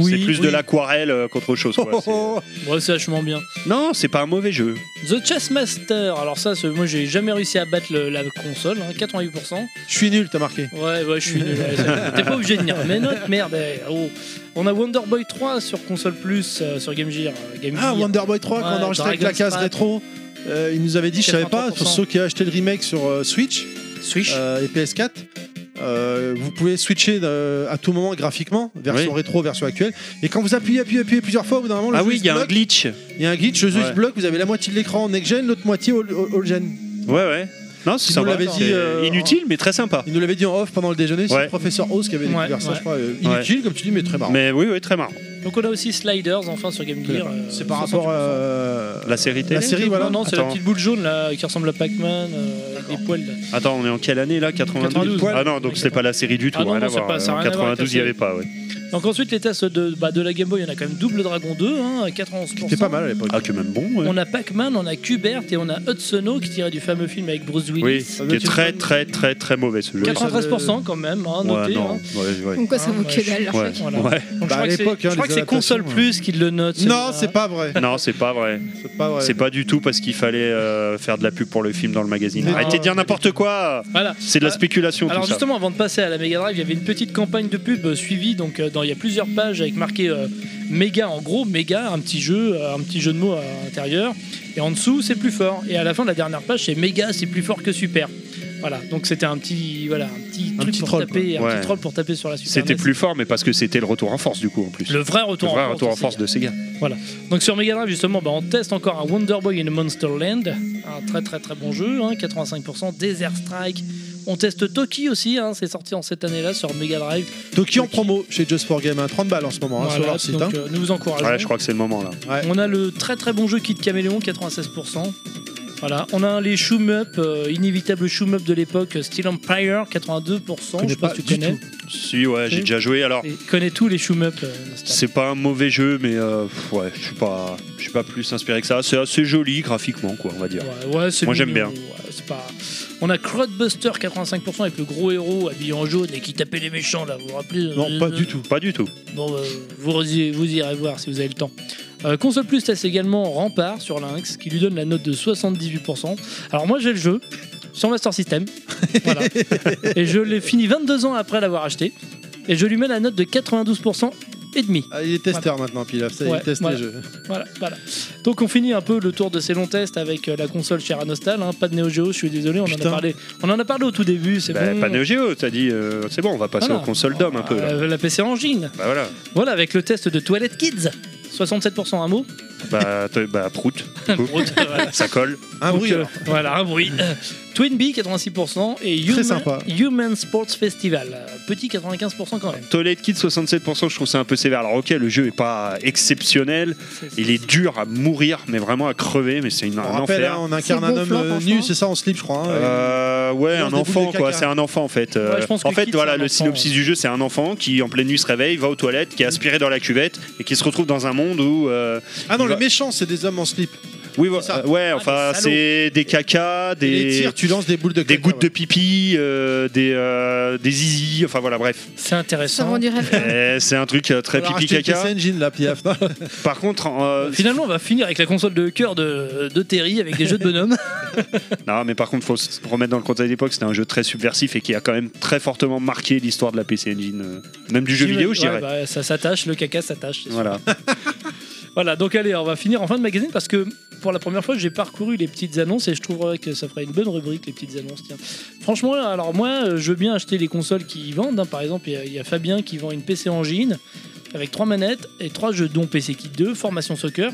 S5: Oui,
S4: c'est plus
S5: oui.
S4: de l'aquarelle euh, qu'autre chose.
S3: Oh,
S4: quoi.
S3: oh,
S4: C'est-
S3: oh.
S5: Ouais, c'est vachement bien.
S4: Non, c'est pas un mauvais jeu.
S5: The Chessmaster, alors ça, c'est- moi j'ai jamais réussi à battre le- la console, hein, 88%.
S3: Je suis nul, t'as marqué.
S5: Ouais, ouais, je suis nul. ouais, ça- T'es pas obligé de venir. Mais notre merde, eh, oh. on a Wonder Boy 3 sur console plus, euh, sur Game Gear. euh, Game
S3: Ah,
S5: Gear.
S3: Wonderboy 3, quand
S5: Ouais,
S3: on enregistrait avec la
S5: Dragon's
S3: case
S5: Trap.
S3: rétro, euh, il nous avait dit, je savais pas, pour
S5: 83%.
S3: ceux qui ont acheté le remake sur euh, Switch
S5: Switch.
S3: euh, et PS4, euh, vous pouvez switcher euh, à tout moment graphiquement, version
S4: Oui.
S3: rétro, version actuelle. Et quand vous appuyez, appuyez, appuyez plusieurs fois, au bout d'un moment, le
S4: Ah
S3: jeu
S4: oui,
S3: se
S4: il y a un
S3: bloque.
S4: glitch.
S3: Il y a un glitch, le jeu
S4: Ouais.
S3: se bloque, vous avez la moitié de l'écran en next-gen, l'autre moitié all- all- all-gen.
S4: Ouais, ouais. Non, c'est
S3: Il nous
S4: sympa.
S3: l'avait dit,
S4: C'est
S3: euh,
S4: Inutile, mais très sympa.
S3: Il nous l'avait dit en off pendant le déjeuner, c'est
S4: Ouais.
S3: le professeur Oz qui avait découvert
S5: Ouais,
S3: ça,
S5: ouais.
S3: je crois. euh, Inutile, comme tu dis, mais très marrant.
S4: Mais oui, oui, très marrant.
S5: Donc on a aussi Sliders, enfin, sur Game Gear. euh,
S3: c'est par
S5: 60%.
S3: rapport euh, à
S4: La série télé
S3: La série, voilà.
S5: Non, non, c'est la
S4: Attends.
S5: petite boule jaune là, qui ressemble à Pac-Man, euh, avec des poils. là.
S4: Attends, on est en quelle année là 92
S5: 92.
S4: Ah non, donc c'était pas la série du tout,
S5: Ah non,
S4: rien
S5: non,
S4: à
S5: c'est
S4: voir.
S5: pas- ça a
S4: en
S5: rien à voir avec la
S4: 92, il y avait pas, ouais.
S5: Donc ensuite, les tests de, bah, de la Game Boy, il y en a quand même Double Dragon 2, hein, 91%.
S3: C'était pas mal à l'époque.
S4: Ah, que même bon, ouais.
S5: On a Pac-Man, on a Kubert et on a Hudsono qui tirait du fameux film avec Bruce Willis.
S4: Oui,
S3: Ça euh,
S4: qui
S3: doit
S4: est
S3: être une
S4: très,
S3: bonne-
S4: très, très, très mauvais ce jeu.
S3: Quatre-
S5: 93% quand même, hein,
S4: Ouais,
S5: noté.
S4: non,
S5: hein.
S4: ouais, ouais.
S6: Pourquoi ça
S5: Ah,
S6: vaut
S5: ouais,
S6: que
S5: je-
S6: dalle leur
S4: Ouais,
S6: truc.
S5: Voilà.
S4: ouais.
S5: Donc,
S3: Bah,
S5: je crois
S3: à
S5: que c'est-
S3: l'époque, hein,
S5: je crois
S3: les
S5: que c'est console
S3: adaptations,
S5: plus qui le note.
S3: Non,
S5: celui-là.
S3: c'est pas vrai.
S4: Non, c'est pas vrai.
S3: C'est pas vrai.
S4: C'est pas du tout parce qu'il fallait euh, faire de la pub pour le film dans le magazine.
S3: Non.
S4: Arrêtez de dire n'importe quoi
S5: Voilà.
S4: C'est de la spéculation
S5: Ah, Alors
S4: tout ça.
S5: justement, avant de passer à la Mega Drive, il y avait une petite campagne de pub euh, suivie. Donc euh, dans, il y a plusieurs pages avec marqué euh, Mega en gros, Mega, un petit jeu, euh, un petit jeu de mots à l'intérieur. Et en dessous, c'est plus fort. Et à la fin de la dernière page, c'est Mega, c'est plus fort que Super. Voilà. Donc c'était un petit, voilà, un petit
S3: Un
S5: truc
S3: petit
S5: pour
S3: troll,
S5: taper, un
S4: quoi. Ouais.
S5: petit troll pour taper sur la Super. E
S4: C'était
S5: NES.
S4: plus fort, mais parce que c'était le retour en force du coup en plus.
S5: le vrai retour,
S4: Le vrai
S5: en force
S4: retour en
S5: aussi.
S4: force de Sega.
S5: Donc sur Mega Drive justement, bah, on teste encore un Wonder Boy in Monster Land, un très très très bon jeu, hein, 85%, Desert Strike. On teste Toki aussi, hein, c'est sorti en cette année-là sur Mega Drive.
S3: Toki en promo chez Just for Game, hein, 30 balles en ce moment hein,
S5: Voilà,
S3: sur leur site.
S5: donc,
S3: hein.
S5: euh, nous vous encourageons.
S4: Ouais, je crois que c'est le moment là.
S5: On a le très très bon jeu Kid Caméléon, 96%. Voilà, on a les shoom up, euh, inévitable shoom up de l'époque, Steel Empire, 82%, je
S3: connais
S5: sais pas
S3: pas
S5: si tu
S3: du
S5: connais.
S4: Si, ouais, j'ai
S5: Oui.
S4: déjà joué. Alors,
S5: Et connais tous les shoom up. euh, Nostal.
S4: c'est pas un mauvais jeu, mais euh, pff, ouais, je suis pas, je suis pas plus inspiré que ça. C'est assez joli graphiquement, quoi, on va dire.
S5: Ouais, ouais, c'est
S4: Moi, j'aime
S5: mignon,
S4: bien.
S5: ouais, c'est pas... On a Crowdbuster 85% avec le gros héros habillé en jaune et qui tapait les méchants là, vous vous rappelez euh,
S3: Non, pas du tout.
S4: Pas du tout.
S5: Bon, euh, vous, y- vous irez voir si vous avez le temps. Euh, Console Plus teste également Rempart sur Lynx qui lui donne la note de 78%. Alors moi j'ai le jeu sur Master System. Voilà. et je l'ai fini 22 ans après l'avoir acheté. Et je lui mets la note de 92% et demi.
S3: Ah, il est testeur maintenant, Pilaf. Ça,
S5: Ouais,
S3: il teste
S5: voilà.
S3: les jeux.
S5: Voilà, voilà. Donc on finit un peu le tour de ces longs tests avec euh, la console chez Anostal, hein. pas de Neo Geo, je suis désolé, on en a
S3: Putain.
S5: parlé. On en a parlé au tout début, c'est
S4: Bah,
S5: bon.
S4: Pas Neo Geo, t'as dit, euh, c'est bon, on va passer
S5: Voilà.
S4: aux consoles d'hommes un peu. Là.
S5: Euh, la PC Engine.
S4: Bah voilà,
S5: Voilà, avec le test de Toilet Kids. 67% un mot.
S4: bah, t- bah prout, du coup.
S5: Voilà.
S4: ça colle.
S3: Un
S5: Donc,
S3: bruit.
S5: euh,
S3: alors.
S5: voilà, un bruit. Euh, Twin Bee, 86%, et
S3: Très
S5: Human,
S3: sympa.
S5: Human Sports Festival. Euh, Petit 95% quand même.
S4: Toilet Kid 67%, je trouve ça un peu sévère. Alors ok, le jeu est pas exceptionnel,
S5: C'est- c'est-
S4: il est dur à mourir, mais vraiment à crever, mais c'est une-
S3: On
S4: un
S3: rappelle,
S4: enfer.
S3: hein, on incarne un
S6: gonflant,
S3: homme euh, nu,
S6: franchement.
S3: c'est ça, en slip, je crois. hein,
S4: Euh, ouais,
S3: Il lance
S4: un
S3: des boules
S4: enfant
S3: de
S4: quoi,
S3: caca.
S4: c'est un enfant en fait. Euh,
S5: Ouais, je pense
S4: en
S5: que
S4: fait,
S5: Kid,
S4: voilà,
S5: c'est un
S4: le
S5: enfant,
S4: synopsis du jeu, c'est un enfant qui en pleine nuit se réveille, va aux toilettes, qui est aspiré dans la cuvette et qui se retrouve dans un monde où euh,
S3: et- Ah non,
S4: il
S3: les
S4: va-
S3: méchants, c'est des hommes en slip.
S4: oui, vo-
S3: C'est ça. Ah,
S4: euh, ouais, enfin,
S5: des salauds.
S4: c'est des
S3: Et
S4: cacas,
S3: les
S4: des
S3: tirs, tu lances des boules de
S4: des
S3: caca,
S4: gouttes
S3: ouais.
S4: de pipi, euh, des euh, des zizi, enfin voilà, bref.
S5: C'est
S6: Ça
S5: intéressant.
S6: vend du rêve.
S4: Eh, c'est un truc euh, très
S3: Alors,
S4: pipi
S3: achetez le
S4: caca.
S3: PC Engine, là, Pilaf. non
S4: Par contre, euh,
S5: Finalement, on va finir avec la console de cœur de, de Terry avec des jeux de bonhommes.
S4: Non, mais par contre, faut se remettre dans le contexte d'époque. C'était un jeu très subversif et qui a quand même très fortement marqué l'histoire de la PC Engine, euh, même du jeu vidéo, je
S5: Ouais,
S4: dirais.
S5: bah, ça s'attache, le caca s'attache. c'est sûr.
S4: Voilà.
S5: Voilà, donc allez, on va finir en fin de magazine parce que pour la première fois, j'ai parcouru les petites annonces et je trouverais que ça ferait une bonne rubrique, les petites annonces. Tiens. Franchement, alors moi, euh, je veux bien acheter les consoles qui y vendent. hein. Par exemple, il y a- il y, a Fabien qui vend une PC Engine avec trois manettes et trois jeux, dont PC Kit 2, Formation Soccer,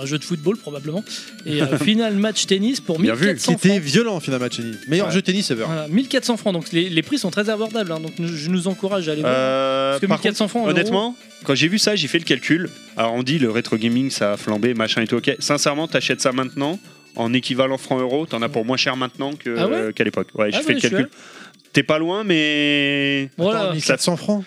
S5: un jeu de football probablement, et euh, Final Match Tennis pour
S4: Bien vu.
S5: 1400 francs.
S3: C'était violent, finalement, Machini. Meilleur
S4: Ouais.
S3: jeu tennis ever.
S5: Voilà, 1400 francs, donc les, les prix sont très abordables. hein. donc nous- je nous encourage à aller voir.
S4: Euh,
S5: parce que
S4: par
S5: 1400 francs, en
S4: contre, honnêtement, quand j'ai vu ça, j'ai fait le calcul. Alors, on dit le rétro gaming, ça a flambé, machin et tout. Ok, sincèrement, t'achètes ça maintenant en équivalent franc euro, t'en as pour moins cher maintenant que-
S5: Ah ouais
S4: euh, qu'à l'époque. Ouais,
S5: Ah
S4: j'ai
S5: ouais,
S4: fait le
S5: je suis
S4: calcul. T'es pas loin, mais
S5: allé- Voilà.
S3: Attends, 1400 francs.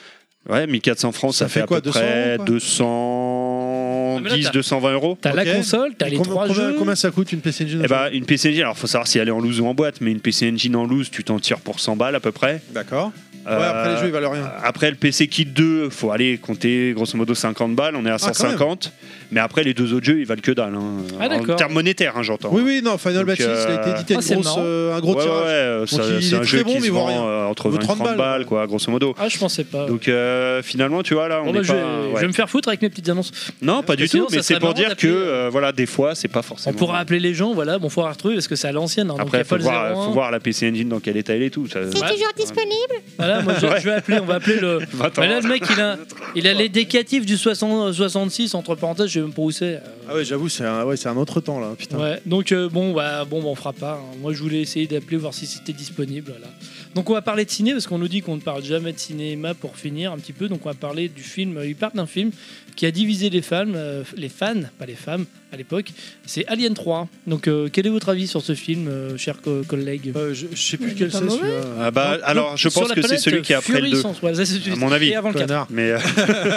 S4: ouais, 1400 francs, ça,
S3: Ça
S4: fait,
S3: fait
S4: à
S3: quoi,
S4: peu
S3: 200,
S4: près
S3: quoi
S4: 210,
S5: Ah, mais là, t'as-
S4: 220 euros.
S5: T'as la
S3: Ok.
S5: console, t'as les
S3: Combien,
S5: trois
S3: combien-
S5: jeux.
S3: combien ça coûte une PC Engine
S4: Eh ben, une PC Engine, alors faut savoir si elle est en loose ou en boîte, mais une PC Engine en loose, tu t'en tires pour 100 balles à peu près.
S3: D'accord. Ouais,
S4: Euh,
S3: après les jeux, ils valent rien.
S4: après, le PC Kit 2, faut aller compter grosso modo 50 balles, on est à
S3: Ah, quand
S4: 150, mais après les deux autres jeux, ils valent que dalle. hein.
S5: Ah,
S4: en
S5: d'accord.
S4: termes monétaires, hein, j'entends.
S3: Oui, oui, non, Final
S4: Donc,
S3: Batch 6, il a été
S4: euh,
S3: édité à
S5: ah,
S3: une
S5: c'est
S3: grosse,
S5: marrant.
S3: euh, un gros
S4: Ouais, ouais,
S3: tirage.
S4: ouais, ça-
S3: Donc, il
S4: c'est
S3: est
S4: un jeu
S3: très bon,
S4: qui
S3: mais
S4: se
S3: il vaut
S4: vend
S3: rien.
S4: euh, entre
S3: Il vaut
S4: 20 et 30 balles,
S3: 30 balles,
S4: quoi, grosso modo.
S5: Ah, je pensais pas.
S4: Donc euh, finalement, tu vois, là, on
S5: Bon, bah,
S4: est
S5: je, vais,
S4: pas.
S5: je
S4: ouais.
S5: vais me faire foutre avec mes petites annonces.
S4: Non, pas du
S5: Sinon,
S4: tout,
S5: ça
S4: mais c'est
S5: serait
S4: pour
S5: marrant
S4: dire que,
S5: d'appeler, euh,
S4: euh, voilà, des fois, c'est pas forcément.
S5: On pourra appeler les gens, voilà, bon, faut retrouver parce que c'est à l'ancienne. hein, donc y
S4: Après,
S5: a pas
S4: faut
S5: le
S4: voir, euh,
S5: 01.
S4: faut voir la PC Engine dans quel état elle est tout. ça-
S2: C'est
S5: Bah,
S4: Ouais.
S2: toujours disponible
S5: Voilà, moi je, je vais appeler, on va appeler le.
S4: Va-t'en.
S5: Mais là, le mec, il a, il a les décatifs du 60 66, entre parenthèses, je sais même pas où c'est. euh,
S3: Ah ouais, j'avoue, c'est un, ouais, c'est un autre temps là,
S4: Hein.
S3: putain.
S5: Ouais, donc euh, bon, bah, bon, bah, on fera pas. hein. Moi, je voulais essayer d'appeler, voir si c'était disponible. Voilà. Donc, on va parler de ciné, parce qu'on nous dit qu'on ne parle jamais de cinéma pour finir un petit peu. Donc, on va parler du film. euh, Il part d'un film qui a divisé les fans, euh, les fans, pas les femmes, à l'époque. C'est Alien 3. Donc, euh, quel est votre avis sur ce film, euh, cher co- collègue
S3: Euh, je, je sais
S6: Il
S3: plus
S6: est
S3: quel
S6: pas
S3: c'est
S6: mauvais.
S3: celui-là.
S4: Ah bah,
S5: Donc,
S4: alors, je
S5: sur
S4: pense
S5: la
S4: que c'est
S5: planète,
S4: celui qui est après le
S5: Fury
S4: 2.
S5: sans- voilà, ça, c'est celui-
S4: À mon avis.
S5: et avant le 4.
S3: Connard.
S4: Mais euh,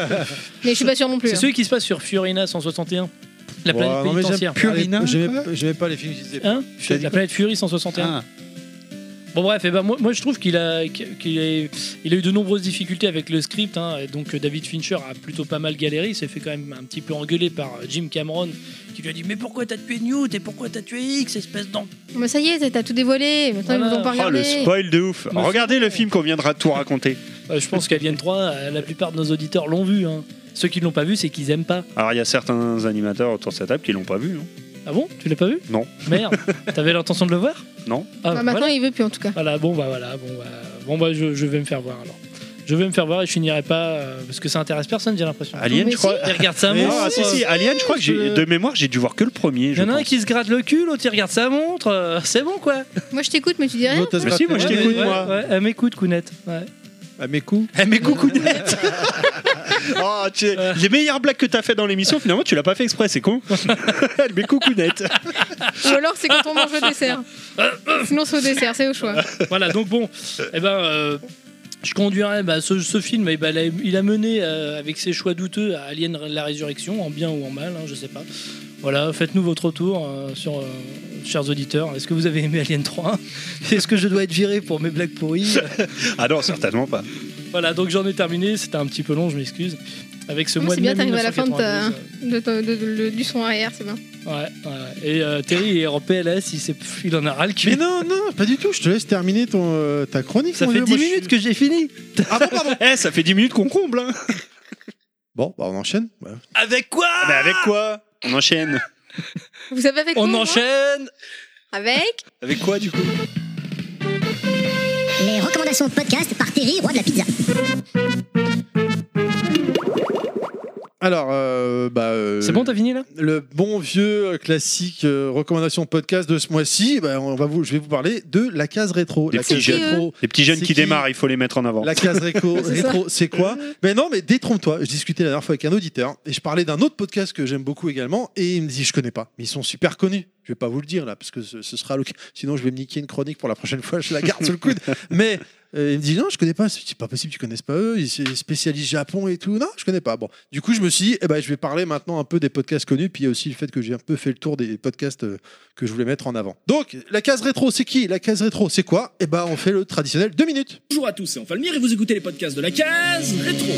S6: Mais je suis pas sûr non plus.
S5: C'est
S6: hein.
S5: celui qui se passe sur Furina 161, la
S3: Ouais,
S5: planète
S3: non, mais j'aime
S5: pénitentiaire.
S3: pas les-
S9: Purina,
S3: J'aimais
S9: quoi
S3: j'aimais pas les films qui disaient.
S5: Hein
S3: T'as dit
S5: la planète Fury 161. Bon bref, et ben moi, moi je trouve qu'il a, qu'il est- il a eu de nombreuses difficultés avec le script. hein. Et donc euh, David Fincher a plutôt pas mal galéré. Il s'est fait quand même un petit peu engueuler par euh, Jim Cameron qui lui a dit mais pourquoi t'as tué Newt et pourquoi t'as tué X espèce d'en...
S6: Mais bah, ça y est, t'as tout dévoilé. Maintenant, ils
S5: Voilà.
S6: nous ont pas
S4: oh, le
S6: regardé.
S4: spoil de ouf.
S5: Mais
S4: Regardez
S5: c'est
S4: le
S5: bon.
S4: film qu'on viendra de tout raconter.
S5: Euh, je pense qu'Alien 3, euh, la plupart de nos auditeurs l'ont vu. hein. Ceux qui ne l'ont pas vu, c'est qu'ils aiment pas.
S4: Alors, il y a certains animateurs autour de cette table qui l'ont pas vu. hein.
S5: Ah bon Tu l'as pas vu
S4: Non.
S5: Merde. T'avais l'intention de le voir
S4: Non.
S5: Ah,
S6: Bah,
S5: voilà.
S6: maintenant, il veut plus en tout cas.
S5: Voilà, bon bah voilà, bon bah, bon, bah je, je vais me faire voir alors. Je vais me faire voir et je finirai pas euh, parce que ça intéresse personne, j'ai l'impression.
S4: Alien,
S6: mais
S4: je crois.
S5: Il regarde ça à
S3: Mais
S5: montre.
S4: Ah, si, si, Alien, je crois que j'ai- de mémoire, j'ai dû voir que le premier.
S5: Il
S4: je
S5: y en a un
S4: pense.
S5: qui se gratte le cul, l'autre il regarde sa montre. euh, c'est bon quoi.
S6: Moi, je t'écoute, mais tu dis rien.
S3: L'autre, elle se
S4: Mais si,
S3: gratte
S4: moi, je
S3: les-
S4: t'écoute,
S5: Ouais,
S4: moi.
S5: ouais, elle m'écoute, Kounette. Ouais.
S3: à mes coups.
S4: Eh mais coucou Net Oh, tu- Les meilleures blagues que t'as fait dans l'émission, finalement, tu l'as pas fait exprès, c'est con. mais coucou Net
S6: Ou alors c'est quand on mange le dessert. Sinon c'est au dessert, c'est au choix.
S5: voilà, donc bon, eh ben, euh, je conduirais bah, ce, ce film, eh ben, il a- il a mené euh, avec ses choix douteux à Alien la résurrection, en bien ou en mal, hein, je sais pas. Voilà, faites-nous votre retour, euh, sur, euh, chers auditeurs. Est-ce que vous avez aimé Alien 3 Est-ce que je dois être viré pour mes blagues pourries
S4: Ah non, certainement pas.
S5: Voilà, donc j'en ai terminé. C'était un petit peu long, je m'excuse. Avec ce
S6: Non,
S5: mois
S6: c'est
S5: de
S6: bien,
S5: mai
S6: t'arrives à la fin de ta-
S5: 1992,
S6: De ton- de- de- le- du son arrière, c'est bien.
S5: euh, Ouais, ouais. Et euh, Terry est en PLS, il, s'est- il en a ras le cul.
S3: Mais non, non, pas du tout. Je te laisse terminer ton, euh, ta chronique.
S5: ça
S3: mon
S5: fait
S3: vieux.
S5: 10
S3: Moi, je suis-
S5: minutes que j'ai fini.
S4: Ah bon, pardon Eh, ça fait 10 minutes qu'on comble, hein
S3: Bon, bah on enchaîne. Ouais.
S5: Avec quoi
S4: Ah, Mais avec quoi On enchaîne.
S6: Vous savez avec
S5: On
S6: quoi, moi
S5: enchaîne
S6: Avec
S4: Avec quoi, du coup
S1: Les recommandations podcast par Terry, roi de la pizza.
S3: Alors, euh, bah. euh,
S5: C'est bon, t'as fini là
S3: le bon vieux euh, classique euh, recommandation podcast de ce mois-ci, bah, on va vous, je vais vous parler de la case rétro.
S4: Des
S3: la
S4: petits
S3: case
S4: jeunes.
S3: rétro.
S4: Les petits jeunes
S3: C'est
S4: qui,
S3: qui
S4: démarrent, il faut les mettre en avant.
S3: La case réco-
S6: C'est ça. Euh.
S3: rétro, c'est quoi Mais non, mais détrompe-toi. Je discutais la dernière fois avec un auditeur et je parlais d'un autre podcast que j'aime beaucoup également et il me dit je connais pas. Mais ils sont super connus. Je vais pas vous le dire là parce que ce, ce sera le... sinon je vais me niquer une chronique pour la prochaine fois. Je la garde sous le coude. Mais euh, il me dit non, je connais pas. C'est pas possible, tu connaisses pas eux. Ils se spécialisent Japon et tout. Non, je connais pas. Bon, du coup je me suis dit eh ben je vais parler maintenant un peu des podcasts connus puis il y a aussi le fait que j'ai un peu fait le tour des podcasts euh, que je voulais mettre en avant. Donc la case rétro, c'est qui La case rétro, c'est quoi Eh ben on fait le traditionnel deux minutes.
S8: Bonjour à tous, c'est Enfalmir et vous écoutez les podcasts de la case rétro.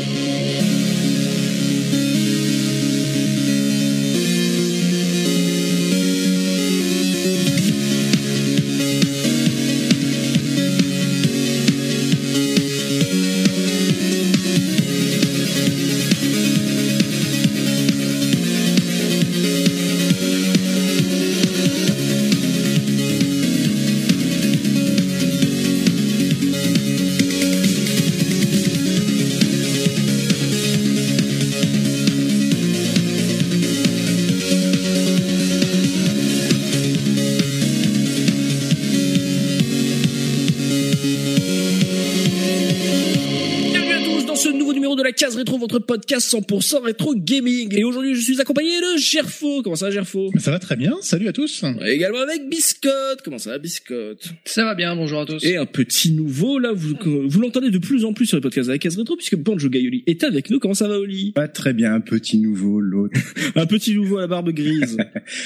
S8: Bienvenue à tous dans ce nouveau numéro de la case rétro, votre podcast 100% rétro gaming. Et aujourd'hui, je suis accompagné de Gerfo. Comment ça, Gerfo
S10: Ça va très bien, salut à tous.
S8: Et Également avec Biscotte. Comment ça, Biscotte
S11: Ça va bien, bonjour à tous.
S8: Et un petit nouveau, là, vous, que vous l'entendez de plus en plus sur les podcasts de la case rétro, puisque Banjo Gaioli est avec nous. Comment ça va, Oli
S10: Pas très bien, un petit nouveau, l'autre.
S8: Un petit nouveau à la barbe grise.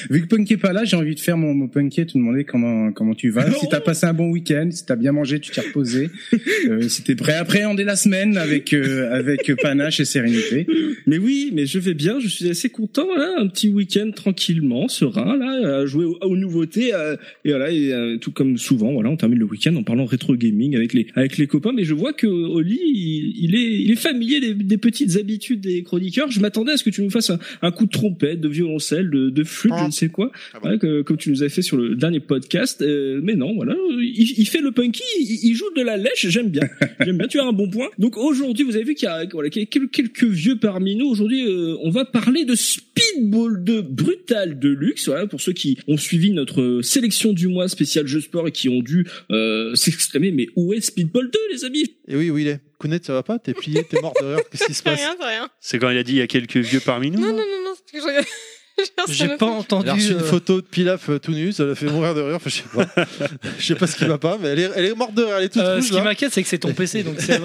S10: Vu que Punk est pas là, j'ai envie de faire mon, mon punky et te demander comment comment tu vas, si t'as passé un bon week-end, si t'as bien mangé, tu t'es reposé, euh, si t'es prêt à appréhender la semaine avec euh, avec panache et sérénité.
S8: Mais oui, mais je vais bien, je suis assez content, voilà, un petit week-end tranquillement, serein, là, à jouer aux, aux nouveautés, euh, et voilà, et, euh, tout comme souvent, voilà, on termine le week-end en parlant rétro gaming avec les avec les copains, mais je vois que Oli, il, il est il est familier des, des petites habitudes des chroniqueurs. Je m'attendais à ce que tu nous fasses un, un coup de trompette, de violoncelle, de, de flûte, je ne sais quoi,
S3: Ah bon.
S8: voilà, que- comme tu nous as fait sur le dernier podcast, euh, mais non, voilà, il, il fait le punky, il, il joue de la lèche, j'aime bien. J'aime bien, tu as un bon point. Donc aujourd'hui, vous avez vu qu'il y a voilà, qu'il y a quel- quelques vieux parmi nous. Aujourd'hui, euh, on va parler de Speedball 2 Brutal Deluxe. Voilà, pour ceux qui ont suivi notre sélection du mois spécial jeu sport et qui ont dû euh, s'exclamer, mais où est Speedball 2, les amis
S3: Et oui, oui, il est. Kounet, ça va pas T'es plié, t'es mort de rire, qu'est-ce qui se
S6: T'as
S3: passe
S6: rien, t'as rien.
S4: C'est quand il a dit il y a quelques vieux parmi nous.
S6: Non, non, non, non, c'est que je regarde- je regarde ça
S5: J'ai
S6: me
S5: pas
S6: fait-
S5: entendu.
S3: Il a reçu une
S5: euh,
S3: photo de Pilaf euh, tout nu, ça l'a fait mourir de rire, enfin, je sais pas. je sais pas ce qui va pas, mais elle est, elle est morte de rire, elle est toute
S5: euh,
S3: rouge, hein.
S5: ce qui
S3: là.
S5: m'inquiète, c'est que c'est ton PC, donc c'est.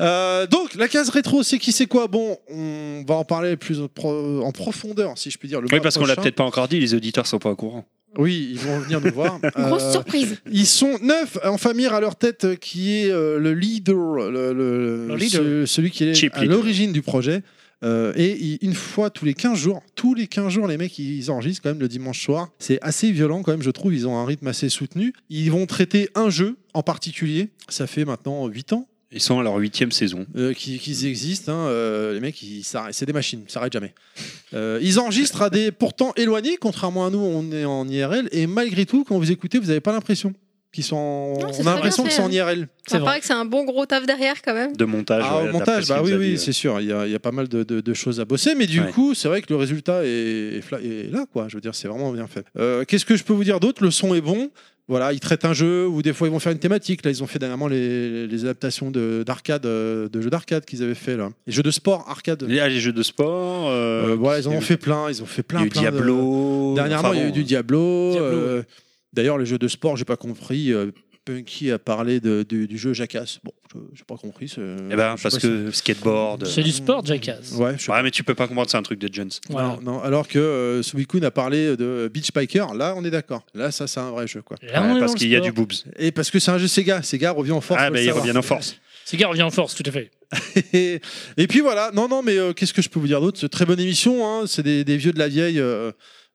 S3: Euh, donc, la case rétro, c'est qui, c'est quoi Bon, on va en parler plus en, pro- en profondeur, si je puis dire. Le
S4: Oui,
S3: mois
S4: parce qu'on l'a
S3: prochain.
S4: peut-être pas encore dit, les auditeurs sont pas au courant.
S3: Oui, ils vont venir nous voir.
S6: Grosse
S3: Euh,
S6: surprise.
S3: Ils sont neuf en famille à leur tête euh, qui est euh, le leader, le, le-
S5: Le leader.
S3: ce- celui qui est
S4: Chip
S3: à
S4: leader.
S3: l'origine du projet. Euh, et ils- une fois tous les 15 jours, tous les 15 jours, les mecs ils enregistrent quand même le dimanche soir. C'est assez violent quand même, je trouve. Ils ont un rythme assez soutenu. Ils vont traiter un jeu en particulier. Ça fait maintenant 8 ans
S4: Ils sont à leur huitième saison.
S3: euh, qui- qu'ils existent. hein, euh, les mecs, ils s'arrêtent. C'est des machines, ils s'arrêtent jamais. Euh, ils enregistrent à des pourtant éloignés, contrairement à nous, on est en IRL. Et malgré tout, quand vous écoutez, vous n'avez pas l'impression. qui sont en-
S6: Non, c'est
S3: on
S6: très
S3: a l'impression
S6: bien
S3: que
S6: fait,
S3: c'est en
S6: hein.
S3: IRL.
S6: Ça paraît que c'est un bon gros taf derrière quand même.
S4: de montage.
S3: Ah,
S4: ouais,
S3: au
S4: d'après
S3: montage,
S4: ce
S3: bah
S4: qu'il
S3: oui,
S4: nous a
S3: oui,
S4: dit,
S3: c'est sûr. Il y, a, il y a pas mal de, de- de choses à bosser, mais du
S4: Ouais.
S3: coup, c'est vrai que le résultat est, est fla- est là, quoi. Je veux dire, c'est vraiment bien fait. Euh, Qu'est-ce que je peux vous dire d'autre Le son est bon. Voilà, ils traitent un jeu ou des fois ils vont faire une thématique. Là, ils ont fait dernièrement les, les adaptations de d'arcade, euh, de jeux d'arcade qu'ils avaient fait là. Les jeux de sport arcade.
S4: Il y a les jeux de sport.
S3: Euh, voilà, ils en ont fait plein. Ils ont fait plein.
S4: Il y a eu
S3: plein
S4: Diablo.
S3: De... Dernièrement,
S4: Enfin,
S3: il y a eu
S4: bon.
S3: du Diablo.
S4: Diablo.
S3: euh, D'ailleurs, les jeux de sport, j'ai pas compris. euh, Punky a parlé de- du, du jeu Jackass. Bon, je- j'ai pas compris. c'est-
S4: Eh
S3: je
S4: ben,
S3: sais
S4: parce
S3: pas
S4: que skateboard. euh,
S5: C'est du sport, Jackass.
S3: Ouais,
S4: mais tu peux pas comprendre, c'est un truc de Jones.
S5: Voilà.
S3: Non, non, alors que euh, Suicune a parlé de Beach Biker, là on est d'accord. Là ça c'est un vrai jeu quoi.
S5: Là, on est
S4: parce
S5: dans le
S4: qu'il y a
S5: sport.
S4: du boobs.
S3: Et parce que c'est un jeu Sega, Sega revient en force.
S4: ah,
S3: faut le
S4: bah, ils
S3: savoir.
S4: reviennent en force.
S5: C'est gars revient en force, tout à fait.
S3: et, et puis voilà, non, non, mais euh, qu'est-ce que je peux vous dire d'autre C'est Très bonne émission, hein, c'est des, des vieux de la vieille. euh,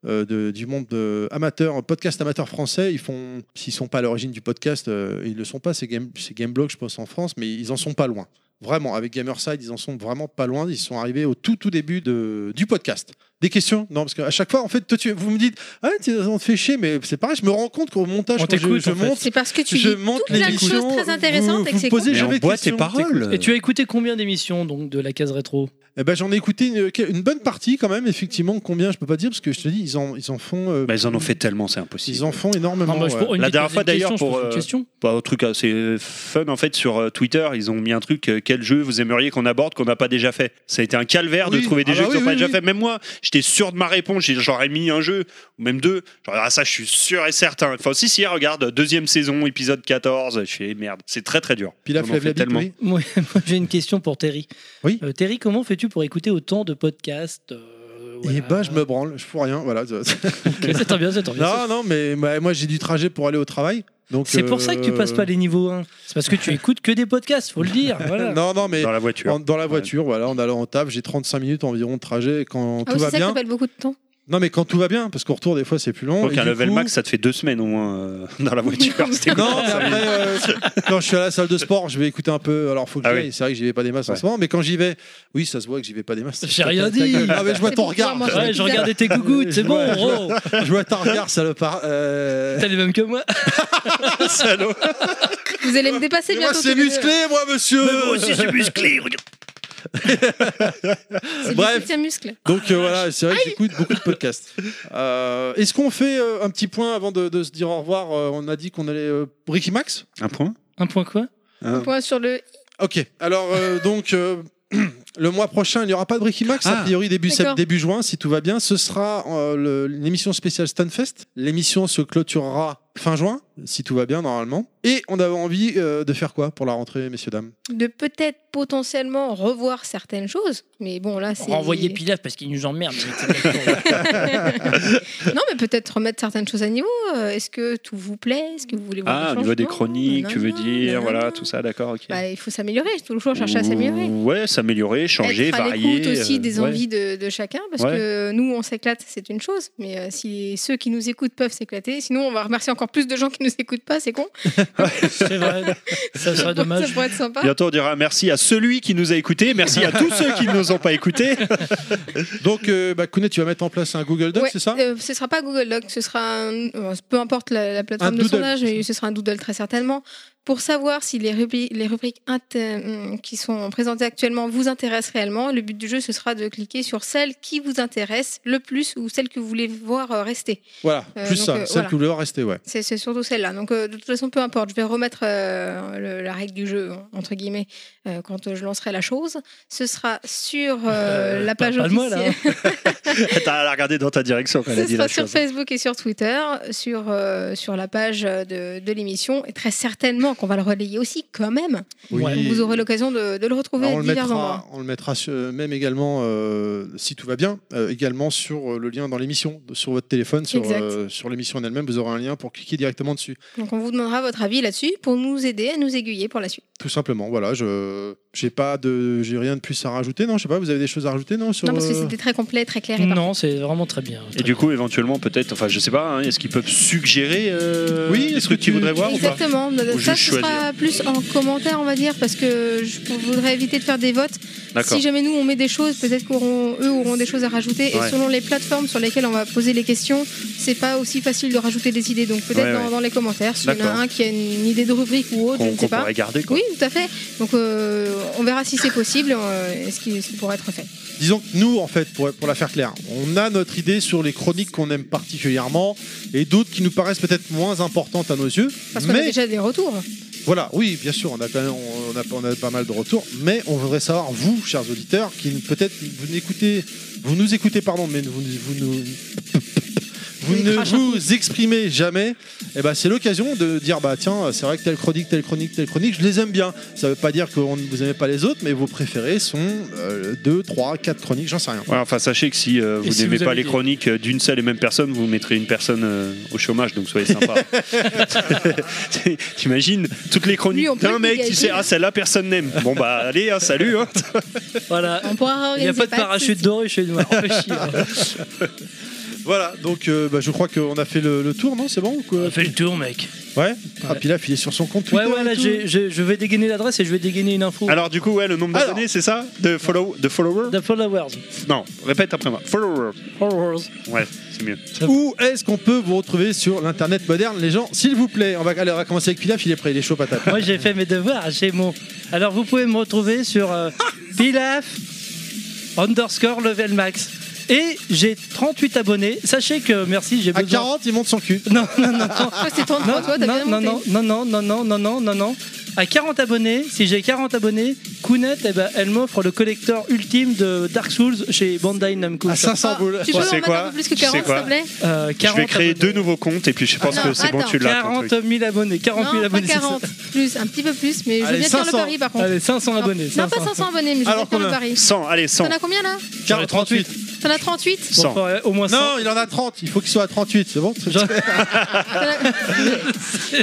S3: euh, de- du monde euh, amateur, podcast amateur français, ils font, s'ils sont pas à l'origine du podcast, euh, ils le sont pas, c'est Game, c'est Gameblog, je pense, en France, mais ils en sont pas loin. Vraiment, avec Gamerside, ils en sont vraiment pas loin. Ils sont arrivés au tout, tout début de, du podcast. Des questions Non, parce qu'à chaque fois, en fait, toi, tu, vous me dites, ah, tu- on te fait chier, mais c'est pareil, je me rends compte qu'au montage,
S5: On
S3: quand je,
S5: t'écoute,
S3: je
S5: en fait.
S3: monte,
S6: C'est parce que tu
S3: je
S6: dis
S3: monte
S6: tout plein de
S3: l'émission,
S6: choses très intéressantes
S3: vous-
S6: et
S3: vous
S6: que c'est
S3: posez
S6: cool.
S4: Mais
S3: jamais
S4: on
S3: de
S4: boit tes
S3: questions.
S4: paroles.
S5: Et tu as écouté combien d'émissions donc de la case rétro
S3: Eh ben, j'en ai écouté une, une bonne partie quand même, effectivement. Combien je peux pas dire parce que je te dis, ils en, ils en font, euh,
S4: Bah, ils en ont fait tellement, c'est impossible.
S3: ils en font énormément.
S5: Non, bah, je
S3: ouais.
S5: pour- une
S4: La
S5: petite-
S4: dernière fois,
S5: une question,
S4: d'ailleurs,
S5: je pose
S4: pour,
S5: une
S4: euh,
S5: question.
S4: Bah, un truc assez fun en fait sur euh, Twitter, ils ont mis un truc euh, quel jeu vous aimeriez qu'on aborde qu'on n'a pas déjà fait. Ça a été un calvaire de
S3: Oui.
S4: trouver des
S3: Ah
S4: jeux
S3: bah
S4: qui
S3: oui,
S4: n'ont pas
S3: oui,
S4: déjà
S3: oui.
S4: fait. Même moi, j'étais sûr de ma réponse, j'ai- j'aurais mis un jeu ou même deux. Genre, ah ça je suis sûr et certain. Enfin si si regarde deuxième saison épisode 14, je fais merde, c'est très très dur.
S3: Pilaf
S4: On en
S3: lève
S4: fait
S3: la bite,
S4: tellement.
S3: oui.
S5: Moi, moi, j'ai une question pour Terry.
S3: Oui.
S5: Euh, Terry, comment fais-tu pour écouter autant de podcasts euh, voilà.
S3: Et bah, je me branle, je fous rien, voilà.
S5: Ok, C'est très bien, c'est très bien.
S3: non, non, mais bah, moi j'ai du trajet pour aller au travail, donc.
S5: C'est pour
S3: euh,
S5: ça que tu passes pas les niveaux 1. C'est parce que tu écoutes que des podcasts, faut le dire. Voilà.
S3: euh, Non, non, mais
S4: Dans
S3: en-
S4: la voiture.
S3: dans, la voiture, voilà, en allant en table, j'ai 35 minutes environ de trajet quand
S6: Ah
S3: tout
S6: oui,
S3: va
S6: c'est ça qui
S3: bien.
S6: t'appelle beaucoup de temps.
S3: Non, mais quand tout va bien, parce qu'au retour des fois c'est plus long.
S4: Donc
S3: et
S4: un
S3: du
S4: level
S3: coup-
S4: max ça te fait deux semaines au moins euh, dans la voiture. C'était
S3: Non,
S4: cool.
S3: mais après, euh, quand je suis à la salle de sport, je vais écouter un peu. Alors, faut que
S4: Ah
S3: j'y
S4: oui.
S3: aille. C'est vrai que j'y vais pas des masses en
S4: Ouais.
S3: ce moment, mais quand j'y vais, oui, ça se voit que j'y vais pas des masses.
S5: J'ai rien dit.
S3: Ah, mais je vois
S6: C'est
S3: ton
S6: pour pouvoir
S3: regard.
S6: manger.
S5: Ouais, je regardais tes gougouttes, c'est bon,
S3: Ouais, je
S5: gros.
S3: Je vois ton regard, salopard. Euh...
S5: T'as les mêmes que moi.
S3: Salaud.
S6: Vous allez me dépasser
S3: Mais Moi,
S6: bientôt.
S3: c'est
S6: tous les deux.
S3: musclé, moi, monsieur.
S4: c'est musclé.
S6: C'est le
S3: Bref.
S6: septième muscle.
S3: Donc euh, voilà, c'est vrai que j'écoute beaucoup de podcasts. Euh, Est-ce qu'on fait euh, un petit point avant de, de se dire au revoir Euh, On a dit qu'on allait euh, Ricky Max.
S4: Un point.
S5: Un point quoi
S6: Point sur le.
S3: Ok. Alors euh, donc. euh, Le mois prochain, il n'y aura pas de Ricky Max, a
S4: Ah.
S3: priori début, sept-
S6: D'accord.
S3: début juin, si tout va bien. Ce sera euh, le- l'émission spéciale Stanfest. L'émission se clôturera fin juin, si tout va bien normalement. Et on avait envie euh, de faire quoi pour la rentrée, messieurs, dames
S6: De peut-être potentiellement revoir certaines choses. Mais bon, là, c'est.
S5: Renvoyer Pilaf parce qu'il nous emmerde.
S6: Non, mais peut-être remettre certaines choses à niveau. Euh, Est-ce que tout vous plaît Est-ce que vous voulez voir
S4: Ah, au niveau des
S6: changements euh,
S4: chroniques, tu veux
S6: Nanana,
S4: dire,
S6: nanana.
S4: voilà, tout ça, d'accord, ok.
S6: Bah, il faut s'améliorer. Toujours chercher à s'améliorer.
S4: Ouais, s'améliorer, changer,
S6: Être à
S4: varier.
S6: l'écoute aussi
S4: euh,
S6: des
S4: ouais.
S6: envies de, de chacun, parce
S4: Ouais.
S6: que nous, on s'éclate, c'est une chose, mais euh, si ceux qui nous écoutent peuvent s'éclater, sinon on va remercier encore plus de gens qui nous écoutent pas, c'est con.
S5: C'est vrai. Ça serait
S6: Ça
S5: dommage.
S6: pourrait être sympa.
S4: Bientôt, on dira merci à celui qui nous a écoutés, merci à tous ceux qui ne nous ont pas écoutés.
S3: Donc, euh, bah, Kounet, tu vas mettre en place un Google Doc,
S6: Ouais,
S3: c'est ça
S6: euh, Ce sera pas Google Doc, ce sera un- euh, peu importe la, la
S3: Un
S6: plateforme de
S3: doodle.
S6: sondage, mais ce sera un doodle très certainement pour savoir si les, rubri- les rubriques inter- hum, qui sont présentées actuellement vous intéressent réellement. Le but du jeu, ce sera de cliquer sur celle qui vous intéresse le plus ou celle que vous voulez voir euh, rester.
S3: Voilà,
S6: Euh,
S3: plus
S6: donc,
S3: ça,
S6: euh,
S3: celle
S6: voilà.
S3: que vous voulez voir rester, ouais.
S6: C'est c'est surtout celle-là. Donc, euh, de toute façon, peu importe. Je vais remettre euh, le- la règle du jeu, hein, entre guillemets, euh, quand euh, je lancerai la chose. Ce sera sur euh,
S5: Euh,
S6: la page
S5: parle pas de moi,
S6: officielle.
S5: là.
S4: T'as à la regarder dans ta direction quand elle a
S6: Ce
S4: dit la
S6: sera sur
S4: chose.
S6: Facebook et sur Twitter, sur, euh, sur la page de, de l'émission. Et très certainement qu'on va le relayer aussi, quand même.
S5: Ouais.
S6: Vous aurez l'occasion de, de le retrouver
S3: Alors, on,
S6: à
S3: le
S6: divers endroits.
S3: mettra, on le mettra sur- même également, euh, si tout va bien, euh, également sur euh, le lien dans l'émission, de- sur votre téléphone, sur,
S6: Exact.
S3: euh, sur l'émission en elle-même, vous aurez un lien pour cliquer directement dessus.
S6: Donc, on vous demandera votre avis là-dessus pour nous aider à nous aiguiller pour la suite.
S3: Tout simplement, voilà, je... J'ai pas de, j'ai rien de plus à rajouter. Non, je sais pas. Vous avez des choses à rajouter, non sur,
S6: Non, parce que
S3: euh,
S6: c'était très complet, très
S4: Mm.
S6: clair et parfait.
S5: Non, c'est vraiment très bien.
S4: Et du coup, éventuellement, peut-être, enfin, je sais pas, hein, est-ce qu'ils peuvent suggérer euh,
S3: Oui,
S4: des
S3: est-ce
S4: trucs
S3: que
S4: qu'ils
S3: tu-
S4: voudraient voir ou pas
S6: Exactement.
S4: Ou
S6: ça,
S4: juste
S6: ce sera
S4: choisir.
S6: plus en commentaire, on va dire, parce que je voudrais éviter de faire des votes.
S4: D'accord.
S6: Si jamais nous, on met des choses, peut-être qu'eux auront des choses à rajouter.
S4: Ouais.
S6: Et selon les plateformes sur lesquelles on va poser les questions, c'est pas aussi facile de rajouter des idées. Donc peut-être
S4: Ouais,
S6: dans,
S4: ouais.
S6: dans les commentaires, s'il y en a
S4: D'accord.
S6: un qui a une, une idée de rubrique ou autre,
S4: Qu'on-
S6: je ne
S4: qu'on
S6: sais pas.
S4: pourrait garder, quoi.
S6: Oui, tout à fait. Donc euh, on verra si c'est possible, euh, et ce qui, ce qui pourrait être fait.
S3: Disons que nous, en fait, pour, pour la faire claire, on a notre idée sur les chroniques qu'on aime particulièrement et d'autres qui nous paraissent peut-être moins importantes à nos yeux.
S6: Parce qu'on a
S3: mais
S6: déjà des retours.
S3: voilà, oui, bien sûr, on a, quand même- on, a, on a pas mal de retours, mais on voudrait savoir, vous, chers auditeurs, qui peut-être vous n'écoutez, vous nous écoutez, pardon, mais vous, vous nous- vous ne vous exprimez jamais, et ben c'est l'occasion de dire bah tiens c'est vrai que telle chronique, telle chronique, telle chronique, je les aime bien. Ça veut pas dire que on- vous aimez pas les autres, mais vos préférés sont euh, 2, 3, 4 chroniques, j'en sais rien.
S4: Ouais, enfin, sachez que si euh, vous
S5: Et si
S4: n'aimez
S5: vous
S4: pas
S5: avez
S4: les
S5: des-
S4: chroniques euh, d'une seule et même personne, vous mettrez une personne euh, au chômage, donc soyez sympa. T'imagines toutes les
S6: Lui,
S4: chroniques
S6: on peut
S4: d'un
S6: le
S4: mec qui
S6: dégager.
S4: sait ah celle-là personne n'aime. Bon bah allez hein, salut. hein.
S5: Voilà.
S6: On pourra
S5: Il
S6: organiser.
S5: n'y a pas de parachute doré chez nous. on fait chier. hein.
S3: Voilà, donc euh, bah, je crois qu'on a fait le, le tour, non C'est bon ou quoi
S5: On fait le tour, mec.
S3: Ouais. Ah, puis là, il est sur son compte.
S5: Ouais,
S3: Twitter
S5: ouais,
S3: et
S5: là,
S3: tout.
S5: j'ai- j'ai- je vais dégainer l'adresse et je vais dégainer une info.
S4: Alors du coup ouais le nombre
S3: Alors.
S4: d'abonnés c'est ça de follow de followers
S5: The followers.
S4: non répète après moi followers
S5: Followers.
S4: ouais c'est mieux.
S3: Où est-ce qu'on peut vous retrouver sur l'internet moderne, les gens S'il vous plaît, on va, allez, on va commencer avec Pilaf, il est prêt, il est chaud patate.
S5: Moi, j'ai fait mes devoirs, j'ai mon. Alors, vous pouvez me retrouver sur euh, Pilaf underscore level max. Et j'ai 38 abonnés. Sachez que, merci, j'ai
S3: À
S5: besoin.
S3: 40, il monte son cul.
S5: Non, non, non, non.
S6: Je crois que c'est 33, toi, euh, t'as bien
S5: non,
S6: monté.
S5: non, non, non, non, non, non, non, non, non. À 40 abonnés, si j'ai 40 abonnés, Kounet, eh ben, elle m'offre le collector ultime de Dark Souls chez Bandai Namco.
S3: À 500
S6: Ah,
S3: boules.
S6: Tu peux en
S4: sais
S6: mettre
S4: quoi
S6: un peu plus que
S4: Tu sais
S6: 40, s'il
S4: quoi
S6: te plaît
S5: Euh, 40
S4: Je vais créer
S5: abonnés.
S4: deux nouveaux comptes et puis je pense
S6: Ah,
S4: que
S6: non,
S4: c'est bon
S6: attends.
S4: tu l'as. ton
S5: 40
S4: truc.
S5: 000 abonnés, 40 000
S6: Non, pas
S5: abonnés.
S6: 40, plus, un petit peu plus, mais je veux
S3: Allez,
S6: bien faire le
S3: 500.
S6: pari par contre.
S5: Allez, 500 abonnés.
S6: Non, pas 500 abonnés, mais je veux
S3: Alors
S6: bien faire le
S3: combien
S6: pari.
S4: 100 allez 100
S6: T'en as combien là
S3: 40, 38.
S6: T'en as 38
S5: Bon,
S4: 100.
S5: faudrait au moins 100.
S3: Non, il en a 30, il faut qu'il soit à 38, c'est bon
S5: Genre-
S6: T'en as-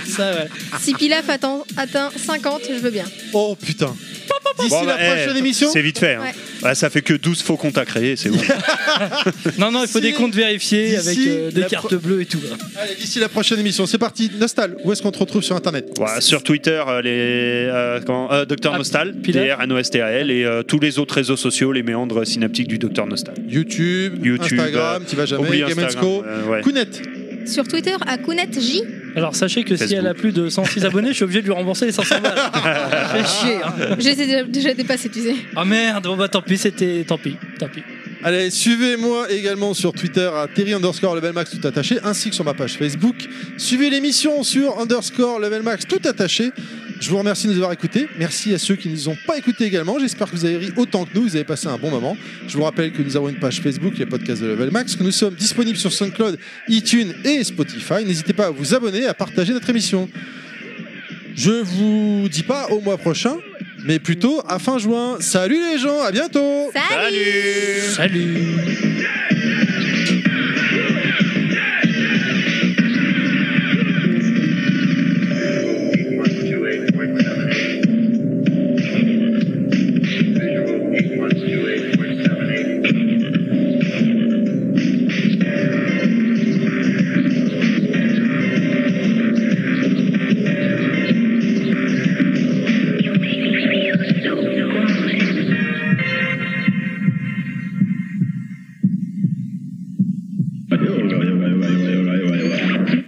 S5: Ça, ouais.
S6: Si Pilaf atteint, atteint 50, je veux bien.
S3: Oh putain. D'ici
S4: Bon,
S3: la
S4: bah, eh,
S3: prochaine émission,
S4: C'est vite fait. hein.
S6: Ouais.
S4: Bah, ça fait que 12 faux comptes à créer, c'est bon.
S5: Non, non, il faut
S3: Si-
S5: des comptes vérifiés
S3: d'ici
S5: avec euh, des
S3: la
S5: cartes
S3: pro-
S5: bleues et tout.
S3: allez, d'ici la prochaine émission, c'est parti. Nostal, où est-ce qu'on te retrouve sur internet
S4: Ouais, sur Twitter, euh, les euh, comment, euh, Dr
S5: Ah,
S4: Nostal,
S5: Pilaf.
S4: DR N O S T A L et euh, tous les autres réseaux sociaux, les méandres synaptiques du Dr Nostal.
S3: YouTube,
S4: YouTube,
S3: Instagram,
S4: euh,
S3: tu vas jamais,
S4: oublie
S3: Game and
S4: Instagram,
S3: Co.
S4: euh, ouais.
S3: Kounet,
S6: Sur Twitter, à Kounet J.
S5: Alors sachez que si
S4: Facebook.
S5: elle a plus de 106 abonnés, je suis obligé de lui rembourser les 500 balles. Ça fait chier. hein.
S6: J'ai déjà, déjà dépassé, tu sais.
S5: Ah merde, bon bah tant pis, c'était. Tant pis, tant pis.
S3: Allez, suivez-moi également sur Twitter à Terry underscore Level Max tout attaché, ainsi que sur ma page Facebook. Suivez l'émission sur underscore Level Max tout attaché. Je vous remercie de nous avoir écoutés. Merci à ceux qui ne nous ont pas écoutés également. J'espère que vous avez ri autant que nous, vous avez passé un bon moment. Je vous rappelle que nous avons une page Facebook, les podcasts de Level Max, que nous sommes disponibles sur SoundCloud, iTunes et Spotify. N'hésitez pas à vous abonner et à partager notre émission. Je vous dis pas au mois prochain, mais plutôt à fin juin. Salut les gens, à bientôt
S4: Salut
S5: Salut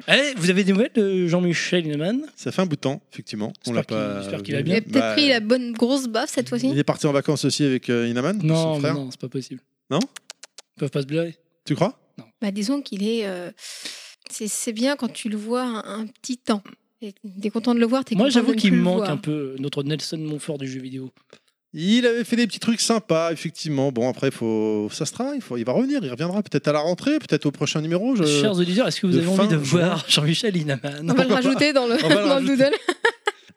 S5: Eh, vous avez des nouvelles de Jean-Michel Hinaman
S3: Ça fait un bout de temps, effectivement. On
S5: J'espère
S3: l'a
S5: qu'il-
S3: pas.
S5: j'espère qu'il va
S6: Il
S5: bien.
S6: a
S3: Bah,
S6: peut-être pris la bonne grosse baffe cette fois-ci.
S3: il est parti en vacances aussi avec euh, Inaman,
S5: Non,
S3: son
S5: mais
S3: frère.
S5: non, c'est pas possible.
S3: Non
S5: Ils peuvent pas se blairer.
S3: Tu crois
S6: Bah, disons qu'il est. euh, c'est- C'est bien quand tu le vois un, un petit temps. Et T'es content de le voir, t'es
S5: Moi
S6: content de
S5: j'avoue
S6: ne
S5: qu'il
S6: plus le
S5: me manque
S6: voir.
S5: un peu euh, notre Nelson Montfort du jeu vidéo.
S3: Il avait fait des petits trucs sympas, effectivement. Bon, après, faut... ça se travaille. Faut... Il va revenir, il reviendra peut-être à la rentrée, peut-être au prochain numéro. je-
S5: Chers auditeurs, est-ce que vous
S3: Euh, de
S5: avez envie
S3: fin
S5: de
S3: juin.
S5: voir Jean-Michel Hinaman
S6: On va le rajouter dans le,
S3: On va le
S6: dans le
S3: rajouter.
S6: doodle.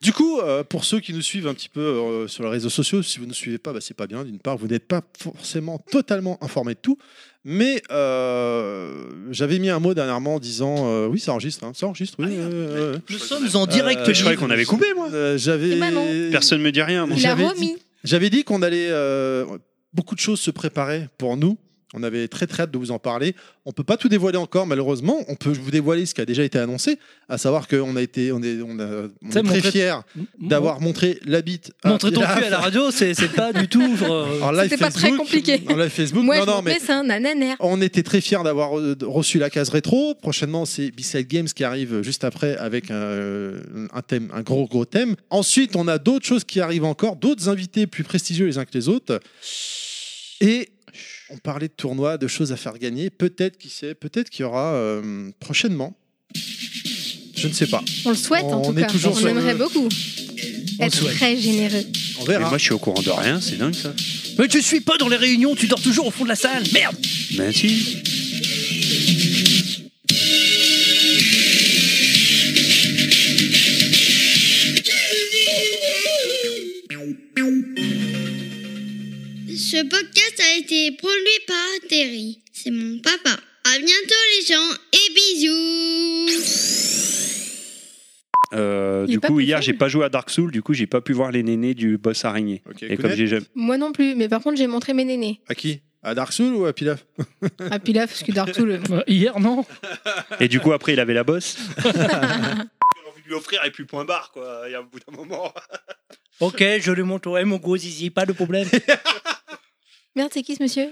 S3: Du coup, euh, pour ceux qui nous suivent un petit peu euh, sur les réseaux sociaux, si vous ne nous suivez pas, bah, c'est pas bien. D'une part, vous n'êtes pas forcément totalement informé de tout. Mais euh, j'avais mis un mot dernièrement en disant euh, Oui, ça enregistre, hein, ça enregistre,
S5: Ah,
S3: oui. euh, euh,
S4: Nous
S3: sommes en direct
S4: Je croyais qu'on avait coupé, moi.
S3: euh, j'avais.
S6: Eh ben non.
S4: Personne me dit rien. moi.
S6: Il a
S3: J'avais
S6: remis.
S3: J'avais dit qu'on allait euh, beaucoup de choses se préparer pour nous. On avait très très hâte de vous en parler. On peut pas tout dévoiler encore, malheureusement. On peut vous dévoiler ce qui a déjà été annoncé, à savoir qu'on a été, on est, on a, on
S5: T'sais,
S3: est très
S5: montrer-
S3: fiers d'avoir montré la bite. à
S5: Montrer ton
S3: Pilaf.
S5: cul à la radio, c'est c'est pas du tout. euh,
S3: En live
S6: C'était pas très
S3: Facebook,
S6: compliqué.
S3: En live Facebook,
S6: Moi,
S3: non,
S6: je
S3: non,
S6: vous
S3: mais
S6: mets ça, nananaire.
S3: on était très fiers d'avoir euh, reçu la case rétro. Prochainement, c'est B-Side Games qui arrive juste après avec euh, un thème, un gros gros thème. Ensuite, on a d'autres choses qui arrivent encore, d'autres invités plus prestigieux les uns que les autres. Et on parlait de tournois, de choses à faire gagner. Peut-être, qui sait, peut-être qu'il y aura euh, prochainement. Je ne sais pas.
S6: On le souhaite en
S3: On
S6: tout
S3: est
S6: cas.
S3: toujours
S6: on
S3: sur-
S6: aimerait beaucoup. Être très généreux.
S3: On verra.
S4: Mais moi, je suis au courant de rien, c'est dingue ça.
S5: Mais tu suis pas dans les réunions, tu dors toujours au fond de la salle, merde
S4: Mais si.
S12: Ce podcast a été produit par Terry. C'est mon papa. À bientôt les gens et bisous.
S4: Euh,
S6: Il est
S4: du
S6: pas
S4: coup,
S6: plus
S4: hier, j'ai pas joué à Dark Souls, du coup, j'ai pas pu voir les nénés du boss araignée. Et comme j'ai jamais.
S6: Moi non plus, mais par contre, j'ai montré mes nénés.
S3: À qui À Dark Souls ou à Pilaf
S6: Ah, puis là, parce que Dark Souls, le-
S5: Euh, Hier, non
S4: Et du coup, après, il avait la bosse. envie de lui offrir et puis point barre, quoi. Il y a un bout d'un moment.
S5: Ok, je le montre, ouais, mon gros zizi, pas de problème.
S6: Merde, c'est qui ce monsieur